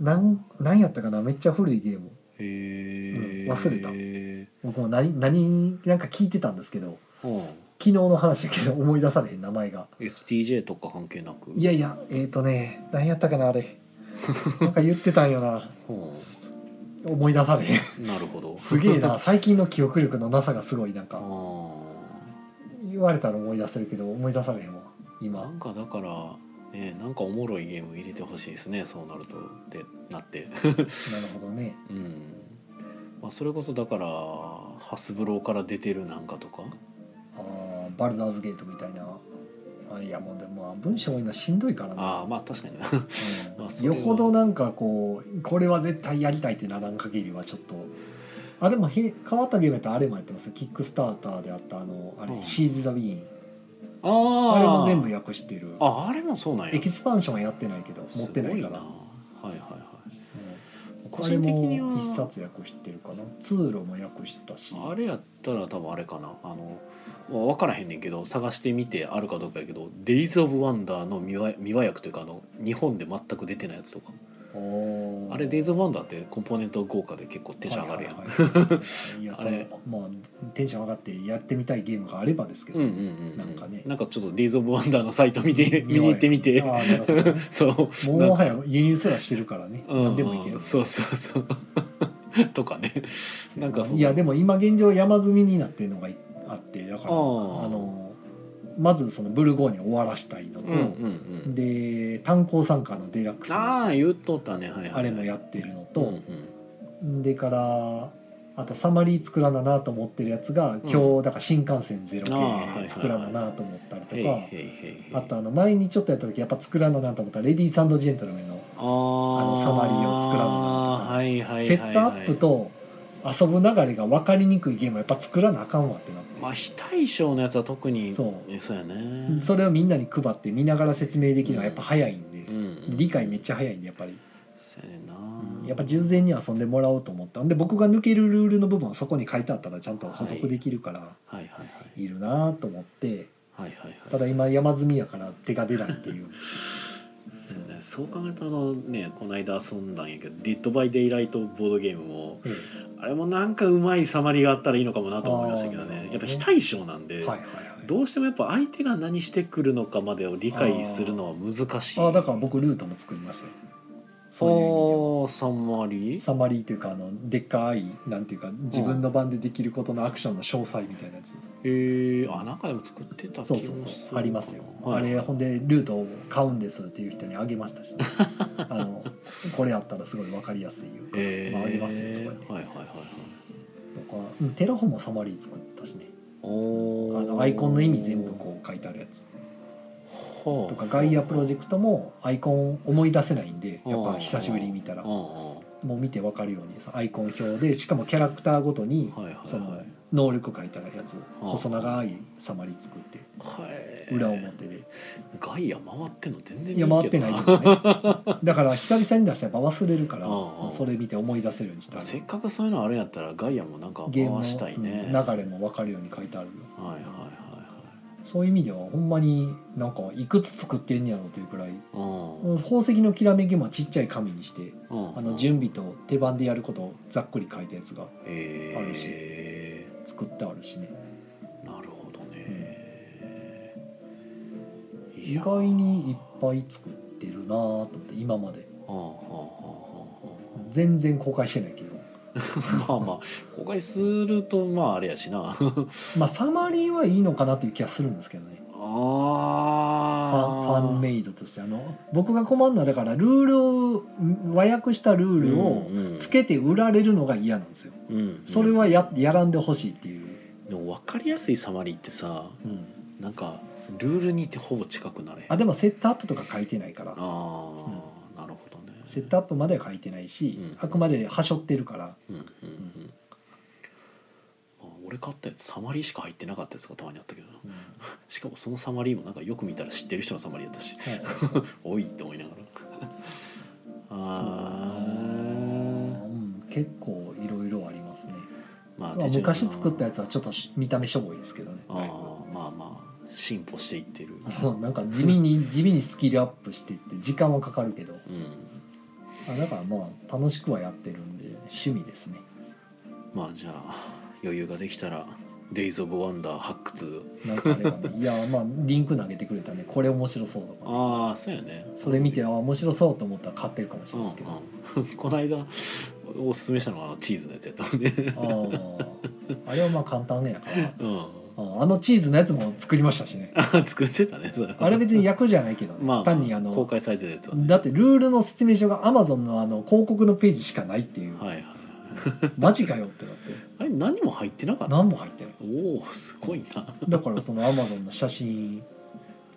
Speaker 2: なんなんやったかなめっちゃ古いゲーム
Speaker 1: へえ、
Speaker 2: うん忘れた
Speaker 1: れ
Speaker 2: 僕も何何なんか聞いてたんですけど
Speaker 1: た、うん、
Speaker 2: 昨日の話やけど思い出されへん名前が
Speaker 1: FTJ とか関係なく
Speaker 2: いやいやえっ、ー、とね何やったかなあれなんか言ってたんよな
Speaker 1: ほ
Speaker 2: 思い出さ れへん
Speaker 1: うなるほど
Speaker 2: すげえな最近の記憶力のなさがすごいなん
Speaker 1: あ
Speaker 2: か
Speaker 1: あ
Speaker 2: 言われたら思い出せるけど思い出されへんわ
Speaker 1: な
Speaker 2: 今
Speaker 1: んかだから、ね、なんかおもろいゲーム入れてほしいですねそうなるとってなって、
Speaker 2: なるほどね
Speaker 1: うんまあ、それこそだからハスブローから出てるなんかとか
Speaker 2: あーバルザーズゲートみたいなあいやもうでもまあ文章多いのしんどいから な、
Speaker 1: ああまあ確かに
Speaker 2: うん
Speaker 1: まあそれ
Speaker 2: よ
Speaker 1: は
Speaker 2: ほどなんかこうこれは絶対やりたいってならん限りはちょっとあでもへ変わったゲームやったらあれもやってますキックスターターであったあのあれ、
Speaker 1: うん
Speaker 2: シーズ・ザ・ビーン
Speaker 1: ああ
Speaker 2: あれも全部訳してる
Speaker 1: ああれもそうなんや
Speaker 2: エキスパンションはやってないけど持ってないか
Speaker 1: すご
Speaker 2: ら
Speaker 1: いなはいはいはい
Speaker 2: うん
Speaker 1: 個
Speaker 2: あれ
Speaker 1: 人的に
Speaker 2: も一
Speaker 1: は
Speaker 2: 冊訳してるかな通路も訳したし
Speaker 1: あれやったら多分あれかなあの、まあ、分からへんねんけど探してみてあるかどうかやけど「デイズ・オブ・ワンダー」の未和未和訳というかあの日本で全く出てないやつとかあれ「デイズ・オブ・ワンダー」ってコンポーネント豪華で結構テンション上がるやん、
Speaker 2: はいはいはい
Speaker 1: あれ
Speaker 2: まあテンション上がってやってみたいゲームがあればですけど、
Speaker 1: うんうんうん、
Speaker 2: なんかね
Speaker 1: なんかちょっと「デイズ・オブ・ワンダー」のサイト見て見に行ってみて
Speaker 2: あーなるほどね
Speaker 1: そう
Speaker 2: もうもはや輸入すらしてるからね、
Speaker 1: うん
Speaker 2: 何でもいける、
Speaker 1: うんそうそうそうとかねなんかその
Speaker 2: いやでも今現状山積みになってるのがいあってだから
Speaker 1: あー
Speaker 2: あのまずそのブルゴーニュを終わらしたいのと、
Speaker 1: うんうん
Speaker 2: で炭鉱参加のデラック
Speaker 1: う
Speaker 2: ス
Speaker 1: ん
Speaker 2: の
Speaker 1: ああ
Speaker 2: や
Speaker 1: 言っとったねはいはい、
Speaker 2: つ
Speaker 1: はい、
Speaker 2: あれもやってるの
Speaker 1: うんう
Speaker 2: と、
Speaker 1: ん
Speaker 2: でからあとサマリー作らななと思ってるやつが、
Speaker 1: うん
Speaker 2: 今日だから新幹線ゼロ
Speaker 1: あーはいはいは
Speaker 2: 系
Speaker 1: い
Speaker 2: 作らななと思ったりと
Speaker 1: へい
Speaker 2: か。
Speaker 1: へいへいへい
Speaker 2: あとあの前にちょっとやった時やっぱ作らんのなと思ったらレディーサンドジェントルメンの
Speaker 1: あの
Speaker 2: のサマリーを作らんのなとか
Speaker 1: はいはいはいはい
Speaker 2: セットアップと遊ぶ流れが分かりにくいゲームはやっぱ作らなあかんわってなって、
Speaker 1: まあ非対称のやつは特に
Speaker 2: そう
Speaker 1: えそうやね
Speaker 2: それをみんなに配って見ながら説明できるのはやっぱ早いんで、
Speaker 1: うんうん
Speaker 2: 理解めっちゃ早いんでやっぱり、
Speaker 1: そうやねんな
Speaker 2: やっぱ従前に遊んでもらおうと思ったんで僕が抜けるルールの部分はそこに書いてあったらちゃんと補足できるから
Speaker 1: はいはいはい
Speaker 2: いるなあと思って
Speaker 1: はいはいはい
Speaker 2: ただ今山積みやから手が出ないっていう
Speaker 1: そうねそう考えるとあのねこの間遊んだんやけど「デッド・バイ・デイ・ライト」ボードゲームも
Speaker 2: え
Speaker 1: あれもなんかうまいサマリーがあったらいいのかもなと思いましたけど
Speaker 2: あーなるほ
Speaker 1: ね
Speaker 2: ど
Speaker 1: やっぱ非対称なんで、
Speaker 2: えはいはいはい
Speaker 1: どうしてもやっぱ相手が何してくるのかまでを理解するのは難しい
Speaker 2: ああだから僕ルートも作りましたよ
Speaker 1: そ
Speaker 2: そうう
Speaker 1: い
Speaker 2: いうう
Speaker 1: 意
Speaker 2: 意味では
Speaker 1: 味ではサマリー
Speaker 2: サマリーというかあのでっかいなんていうか自分の番でできることのアクションの詳細みたいなやつ、
Speaker 1: えー、あなんかでも作ってた気
Speaker 2: そう
Speaker 1: もす
Speaker 2: そ
Speaker 1: る
Speaker 2: う
Speaker 1: な
Speaker 2: そうありますよ、
Speaker 1: はい
Speaker 2: あれほんでルートを買うんですっていう人にあげまし たしね、あのこれあったらすごい分かりやすいいうか、
Speaker 1: えー
Speaker 2: まあ、あげますよとか言って
Speaker 1: はいはいはいはい
Speaker 2: とかうんテラフォもサマリー作ったしねあ
Speaker 1: おー
Speaker 2: のアイコンの意味全部こう書いてあるやつ
Speaker 1: はあ
Speaker 2: とかガイアプロジェクトもアイコン思い出せないんでやっぱ久しぶりに見たら
Speaker 1: うん
Speaker 2: も
Speaker 1: うん
Speaker 2: う見て分かるようにさアイコン表でしかもキャラクターごとに
Speaker 1: はいはいはい
Speaker 2: その能力書いたやつ
Speaker 1: あ
Speaker 2: 細長いサマリー作って
Speaker 1: はい
Speaker 2: 裏表で
Speaker 1: ガイア回ってんの全然
Speaker 2: いや回ってないけどねだから久々に出したらやっぱ忘れるから
Speaker 1: ああ
Speaker 2: それ見て思い出せるようにしたら
Speaker 1: せっかくそういうのあるんやったらガイアもなんか
Speaker 2: ゲーム
Speaker 1: 回したいね、
Speaker 2: のうん流れも分かるように書いてあるよ
Speaker 1: はいはいはい
Speaker 2: そういう意味ではほんまになんかいくつ作ってんやろうというくらい
Speaker 1: はいうん
Speaker 2: 宝石のきらめきもちっちゃい紙にして
Speaker 1: うん
Speaker 2: あの準備と手番でやることをざっくり書いたやつが
Speaker 1: えー
Speaker 2: あるし作ってあるしね
Speaker 1: なるほどね、い
Speaker 2: 意
Speaker 1: や
Speaker 2: 外にいっぱい作ってるなぁと思って今まで
Speaker 1: はあはあはあはあは
Speaker 2: 全然公開してないけど
Speaker 1: まあまあ公開するとまああれやしな
Speaker 2: まあサマリーはいいのかなっていう気がするんですけどねファンフ
Speaker 1: あ
Speaker 2: ァンメ
Speaker 1: イ
Speaker 2: イドとしてあの僕が困るのはだからルールをん和訳したルールをつけて売られるのが嫌なんですよそれはややらんでほしいっていう、
Speaker 1: でも分かりやすいサマリーってさ
Speaker 2: うん
Speaker 1: なんかルールにってほぼ近くなれへん
Speaker 2: あでもセットアップとか書いてないから
Speaker 1: あーなるほどね
Speaker 2: セットアップまでは書いてないし、
Speaker 1: うん
Speaker 2: あくまで端折ってるから
Speaker 1: うんうんうんあ俺買ったやつサマリーしか入ってなかったやつがたまにあったけどな
Speaker 2: うん
Speaker 1: しかもそのサマリーもなんかよく見たら知ってる人のサマリーやったし
Speaker 2: はい
Speaker 1: 多いって思いながら あ
Speaker 2: う
Speaker 1: ー
Speaker 2: ん結構いろいろありますね、
Speaker 1: まあ
Speaker 2: まあ、
Speaker 1: 手順は
Speaker 2: 昔作ったやつはちょっとし見た目しょぼいですけどね
Speaker 1: あーまあまあ進歩していってる
Speaker 2: もうなんか地味に 地味にスキルアップしていって時間はかかるけど
Speaker 1: うん
Speaker 2: あだからまあ楽しくはやってるんで趣味ですね
Speaker 1: まあじゃあ余裕ができたら「デイズ・オブ・ワンダー」発掘
Speaker 2: なんかあれば ねいやまあリンク投げてくれたねこれ面白そうとか、
Speaker 1: ああそうやね
Speaker 2: それ見てあ面白そうと思ったら買ってるかもし
Speaker 1: う
Speaker 2: れ
Speaker 1: ん
Speaker 2: な
Speaker 1: う
Speaker 2: いですけど、
Speaker 1: ん この間おすすめしたのがあのチーズのやつやったもんね
Speaker 2: あああれはまあ簡単ねやから
Speaker 1: うん
Speaker 2: ああのチーズのやつも作りましたしね
Speaker 1: あー作ってたねそれ
Speaker 2: あれ別に役じゃないけ どね、
Speaker 1: まあ
Speaker 2: 単にあの
Speaker 1: 公開されてたやつはね
Speaker 2: だってルールの説明書が Amazon のあの広告のページしかないっていう、
Speaker 1: はいはいはい
Speaker 2: マジかよってなって
Speaker 1: あれ何も入ってなかった
Speaker 2: 何も入ってない
Speaker 1: おおすごいなは
Speaker 2: だからその Amazon の写真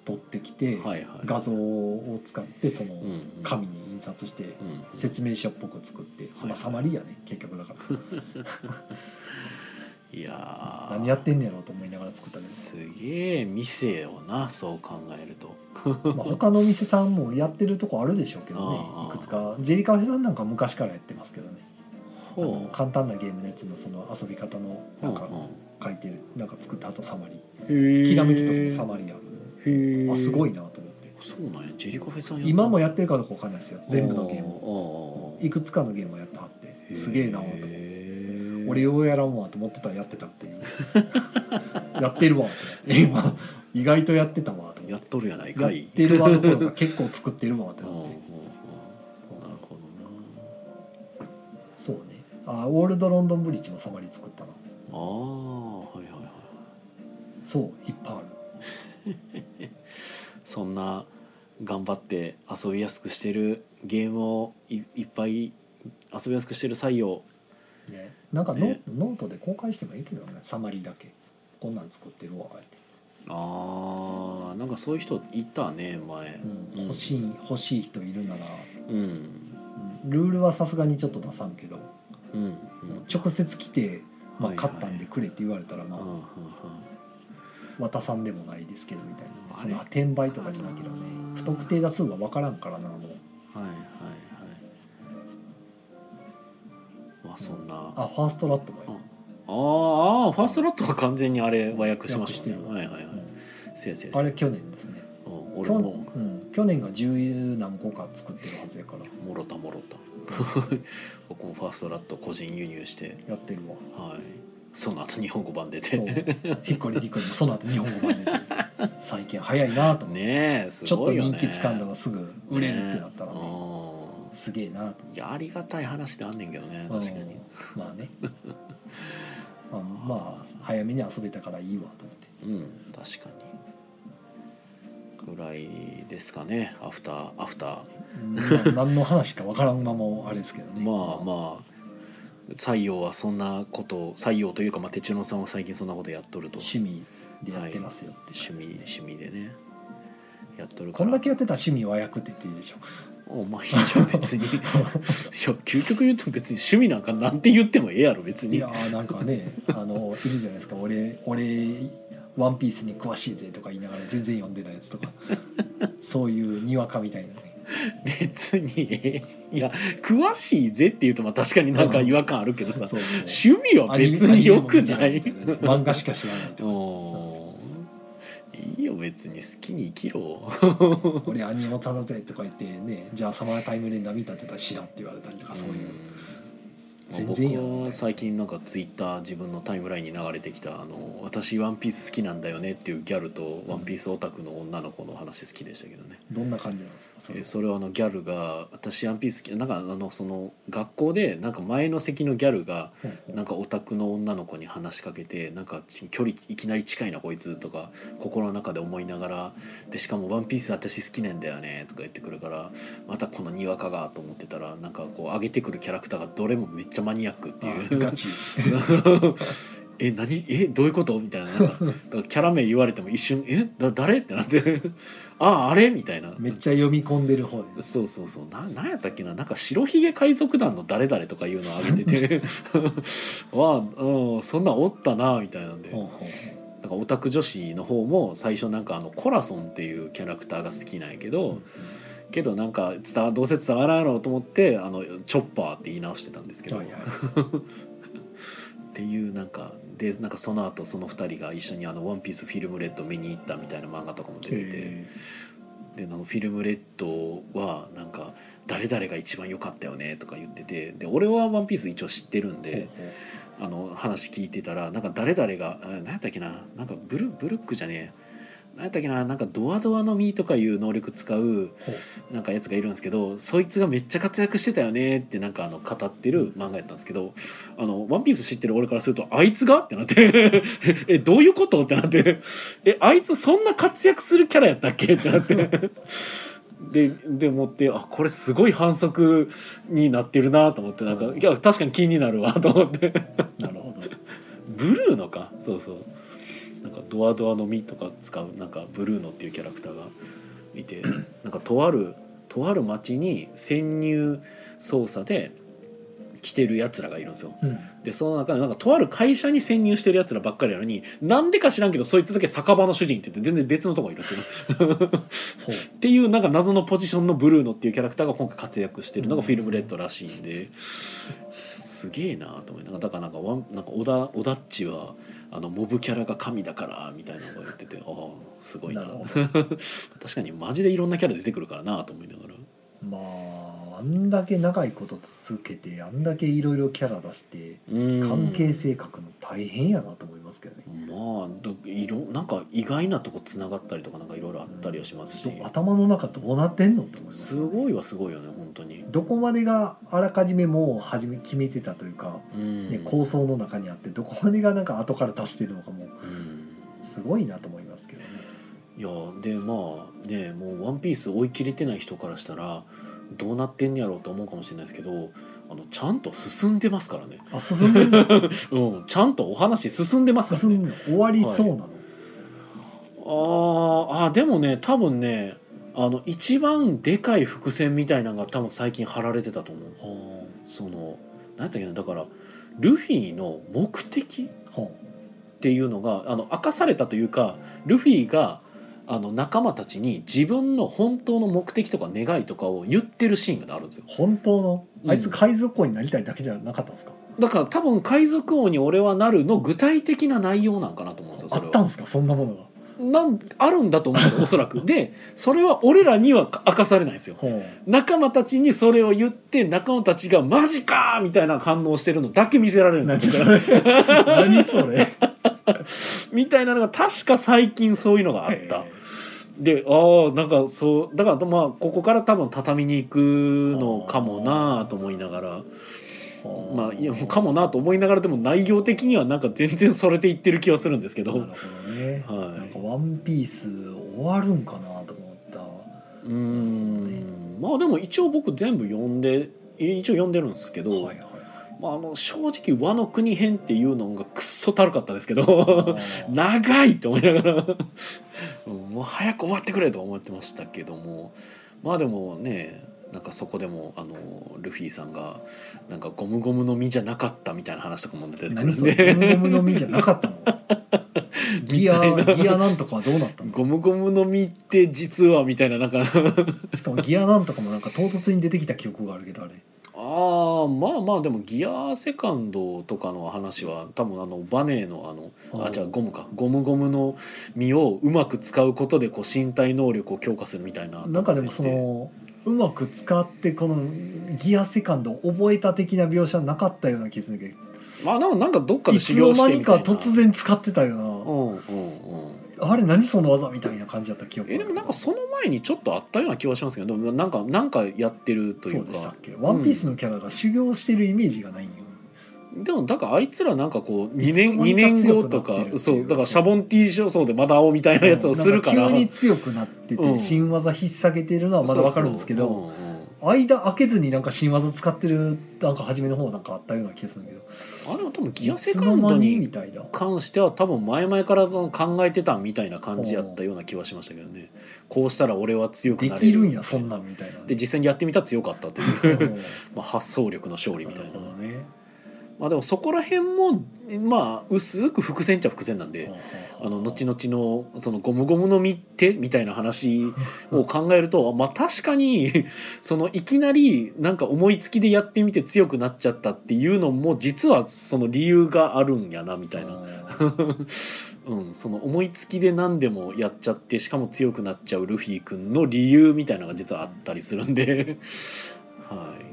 Speaker 2: 撮ってきて、
Speaker 1: いはい
Speaker 2: 画像を使ってその
Speaker 1: うんうん
Speaker 2: 紙に印刷して
Speaker 1: うん
Speaker 2: 説明書っぽく作って、まあ、サマリーやね結局だから
Speaker 1: いやー
Speaker 2: 何やってんねやろうと思いながら作ったけ
Speaker 1: すげえ店よなそう考えると
Speaker 2: ど、まあ、他のお店さんもやってるとこあるでしょうけどね
Speaker 1: ああ
Speaker 2: いくつかジェリカフェさんなんか昔からやってますけどねあの
Speaker 1: ほ
Speaker 2: 簡単なゲームのやつのその遊び方の
Speaker 1: う
Speaker 2: なんか書いてるなんか作った後サマリー
Speaker 1: き
Speaker 2: きらめきとかのサマリーあるの
Speaker 1: へえ
Speaker 2: あすごいなと思って
Speaker 1: そうなんやジェリカフェさん
Speaker 2: 今も
Speaker 1: や
Speaker 2: やってるかどうかわかんないですよ全部のゲーム
Speaker 1: ム
Speaker 2: いくつかのゲームをやってはってすげえなと思って
Speaker 1: て
Speaker 2: 俺ようやらんわと思ってたらやってたっていう やってるわってなって今意外とやってたわと思
Speaker 1: や
Speaker 2: っ
Speaker 1: っとるやない
Speaker 2: てや
Speaker 1: か
Speaker 2: っ
Speaker 1: い
Speaker 2: てるわどころか結構作ってるわっ
Speaker 1: う
Speaker 2: て
Speaker 1: ん
Speaker 2: な
Speaker 1: うんうん な
Speaker 2: って
Speaker 1: るほ
Speaker 2: そうねあオールドロンドンブリッジもサマリー作ったな
Speaker 1: どなああはいはいはい
Speaker 2: そういっぱいある
Speaker 1: そんな頑張って遊びやすくしてるゲームをいいっぱい遊びやすくしてる採用
Speaker 2: ね、なんかノ,、
Speaker 1: ね
Speaker 2: ノートで公開してもいいけどねサマリーだけこんなん作ってるわって、
Speaker 1: あーなんかそういう人いたね前
Speaker 2: うん
Speaker 1: うん
Speaker 2: 欲しい欲しい人いるなら、
Speaker 1: うん
Speaker 2: うんルールはさすがにちょっと出さんけど、
Speaker 1: うんうん
Speaker 2: 直接来て、まあ、
Speaker 1: はいはい
Speaker 2: 買ったんでくれって言われたら、
Speaker 1: うんうんう
Speaker 2: ま
Speaker 1: ん
Speaker 2: あ、渡さんでもないですけどみたいなね
Speaker 1: あれ
Speaker 2: その転売とかじゃないけど
Speaker 1: あー
Speaker 2: ね不特定多数は分からんからなも
Speaker 1: は
Speaker 2: う
Speaker 1: いはいはいまあそんなあ
Speaker 2: あファーストラットもよ、
Speaker 1: あーファーストラットは完全にあれ和訳しましたね
Speaker 2: 訳してる
Speaker 1: はいはいは
Speaker 2: う
Speaker 1: い
Speaker 2: ん
Speaker 1: せやせやせ
Speaker 2: あ
Speaker 1: や
Speaker 2: れ去年ですね
Speaker 1: うん俺
Speaker 2: 去,、う
Speaker 1: も
Speaker 2: ん、去年が十何個か作ってるはずやから
Speaker 1: もろたもろた僕もファーストラット個人輸入して
Speaker 2: やってる わ
Speaker 1: はいその後日本語版出
Speaker 2: そう
Speaker 1: て
Speaker 2: ひっこりひっこりもその後日本語版で最近早いなと思って、
Speaker 1: ねえす
Speaker 2: ちょっ
Speaker 1: ご
Speaker 2: と
Speaker 1: いよ
Speaker 2: 人
Speaker 1: ね
Speaker 2: 気つかんだらすぐ売れるってなったらね
Speaker 1: ねうん
Speaker 2: すげえなと
Speaker 1: いやありがたい話であんねんけどね
Speaker 2: 思って
Speaker 1: 確かに
Speaker 2: うんまあね まあ、まあ早めに遊べたからいいわと思っ
Speaker 1: うん
Speaker 2: て
Speaker 1: 確かにぐらいですかねアフターアフター
Speaker 2: うんまあ何の話かわからんままあれですけどね
Speaker 1: まあまあ採用はそんなことを採用というかまあ哲郎さんは最近そんなことやっとると
Speaker 2: 趣味でやってますよって
Speaker 1: 趣
Speaker 2: 感じ
Speaker 1: 味
Speaker 2: ですね
Speaker 1: 趣味でねやっとるか
Speaker 2: こ
Speaker 1: ら
Speaker 2: んだけやってたら趣味和訳って言っていいでしょ
Speaker 1: おまあいいじゃん別 にいや究極言うと別に趣味なんかなんて言ってもええやろ別
Speaker 2: い
Speaker 1: に
Speaker 2: やーなんかね あのいるじゃないですか俺俺ワンピースに詳しいぜとか言いながら全然読んでないやつ とかそういうにわかみたいなね
Speaker 1: 別にいや詳しいぜって言うとまあ確かになんか違和感あるけどさ
Speaker 2: そうそう
Speaker 1: 趣味は別に良くない
Speaker 2: アニメも見 ない漫画しか知らないと
Speaker 1: おーいいよ別に好きに生きろ
Speaker 2: 俺アニメをただぜとか言ってねじゃあサマータイムレンダー見たって言ったら知らんって言われたりとかそういう、全然やん
Speaker 1: 僕は最近なんかツイッター自分のタイムラインに流れてきた「あの私ワンピース好きなんだよね」っていうギャルとワンピースオタクの女の子の話好きでしたけどね
Speaker 2: どんな感じなんですかそ
Speaker 1: え
Speaker 2: れ
Speaker 1: それはあのギャルが私ワンピース好きなんかあのその学校でなんか前の席のギャルが
Speaker 2: うん
Speaker 1: なんかオタクの女の子に話しかけてなんかち距離いきなり近いなこいつとか心の中で思いながらでしかも「ワンピース私好きなんだよね」とか言ってくるからまたこのにわかがと思ってたらなんかこう上げてくるキャラクターがどれもめっちゃマニアックってい
Speaker 2: あ
Speaker 1: う
Speaker 2: ガチ
Speaker 1: え何えどういうことみたいななんかだからキャラ名言われても一瞬「えだ誰?」ってなって「あああれ?」みたいな
Speaker 2: めっちゃ読み込んでる方です
Speaker 1: そうそうそうななんやったっけななんか白ひげ海賊団の誰々とかいうの を挙げて てわあ、うん、そんなんおったなみたいなん で、
Speaker 2: ほう
Speaker 1: なん
Speaker 2: ほうほ
Speaker 1: かオタク女子の方も最初なんかあのコラソンっていうキャラクターが好きなんやけど、
Speaker 2: うん
Speaker 1: けどなんか伝わどうせ伝わらんやろうと思ってあのチョッパーって言い直してたんですけ
Speaker 2: う
Speaker 1: ど、
Speaker 2: はい
Speaker 1: っ
Speaker 2: はい
Speaker 1: ていうなんかでなんかその後その2人が一緒にあの「ワンピースフィルムレッド見に行ったみたいな漫画とかも出てて。
Speaker 2: へ
Speaker 1: であのフィルムレッドはなんか誰々が一番良かったよねとか言っててで俺は「ワンピース一応知ってるん
Speaker 2: ー
Speaker 1: であの話聞いてたらなんか誰々があ何やったっけななんかブルブルックじゃねえ何やったっけななんかドアドアの実とかいう能力使う
Speaker 2: ほう
Speaker 1: なんかやつがいるんですけどそいつがめっちゃ活躍してたよねってなんかあの語ってる漫画やったんですけど「あのワンピース知ってる俺からするとあいつが?」ってなって 「えどういうこと?」ってなって「えあいつそんな活躍するキャラやったっけ?」ってな って。ででもってあこれすごい反則になってるなと思ってなんか、
Speaker 2: うん
Speaker 1: いや確かに気になるわと思って
Speaker 2: なるほ ど
Speaker 1: ブルーのかそうそうなんかドアドアの実とか使うなんかブルーノっていうキャラクターがいてなんかとあるとある町に潜入捜査で来てるやつらがいるんですよ
Speaker 2: うん
Speaker 1: でその中でなんかとある会社に潜入してるやつらばっかりなのになんでか知らんけどそいつだけ酒場の主人って言って全然別のとこにいるんですよ
Speaker 2: ほう
Speaker 1: っていうなんか謎のポジションのブルーノっていうキャラクターが今回活躍してるのがフィルムレッドらしいんで、すげえなと思いながらだからなんかワンなんか小田小田っちはあのモブキャラが神だからみたいなのを言っててああすごいな
Speaker 2: なるほ
Speaker 1: 確かにマジでいろんなキャラ出てくるからなと思いながら
Speaker 2: まああんだけ長いこと続けてあんだけいろいろキャラ出して
Speaker 1: うん
Speaker 2: 関係性書くの大変やなと思いますけどね、
Speaker 1: まあどいろなんか意外なとこつながったりとかなんかいろいろあったりはしますし、
Speaker 2: ど頭の中どうなってんのって思いますす
Speaker 1: ごいはすごいよね本当に。
Speaker 2: どこまでがあらかじめもう始め決めてたというか、
Speaker 1: うん
Speaker 2: ね、構想の中にあってどこまでがなんか後から足してるのかも
Speaker 1: うん
Speaker 2: すごいなと思いますけどね
Speaker 1: いやでまあねもう「ワンピース追い切れてない人からしたらどうなってんやろうと思うかもしれないですけどあのちゃんと進んでますからね、
Speaker 2: あ進んでん の
Speaker 1: うん、ちゃんとお話進んでますから
Speaker 2: 進
Speaker 1: ね
Speaker 2: んでんの終わりそうなの、
Speaker 1: あーあーでもね多分ねあの一番でかい伏線みたいなのが多分最近貼られてたと思う
Speaker 2: ほ
Speaker 1: その何やったっけなだからルフィの目的
Speaker 2: うほ
Speaker 1: っていうのがあの明かされたというかルフィがあの仲間たちに自分の本当の目的とか願いとかを言ってるシーンがあるんですよ
Speaker 2: う本当の
Speaker 1: うん
Speaker 2: あいつ海賊王になりたいだけじゃなかったんですか、
Speaker 1: だから多分海賊王に俺はなるの具体的な内容なんかなと思うんですよ
Speaker 2: あ
Speaker 1: それ
Speaker 2: ったん
Speaker 1: は
Speaker 2: ですかそんなものが
Speaker 1: なんあるんだと思うん ですよおそらくでそれは俺らには明かされないんですよ
Speaker 2: ほう
Speaker 1: 仲間たちにそれを言って仲間たちが「マジか!」みたいな反応をしてるのだけ見せられるん
Speaker 2: 何
Speaker 1: ですよ
Speaker 2: それ 何それ
Speaker 1: みたいなのが確か最近そういうのがあったでああなんかそうだからまあここから多分畳に行くのかもなあと思いながら
Speaker 2: ほう
Speaker 1: まあいやかもなあと思いながらでも内容的にはなんか全然それていってる気はするんですけ
Speaker 2: な
Speaker 1: ど、
Speaker 2: るほ
Speaker 1: は
Speaker 2: どねなんか「
Speaker 1: い、
Speaker 2: ワンピース終わるんかなと思った
Speaker 1: うーんまあでも一応僕全部読んで一応読んでるんですけど、
Speaker 2: はいはい
Speaker 1: まあ、あの正直「和の国編」っていうのがくっそたるかったですけど長いと思いながら うんもう早く終わってくれと思ってましたけどもまあでもねなんかそこでもあのルフィさんがなんかゴムゴムの実じゃなかったみたいな話とかも出てくる
Speaker 2: 何
Speaker 1: ん
Speaker 2: それ
Speaker 1: で
Speaker 2: ゴムゴムの実じゃなか ったのギアギアなんとかはどうなっ
Speaker 1: 「
Speaker 2: た の
Speaker 1: ゴムゴムの実って実は」みたいななんか
Speaker 2: しかもギアなんとかもなんか唐突に出てきた記憶があるけどあれ
Speaker 1: ああまあまあでもギアセカンドとかの話は多分あのバネのあの
Speaker 2: あ
Speaker 1: あ
Speaker 2: ー
Speaker 1: じゃあゴムかゴムゴムの実をうまく使うことでこう身体能力を強化するみたいな
Speaker 2: なんかでもそのうまく使ってこのギアセカンドを覚えた的な描写なかったような気がするけ
Speaker 1: まあでもなんかどっか
Speaker 2: ど
Speaker 1: で
Speaker 2: い
Speaker 1: 修
Speaker 2: つの
Speaker 1: 行し
Speaker 2: 間
Speaker 1: て
Speaker 2: に
Speaker 1: み
Speaker 2: か
Speaker 1: たいな
Speaker 2: 突然使ってたよ
Speaker 1: う
Speaker 2: な、
Speaker 1: んうんうん
Speaker 2: あれ何その技みたいな感じだった記憶が
Speaker 1: えでもなんかその前にちょっとあったような気はしますけどでもなんかなんかやってるとい
Speaker 2: そううでした
Speaker 1: か
Speaker 2: っけワンピースのキャラが修行してるイメージがないんよ、
Speaker 1: でもだからあいつらなんかこう2
Speaker 2: いつ
Speaker 1: 年
Speaker 2: の
Speaker 1: 二
Speaker 2: 間にか
Speaker 1: 年
Speaker 2: 強
Speaker 1: 後
Speaker 2: くな
Speaker 1: とか
Speaker 2: ってるっていう
Speaker 1: そうだからシャボンティーショーでまだ青みたいなやつをするから
Speaker 2: なん 急に強くなってて、
Speaker 1: うん
Speaker 2: 新技引っ提げてるのはまだわかるんですけど
Speaker 1: そうそううんうん
Speaker 2: 間開けずになんか新技使ってるなんか初めの方なんかあったような気がするんだけど
Speaker 1: あれは多分ギアセ
Speaker 2: いつ
Speaker 1: カ
Speaker 2: の
Speaker 1: ン
Speaker 2: 間
Speaker 1: ド
Speaker 2: に
Speaker 1: に
Speaker 2: みたいなう
Speaker 1: 関しては多分前々から考えてたみたいな感じやったような気はしましたけどねこうしたら俺は強く
Speaker 2: で
Speaker 1: なれ
Speaker 2: き
Speaker 1: る
Speaker 2: るんやそんなんみたいな
Speaker 1: で実際にやってみたら強かったという
Speaker 2: うん
Speaker 1: まあ、発想力の勝利みたいな
Speaker 2: るほどね
Speaker 1: まあ、でもそこら辺もまあ薄く伏線っちゃ伏線なんであの後々のそのゴムゴムの実ってみたいな話を考えるとまあ確かにそのいきなりなんか思いつきでやってみて強くなっちゃったっていうのも実はその理由があるんやなみたいな、
Speaker 2: な
Speaker 1: うん、その思いつきで何でもやっちゃってしかも強くなっちゃうルフィ君の理由みたいなのが実はあったりするんで はい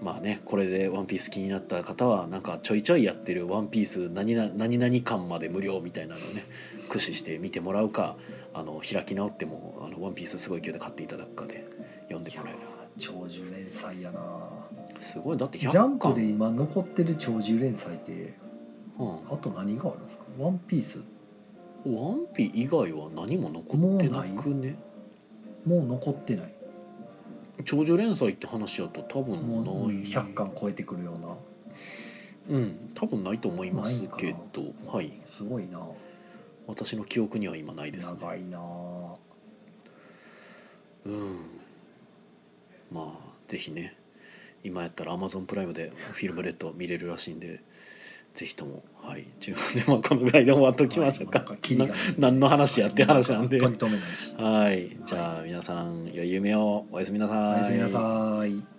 Speaker 1: まあねこれで「ワンピース気になった方はなんかちょいちょいやってる「ワンピース何々何々感まで無料みたいなのをね駆使して見てもらうかあの開き直っても「あのワンピースすごい勢いで買っていただくかで読んでもらえる
Speaker 2: 長寿連載やな
Speaker 1: すごいだって
Speaker 2: ジ
Speaker 1: 100
Speaker 2: ャンプ
Speaker 1: 巻
Speaker 2: で今残ってる長寿連載って
Speaker 1: うん、
Speaker 2: あと何があるんですかワンピース
Speaker 1: ワンピ以外は何も残ってなくね
Speaker 2: もう残ってない
Speaker 1: 長寿連載って話やと多分
Speaker 2: もう
Speaker 1: ない
Speaker 2: 100巻超えてくるような
Speaker 1: うん多分ないと思いますけどはい
Speaker 2: すごいな
Speaker 1: 私の記憶には今ないですね
Speaker 2: 長いな
Speaker 1: うんまあぜひね今やったら Amazon プライムでフィルムレッド見れるらしいんでぜひともはい自分でもこのぐらいで終わっときましょうか,、
Speaker 2: はいなんキリがない
Speaker 1: 何の話やって話なんで
Speaker 2: 取り留めないし
Speaker 1: はいじゃあ皆さん良い夢をおやすみなさい
Speaker 2: おやすみなさい